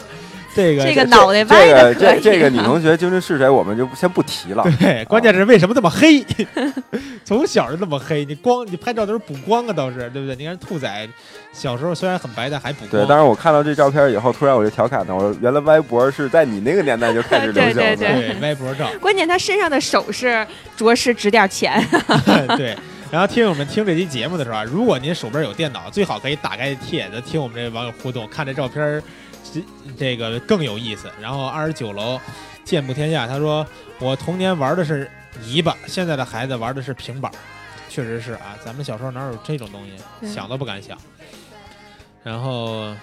S5: 这个
S3: 这个脑袋歪
S6: 这
S3: 的
S6: 个
S3: 可以、啊
S6: 这这个女同学究竟是谁，我们就先不提了。
S5: 对，关键是为什么这么黑？ 从小就这么黑，你光你拍照都是补光啊，倒是对不对？你看兔仔小时候虽然很白，但还补
S6: 对，
S5: 光。
S6: 当时我看到这照片以后，突然我就调侃他，我说原来歪脖是在你那个年代就开始流行
S3: 对
S6: 的。
S3: 对对
S5: 对，歪脖照，
S3: 关键他身上的首饰着实值点钱。
S5: 对。然后听友们听这期节目的时候啊，如果您手边有电脑，最好可以打开帖子听我们这网友互动，看这照片儿，这这个更有意思。然后二十九楼健步天下，他说我童年玩的是泥巴，现在的孩子玩的是平板儿，确实是啊，咱们小时候哪有这种东西，
S3: 对
S5: 想都不敢想。然后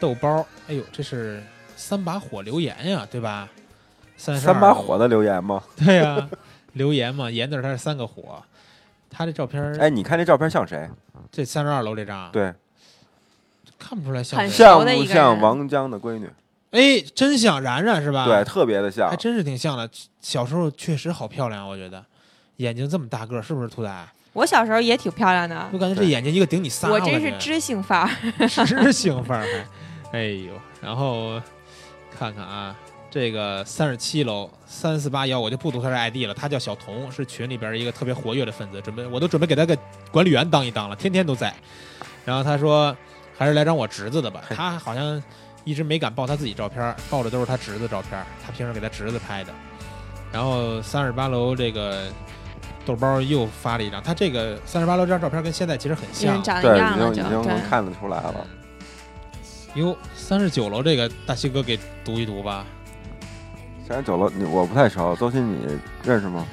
S5: 豆包儿，哎呦，这是三把火留言呀、对吧？三十二
S6: 三把火的留言吗？
S5: 对呀、留言嘛，言字儿它是三个火。他这照片儿，
S6: 哎，你看这照片像谁？
S5: 这三十二楼这张啊，
S6: 对，
S5: 看不出来像
S3: 很
S5: 谁。
S3: 熟
S6: 像
S3: 的
S6: 不
S3: 一个
S6: 像
S3: 人
S6: 王江的闺女？
S5: 哎，真像然然是吧？
S6: 对，，特别的像
S5: 还。真是挺像的。小时候确实好漂亮，我觉得，眼睛这么大个儿，是不是兔仔？
S3: 我小时候也挺漂亮的
S5: 我，感觉这眼睛一个顶你仨，
S3: 我
S5: 我
S3: 真是知性范儿。
S5: 知知性范儿还。哎呦，然后看看啊，这个三十七楼三四八幺，我就不读他的 ID 了，他叫小童，是群里边儿一个特别活跃的分子，准备我都准备给他个管理员当一当了，天天都在。然后他说，还是来张我侄子的吧，他好像一直没敢抱他自己照片儿，抱的都是他侄子照片儿，他平时给他侄子拍的。然后三十八楼这个豆包又发了一张，他这个三十八楼这张照片跟现在其实很像
S3: 人，长一
S6: 对，
S3: 样
S6: 已
S3: 了
S6: 经
S3: 就
S6: 已经
S3: 对
S6: 能看得出来了。
S5: 哟，三十九楼这个大西哥给读一读吧。
S6: 三十九楼，你我不太熟，邹鑫你认识吗？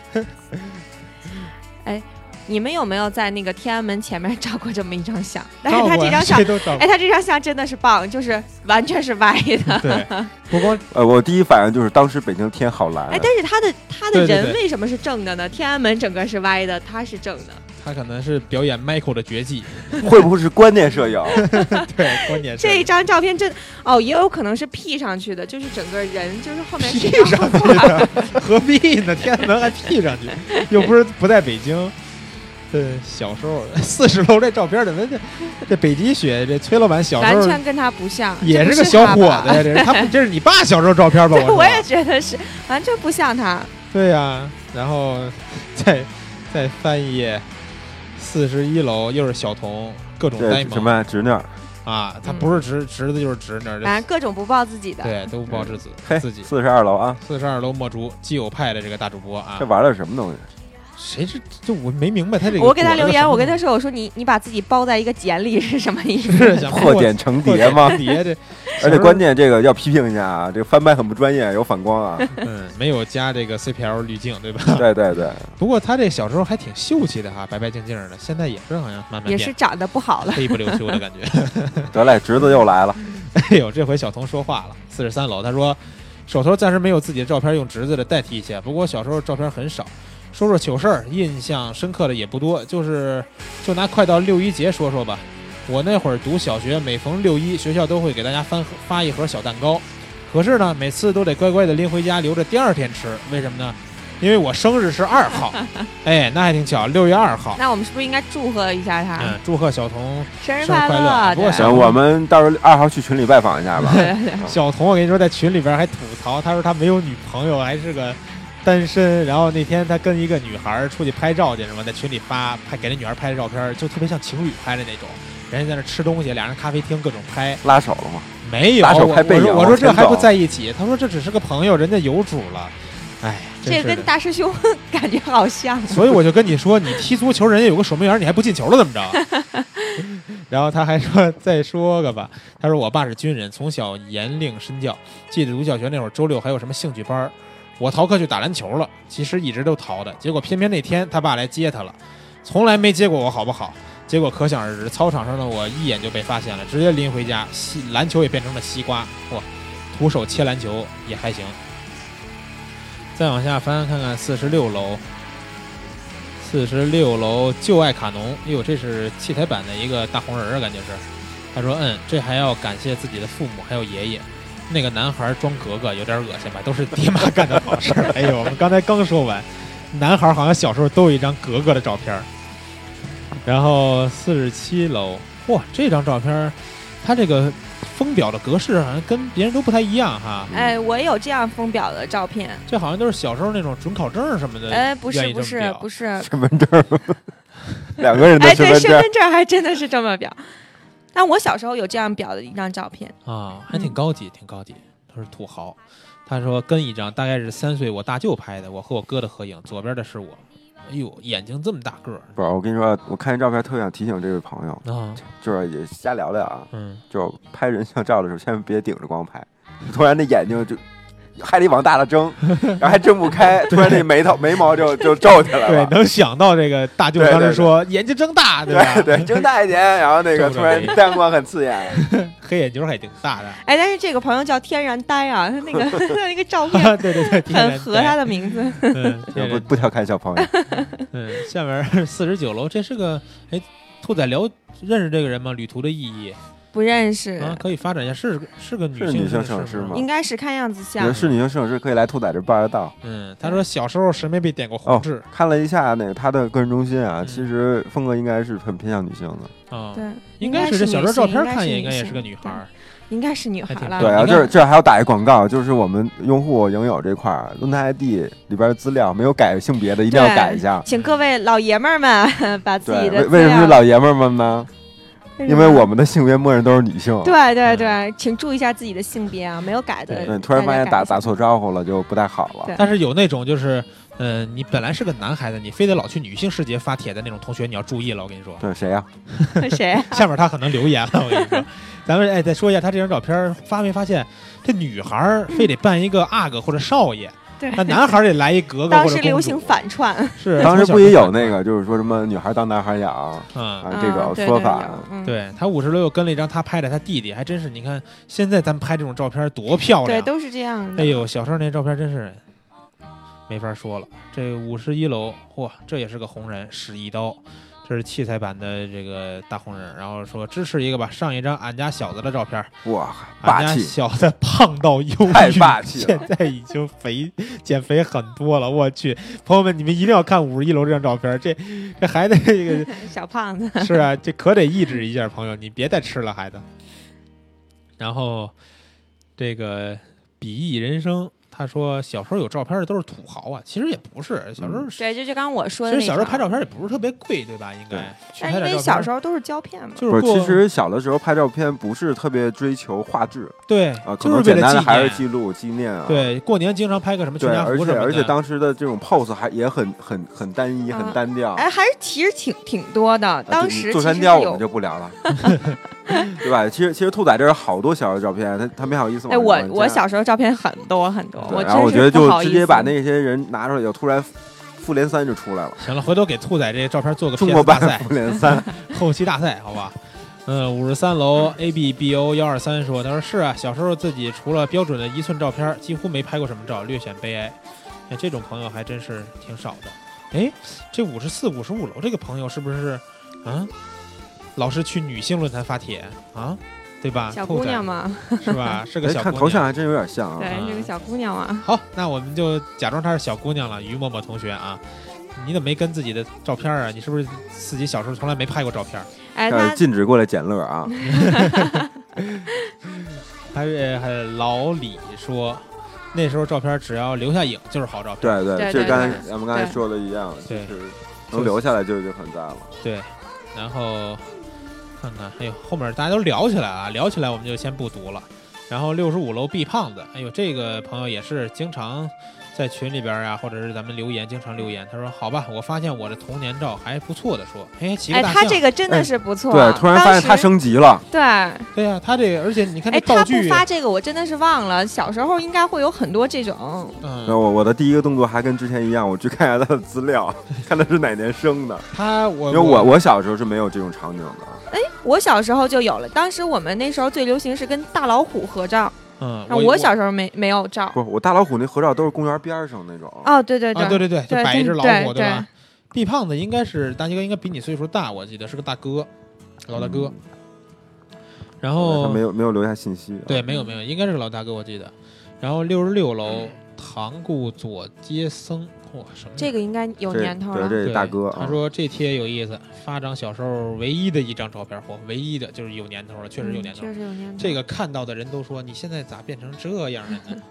S3: 你们有没有在那个天安门前面照过这么一张相？但
S5: 照
S3: 是
S5: 顾
S3: 他这张相
S5: 谁，都照顾
S3: 哎，他这张相真的是棒，就是完全是歪 的。
S5: 对，不光
S6: 呃，我第一反应就是当时北京天好蓝
S3: 哎，，但是他的他
S5: 对
S3: 的
S5: 对
S3: 人
S5: 对
S3: 为什么是正的呢？天安门整个是歪的，他是正的。
S5: 他可能是表演 Michael 的绝技，
S6: 会不会是观念摄影？
S5: 对，关键是
S3: 这张照片真哦，也有可能是 P 上去的，就是整个人就是后面
S5: P
S3: 是一张
S5: 上
S3: 画
S5: 去的， 何必呢？天安门还 P 上 去，又不是不在北京。对，小时候 四十楼这照片怎么这这北极雪这崔老板小时
S3: 完
S5: 候
S3: 全跟他不像，
S5: 也
S3: 这不
S5: 个
S3: 是
S5: 小
S3: 他
S5: 伙
S3: 吧
S5: 子呀？这是 他不这是你爸小时候照片吧？
S3: 对，
S5: 我
S3: 我
S5: 说
S3: 也觉得是，完全不像他。
S5: 对呀、然后 再再翻一页，四十一楼又是小童，各种呆
S6: 这什
S5: 萌
S6: 么呀侄女儿？
S5: 啊，他
S3: 嗯
S5: 不是侄侄子就是侄女儿，
S3: 反
S5: 这
S3: 正各种不报自己的，
S5: 对都不报之子
S6: 嘿，
S5: 自己
S6: 四十二楼啊，
S5: 四十二楼墨竹基友派的这个大主播啊
S6: 这，玩的什么东西？
S5: 谁是就我没明白他这个，
S3: 我给他留言，我跟他说，我说你你把自己包在一个茧里是什么意思？
S5: 是想
S6: 破茧成
S5: 破
S6: 蝶吗？
S5: 成蝶这，
S6: 而且关键这个要批评一下啊，这个翻拍很不专业，有反光啊。
S5: 嗯没有加这个 CPL 滤镜对吧？
S6: 对对对，
S5: 不过他这小时候还挺秀气的哈，白白净净的，现在也是好像慢慢
S3: 也
S5: 变
S3: 是长得不好了。
S5: 黑不溜秋的感觉。
S6: 得嘞，侄子又来了。
S5: 哎呦，这回小童说话了，四十三楼，他说手头暂时没有自己的照片，用侄子的代替一些。不过小时候照片很少，说说糗事儿，印象深刻的也不多。就是就拿快到六一节说说吧，我那会儿读小学，每逢六一，学校都会给大家翻发一盒小蛋糕。可是呢，每次都得乖乖的拎回家，留着第二天吃。为什么呢？因为我生日是二号，哎，那还挺巧，六月二号。
S3: 那我们是不是应该祝贺一下他
S5: 嗯，祝贺小童
S3: 生日
S5: 生日
S3: 快
S5: 快乐不过
S3: 对
S5: 小
S6: 行，我们到时候二号去群里拜访一下吧。
S3: 对对，
S5: 小童，我跟你说，在群里边还吐槽，他说他没有女朋友，还是个单身。然后那天他跟一个女孩出去拍照去，什么在群里发拍给那女孩拍的照片，就特别像情侣拍的那种。人家在那吃东西，俩人咖啡厅各种拍，
S6: 拉手了吗？
S5: 没有。
S6: 拉手
S5: 我
S6: 拍背
S5: 我说
S6: 影
S5: 我说
S6: 真
S5: 这还不
S6: 搞
S5: 在一起，他说这只是个朋友，人家有主了。哎，真
S3: 这
S5: 是
S3: 个
S5: 的
S3: 跟大师兄 感觉好像。
S5: 所以我就跟你说，你踢足球，人家有个守门员，你还不进球了，怎么着？ 然后他还说再说个吧，他说我爸是军人，从小严令身教。记得读小学那会儿，周六还有什么兴趣班儿，我逃课去打篮球了。其实一直都逃的，结果偏偏那天他爸来接他了，从来没接过我，好不好？结果可想而知，操场上的我一眼就被发现了，直接拎回家，西篮球也变成了西瓜，哇，徒手切篮球也还行。再往下翻看看四十六楼，四十六楼旧爱卡农，哟，这是器材版的一个大红人儿啊，感觉是。他说：“嗯，这还要感谢自己的父母，还有爷爷。那个男孩装格格有点恶心吧，都是爹妈干的好事儿。哎呦，我们刚才刚说完，男孩好像小时候都有一张格格的照片儿。然后四十七楼，哇，这张照片儿，它这个封表的格式好像跟别人都不太一样哈。
S3: 哎，我也有这样封表的照片。
S5: 这好像都是小时候那种准考证什么的。
S3: 哎，不
S5: 愿
S3: 是
S5: 意这
S3: 不
S5: 么
S3: 是
S5: 表
S3: 不是，
S6: 身份证吗，两个人的
S3: 哎，
S6: 身
S3: 对，
S6: 份
S3: 身
S6: 证。
S3: 份证还真的是这么表。但我小时候有这样表的一张照片，
S5: 啊，还挺
S3: 嗯
S5: 高级，挺高级。他是土豪，他说跟一张大概是三岁我大舅拍的，我和我哥的合影，左边的是我，哎呦，眼睛这么大个儿
S6: 不是，我跟你说，我看这照片特想提醒这位朋友，
S5: 啊，
S6: 就是也瞎聊聊啊，
S5: 嗯，
S6: 就拍人像照的时候，千万别顶着光拍，突然那眼睛就还得往大了睁，然后还睁不开，突然那眉头眉毛就就皱起来
S5: 对，
S6: 了。
S5: 能想到这个大舅
S6: 对
S5: 当
S6: 对
S5: 时
S6: 对
S5: 说眼睛睁大，吧？
S6: 对 对，睁大一点，然后那个突
S5: 皱着
S6: 然
S5: 眉
S6: 亮光很刺眼。
S5: 黑眼球还挺大 的，
S3: 哎，但是这个朋友叫天然呆啊，他 那个他那个照片
S5: 对对 对，挺
S3: 很合他的 名字。
S5: 嗯，
S6: 行
S5: 天
S6: 不
S5: 然
S6: 不调侃小朋友，
S5: 嗯，下面四十九楼，这是个哎，兔仔聊认识这个人吗？旅途的意义
S3: 不认识，
S5: 啊，可以发展一下，是个是个女
S6: 是
S5: 性
S6: 女性
S5: 摄
S6: 摄影师吗
S3: 应该是看样子
S6: 你说
S3: 像。
S6: 是女性摄影师可以来兔仔这报个到。
S5: 嗯，他说小时候谁没被点过红啊
S6: 哦
S5: 痣，
S6: 看了一下那个他的个人中心啊，
S5: 嗯
S6: 其实风格应该是很偏向女性的。
S5: 啊？
S3: 对，
S5: 应
S3: 该
S5: 该是这小时候照片看也应
S3: 应
S5: 该也是
S3: 是
S5: 个女孩儿，
S3: 应该是女孩
S5: 还挺
S3: 了。
S5: 啊
S6: 对，然后
S5: 你
S6: 这
S5: 看
S6: 这还要打一广告，就是我们用户影友这块儿论坛 ID 里边的资料没有改性别的，一定要
S3: 对
S6: 改一下。
S3: 请各位老爷们儿们 把自
S6: 对，
S3: 己的
S6: 为
S3: 资
S6: 为什么
S3: 料
S6: 是老爷们儿们呢？
S3: 为什
S6: 因为
S3: 么
S6: 我们的性别默认都是女性。
S3: 对对对，请注意一下自己的性别啊，没有改的。
S6: 嗯对，突然发现打打错
S3: 招。
S6: 招呼了就不太好了
S3: 对。
S5: 但是有那种就是，呃，你本来是个男孩子，你非得老去女性世界发帖的那种同学，你要注意了。我跟你说，
S6: 对，谁呀、
S3: 谁啊？
S5: 下面他可能留言了。我跟你说，咱们哎再说一下他这张照片儿，发没发现这女孩儿非得扮一个阿哥或者少爷，
S3: 对，
S5: 那男孩儿得来一格格或
S3: 当
S5: 者
S3: 时流行
S5: 公主
S3: 反串，
S5: 是
S6: 当时不也有那个，就是说什么女孩当男孩养啊
S5: 嗯。
S6: 这种
S3: 嗯对
S6: 说
S3: 对
S6: 法啊
S3: 有。嗯
S5: 对他五十六又跟了一张他拍的他弟弟，还真是你看现在咱们拍这种照片儿多漂
S3: 对，
S5: 亮，
S3: 都是
S6: 嗯
S3: 这样的。
S5: 哎呦，小时候那照片真是没法说了。这五十一楼，嚯，这也是个红人，使一刀，这是器材版的这个大红人。然后说支持一个吧，上一张俺家小子的照片，
S6: 哇，
S5: 俺
S6: 霸
S5: 家
S6: 气！
S5: 小子胖到忧郁，
S6: 太霸气了
S5: 现在已经肥减肥很多了。我去，朋友们，你们一定要看五十一楼这张照片，这这孩子这个
S3: 小胖子，
S5: 是啊，这可得抑制一下，朋友，你别再吃了，孩子。然后这个鄙夷人生，他说小时候有照片的都是土豪啊，其实也不是，小时候、
S3: 嗯对，就就刚我说
S5: 其
S3: 的那
S5: 实
S3: 种。
S5: 小时候拍照片也不是特别贵，对吧？应
S6: 对
S5: 该，去
S3: 但
S5: 拍
S3: 因
S5: 点
S3: 为
S5: 照
S3: 小
S5: 片
S3: 时候都是胶片嘛，
S5: 就
S6: 不
S5: 是
S6: 是，
S5: 过
S6: 其实小的时候拍照片不是特别追求画质
S5: 对
S6: 啊，，可
S5: 就
S6: 能
S5: 是为
S6: 简
S5: 了
S6: 单的
S5: 纪
S6: 还
S5: 念。
S6: 是记录纪念啊。
S5: 对，过年经常拍个什么全
S6: 对，
S5: 家
S6: 而
S5: 福什
S6: 且
S5: 么的，
S6: 而且当时的这种 pose 还也很很很单一，
S3: 啊
S6: 很单调。
S3: 哎，还是其实挺挺多的。
S6: 啊
S3: 当
S6: 就
S3: 时
S6: 坐
S3: 其实
S6: 山
S3: 是
S6: 雕我们
S3: 有，
S6: 就不聊了， 对吧？其实其实兔仔这儿有好多小的照片，他他没好意思往
S3: 哎，
S6: 上
S3: 我
S6: 加。
S3: 我小时候照片很多很多，
S6: 对，
S3: 真
S6: 然后我
S3: 是
S6: 觉得
S3: 不
S6: 就
S3: 好
S6: 直
S3: 意
S6: 接把
S3: 思
S6: 那些人拿出来，就突然复联三就出来了，
S5: 行了，回头给兔仔这照片做个
S6: 中
S5: PS
S6: 国
S5: 大
S6: 版
S5: 赛，
S6: 复联 三。
S5: 后期大赛，好吧？嗯，五十三楼 A B B O 幺二三说，他说是啊，小时候自己除了标准的一寸照片，几乎没拍过什么照，略显悲哀。那这种朋友还真是挺少的。哎，这五十四、五十五楼这个朋友是不是啊？老是去女性论坛发帖啊？对吧？
S3: 小
S5: 兔
S3: 姑
S5: 崽
S3: 娘嘛，
S5: 是吧？是个
S6: 哎，
S5: 小姑
S6: 看
S5: 娘。
S6: 头像还真有点像啊。
S3: 对，是个小姑娘嘛。
S5: 好，那我们就假装她是小姑娘了。于默默同学啊，你怎么没跟自己的照片啊？你是不是自己小时候从来没拍过照片？
S3: 哎，
S6: 但
S3: 她
S6: 是禁止过来捡乐啊！
S5: 还呃还老李说，那时候照片只要留下影就是好照片。
S6: 对
S3: 对
S6: 对，这
S3: 对
S6: 刚才
S3: 对
S6: 咱们刚才
S3: 对
S6: 说的一样，就
S5: 对
S6: 是能留下来就已经很赞了。
S5: 对，然后看看，哎呦，后面大家都聊起来啊，聊起来我们就先不读了。然后六十五楼毕胖子，哎呦，这个朋友也是经常在群里边啊，或者是咱们留言，经常留言。他说：“好吧，我发现我的童年照还不错的。”说，哎，骑个
S3: 哎，
S5: 大
S3: 她
S5: 象，
S3: 这个真的是不错。啊
S6: 对，突然发现他
S3: 当时
S6: 升级了，
S3: 对，哎，
S5: 对呀、啊他这个，而且你看这道
S3: 她不
S5: 具，啊
S3: 发哎这个我真的是忘了。小时候应该会有很多这种，
S6: 那
S5: 嗯，
S6: 我我的第一个动作还跟之前一样，我去看一下他的资料，看他是哪年生的。
S5: 他我
S6: 因为我啊我小时候是没有这种场景的，
S3: 我小时候就有了。当时我们那时候最流行是跟大老虎合照，
S5: 嗯，
S3: 啊
S5: 我
S3: 我小时候没没有照。
S6: 不，我大老虎那合照都是公园边儿上那种。
S3: 哦，对对
S5: 啊，对对对，就
S3: 对
S5: 摆一只老
S3: 对
S5: 虎，吧？毕胖子应该是大鸡哥，应该比你岁数大，我记得是个大哥，老大哥。
S3: 嗯
S5: 然后
S6: 他没有没有留下信息。啊
S5: 对，没有没有，应该是老大哥，我记得。然后六十六楼唐固左街僧，哇，什么
S3: 这
S5: 个
S3: 个应该有
S6: 这
S3: 年头
S6: 对
S3: 了。
S6: 这大哥
S5: 他
S6: 啊，
S5: 说这贴有意思，发张小时候唯一的一张照片，嚯，唯一的就是有年头了，确实有
S3: 嗯
S5: 年头。
S3: 确实有年头。
S5: 这个看到的人都说你现在咋变成这样了呢？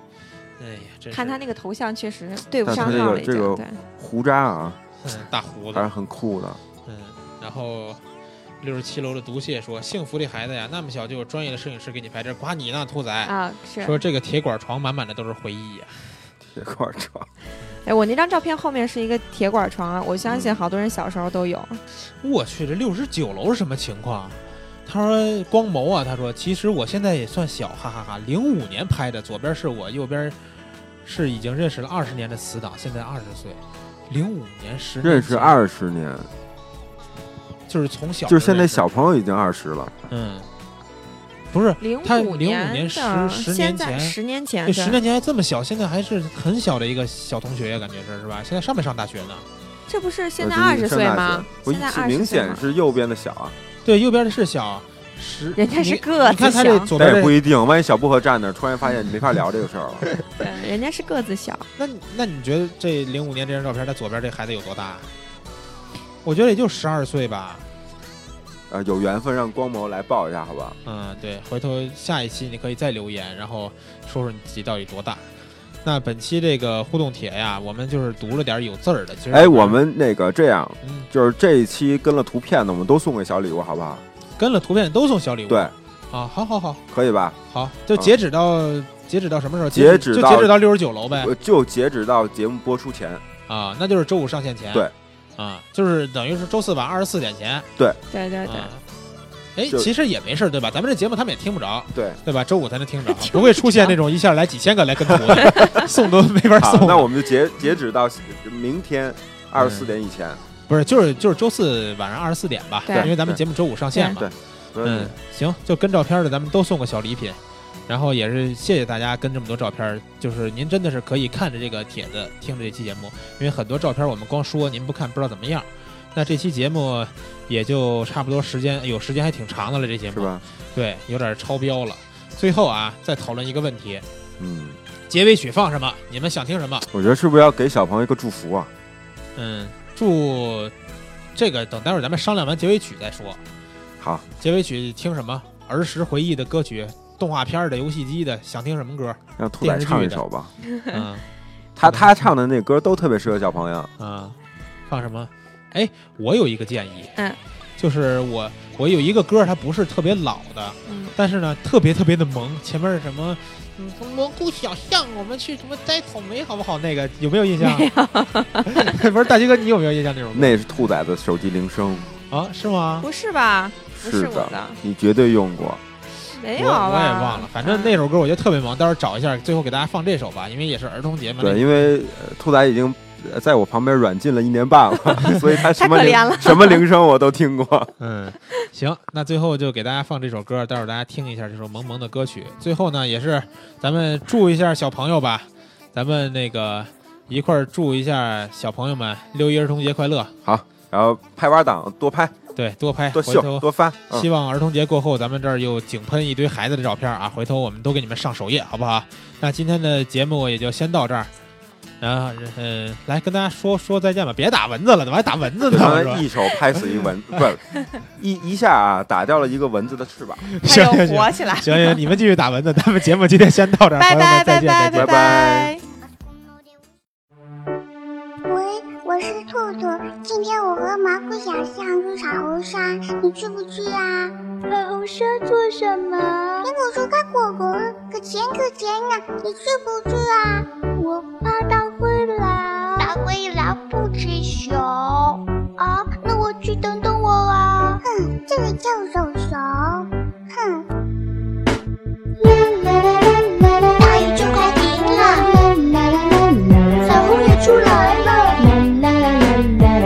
S5: 哎呀，真是
S3: 看他那个头像，确实对不
S6: 但
S3: 上
S6: 他这
S3: 号
S6: 个
S3: 了已
S6: 这
S3: 经。
S6: 个
S3: 对，
S6: 胡渣啊，
S5: 嗯大胡
S6: 还是
S5: 子，
S6: 很酷的。
S5: 嗯，然后。六十七楼的毒蟹说：“幸福这孩子呀，那么小就有专业的摄影师给你拍，这夸你呢，兔仔。
S3: 啊是。
S5: 哎说这个铁管床满满的都是回忆呀、
S6: 铁块床，
S3: 哎，我那张照片后面是一个铁管床啊，我相
S5: 嗯
S3: 信好多人小时候都有。
S5: 我去，这六十九楼是什么情况？啊他说光谋啊，他说其实我现在也算小，哈哈哈零五年拍的，左边是我，右边是已经认识了二十年的死党，现在二十岁。零五年 十
S6: 认识
S5: 二
S6: 二十年，
S5: 就是从小
S6: 就是现在
S5: 认识
S6: 小朋友已经二十了，
S5: 嗯，不是
S3: 零
S5: 他
S3: 五
S5: 05年
S3: 年
S5: 10
S3: 的，
S5: 10
S3: 现
S5: 年
S3: 在
S5: 前
S3: 十年前
S5: 这
S3: 对，
S5: 十年前还这么小，现在还是很小的一个小同学呀，感觉是是吧？现在上没上大学呢？
S3: 这不是现
S6: 呃
S3: 在
S6: 就
S3: 二
S6: 是
S3: 十
S6: 上
S3: 岁
S6: 大
S3: 吗
S6: 学？不
S3: 现在
S6: 呃是
S3: 二十
S6: 明
S3: 岁
S6: 显
S3: 吗？
S6: 是右边的小啊，
S5: 对，右边的是小十，
S3: 人家是
S5: 你
S3: 个
S5: 你看
S3: 子
S5: 他这
S3: 小
S5: 左边
S6: 但
S5: 这
S6: 也不一定。万一小薄荷站那儿，突然发现你没法聊这个事儿了。
S3: 对，人家是个子小，
S5: 那你那你觉得这零五年这张照片，他左边这孩子有多大啊？我觉得也就十二岁吧。
S6: 呃，有缘分让光谋来抱一下，好不好？
S5: 嗯，对，回头下一期你可以再留言，然后说说你自己到底多大。那本期这个互动帖呀，我们就是读了点有字儿的。其实
S6: 哎，我们那个这样，
S5: 嗯
S6: 就是这一期跟了图片的，我们都送个小礼物，好不好？
S5: 跟了图片都送小礼物。
S6: 对，
S5: 啊，好好好
S6: 可以吧？
S5: 好，就截止到、截止到什么时候？
S6: 截
S5: 止
S6: 止
S5: 就
S6: 到
S5: 截止到六十九楼呗。
S6: 我就截止到节目播出 前，
S5: 啊，那就是周五上线前。
S6: 对。
S5: 啊，就是等于是周四晚二十四点前。
S3: 对对对，
S5: 啊。哎，
S6: 就
S5: 其实也没事儿，对吧？咱们这节目他们也听不着。
S6: 对。
S5: 对吧？周五才能 听着，
S3: 听
S5: 不会出现那种一下来几千个来跟读的， 送都没法
S6: 好
S5: 送。，
S6: 啊
S5: 嗯
S6: 那我们就 截截止到明天二十四点以前。
S5: 不是就是就是周四晚上二十四点吧，
S3: 对
S5: 因为咱们节目周五上线嘛
S6: 对。没问
S5: 嗯
S6: 题，
S5: 行，就跟照片的咱们都送个小礼品，然后也是谢谢大家跟这么多照片，就是您真的是可以看着这个帖子听着这期节目，因为很多照片我们光说您不看不知道怎么样。那这期节目也就差不多时间，有时间还挺长的了，这节
S6: 是？
S5: 目
S6: 吧？
S5: 对，有点超标了。最后啊，再讨论一个问题，
S6: 嗯，
S5: 结尾曲放什么？你们想听什么？
S6: 我觉得是不是要给小朋友一个祝福啊？
S5: 嗯，祝这个等待会儿咱们商量完结尾曲再说。
S6: 好，
S5: 结尾曲听什么？儿时回忆的歌曲，动画片儿的、游戏机的，想听什么歌？
S6: 让兔仔唱一首吧。
S5: 嗯
S6: 他他唱的那歌都特别适合小朋友。
S5: 啊，放什么？哎，我有一个建议，
S3: 嗯，
S5: 就是我我有一个歌，它不是特别老的，
S3: 嗯
S5: 但是呢特别特别的萌，前面是什么？嗯，从蘑菇小巷，我们去什么摘草莓，好不好？那个有没有印象？ 不是大鸡哥，你有没有印象那首歌
S6: 那是兔仔的手机铃声，
S5: 啊？是吗？
S3: 不是吧？不
S6: 是
S3: 我
S6: 的
S3: 的，
S6: 你绝对用过。
S3: 没
S5: 我
S3: 有哎吧？
S5: 我也忘了，反正那首歌我觉得特别萌，到时候找一下，最后给大家放这首吧，因为也是儿童节嘛。
S6: 对，因为呃兔仔已经呃在我旁边软禁了一年半 了，所以他什么
S3: 太可
S6: 铃
S3: 怜了
S6: 什么铃声我都听过。
S5: 嗯，行，那最后就给大家放这首歌，待会儿大家听一下这首萌萌的歌曲。最后呢，也是咱们祝一下小朋友吧，咱们那个一块儿祝一下小朋友们六一儿童节快乐。
S6: 然后拍玩党多拍，
S5: 对，多拍，
S6: 多
S5: 哎回
S6: 秀
S5: 头
S6: 多发，嗯
S5: 希望儿童节过后，咱们这儿又井喷一堆孩子的照片啊！回头我们都给你们上首页，好不好？那今天的节目也就先到这儿，然后呃，来跟大家说说再见吧，别打蚊子了，怎么还打蚊子呢？
S6: 刚
S5: 我
S6: 才
S5: 说
S6: 一手拍死一蚊，不是一一下啊，打掉了一个蚊子的翅膀。
S3: 它
S5: 行行
S3: 又
S5: 行
S3: 嗯火起来。
S5: 行行，你们继续打蚊子，咱们节目今天先到这儿，
S3: 拜
S5: 朋友
S3: 拜
S5: 们再
S3: 拜
S5: 见再
S3: 拜
S6: 拜
S5: 见。
S3: 拜
S6: 拜。
S4: 喂，我是兔兔，今天我和麻姑想象去彩虹山，你去不去啊？彩虹山做什么？苹果树开果仁，可甜可甜啊！你去不去啊？我怕大灰狼。大灰狼不吃熊。啊，那我去等等我啊。哼，这个叫手熊。哼。大雨就快停了，小红也出来了，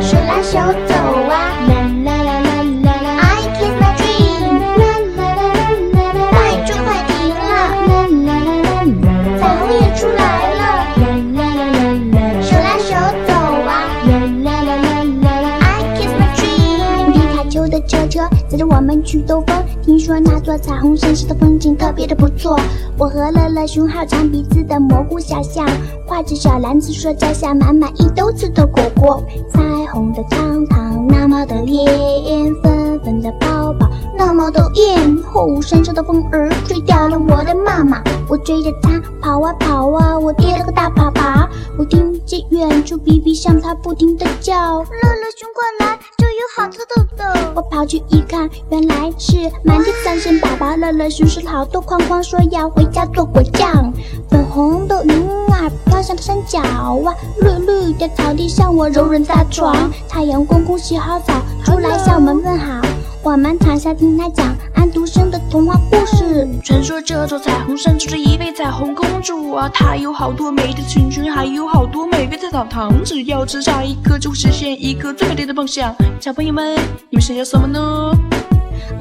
S4: 手拉手走啊！I kiss my dream，大雨就快停了，小红也出来了，手拉手走啊！I kiss my dream。皮卡丘的车车载着我们去兜风，听说那座彩虹山上的风景特别的不错。我和乐乐熊还有长鼻子的蘑菇小象，挎着小篮子说摘下满满一兜子的果果。彩虹的糖糖，那么的艳，纷纷的泡泡，那么的艳。后山上的风儿吹掉了我的妈妈，我追着它跑啊跑啊，我跌了个大粑粑。我听见远处哔哔上它不停的叫，乐乐熊过来，这有好多豆豆。我跑去一看，原来是满地三生粑粑。乐乐熊吃了好多框框，说要回家做果酱。粉红的云儿飘向了山脚啊，绿绿的草地上我柔软大床。太阳公公洗好澡，出来向我们问好。我们躺下听他讲安徒生的童话故事。
S11: 传说这座彩虹山住着一位彩虹公主啊，她有好多美丽的裙裙，还有好多美味的糖糖，只要吃下一颗，就会实现一个最美丽的梦想。小朋友们，你们想要什么呢？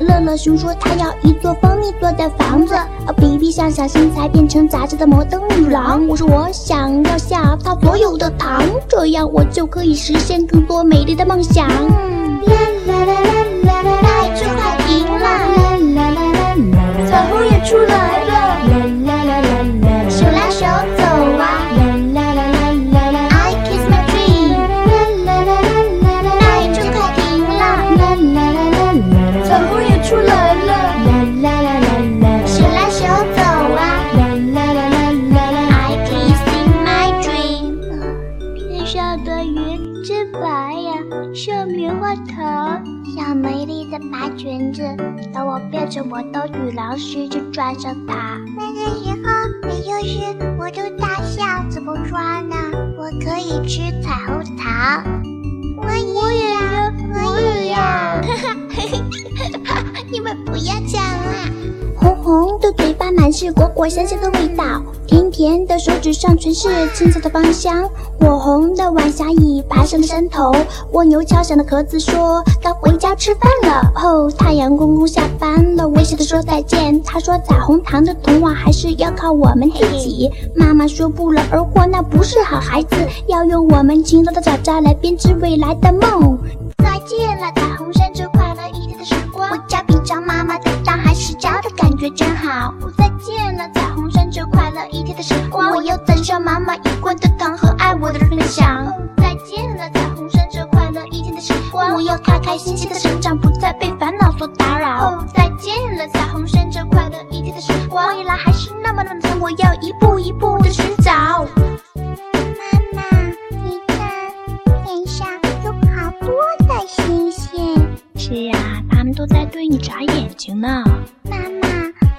S4: 乐乐熊说他要一座蜂蜜做的房子，而比比像小身材变成杂志的摩登女郎。我说我想要下他所有的糖，这样我就可以实现更多美丽的梦想。啦啦啦啦啦啦，大雨就快停了，啦啦啦啦，彩虹也出来了，啦啦啦啦，手拉手走啊，啦啦啦啦啦，I kiss my dream，啦啦啦啦啦，大雨就快停了，啦啦啦啦啦。彩虹也出来了，啦啦啦啦啦，手拉手走啊，啦啦啦啦啦，I kiss in my dream。天上的云真白呀，像棉花糖。小美丽的白裙子，等我变成摩登女郎时就穿上它。那个时候你就是摩登大象，怎么穿呢？我可以吃彩虹糖。我也要，我也要。你们不要讲啦！啊红红的嘴巴满是果果香香的味道，甜甜的手指上全是青草的芳香。火红的晚霞已爬上了山头，蜗牛敲响了壳子说该回家吃饭了。后太阳公公下班了，微笑的说再见。他说彩虹糖的童话还是要靠我们自己。妈妈说不劳而获那不是好孩子，要用我们勤劳的脚扎来编织未来的梦。再见了，彩虹山这快乐一天的时光。回家品尝妈妈的大海时家的感觉真好。再见了，彩虹山这快乐一天的时光。我要攒上妈妈一罐的糖和爱我的人分享。再见了，彩虹山这快乐一天的时光。我要开开心心的成长，不再被烦恼所打扰。再见哦了，彩虹山这快乐一天的时光。未来还是那么那么长，我要一步一步的寻找。妈妈，你看。天上有好多的星星。是啊，他们都在对你眨眼睛呢。妈妈，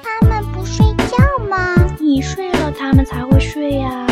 S4: 他们不睡觉吗？你睡了，他们才会睡呀、哦
S10: 啊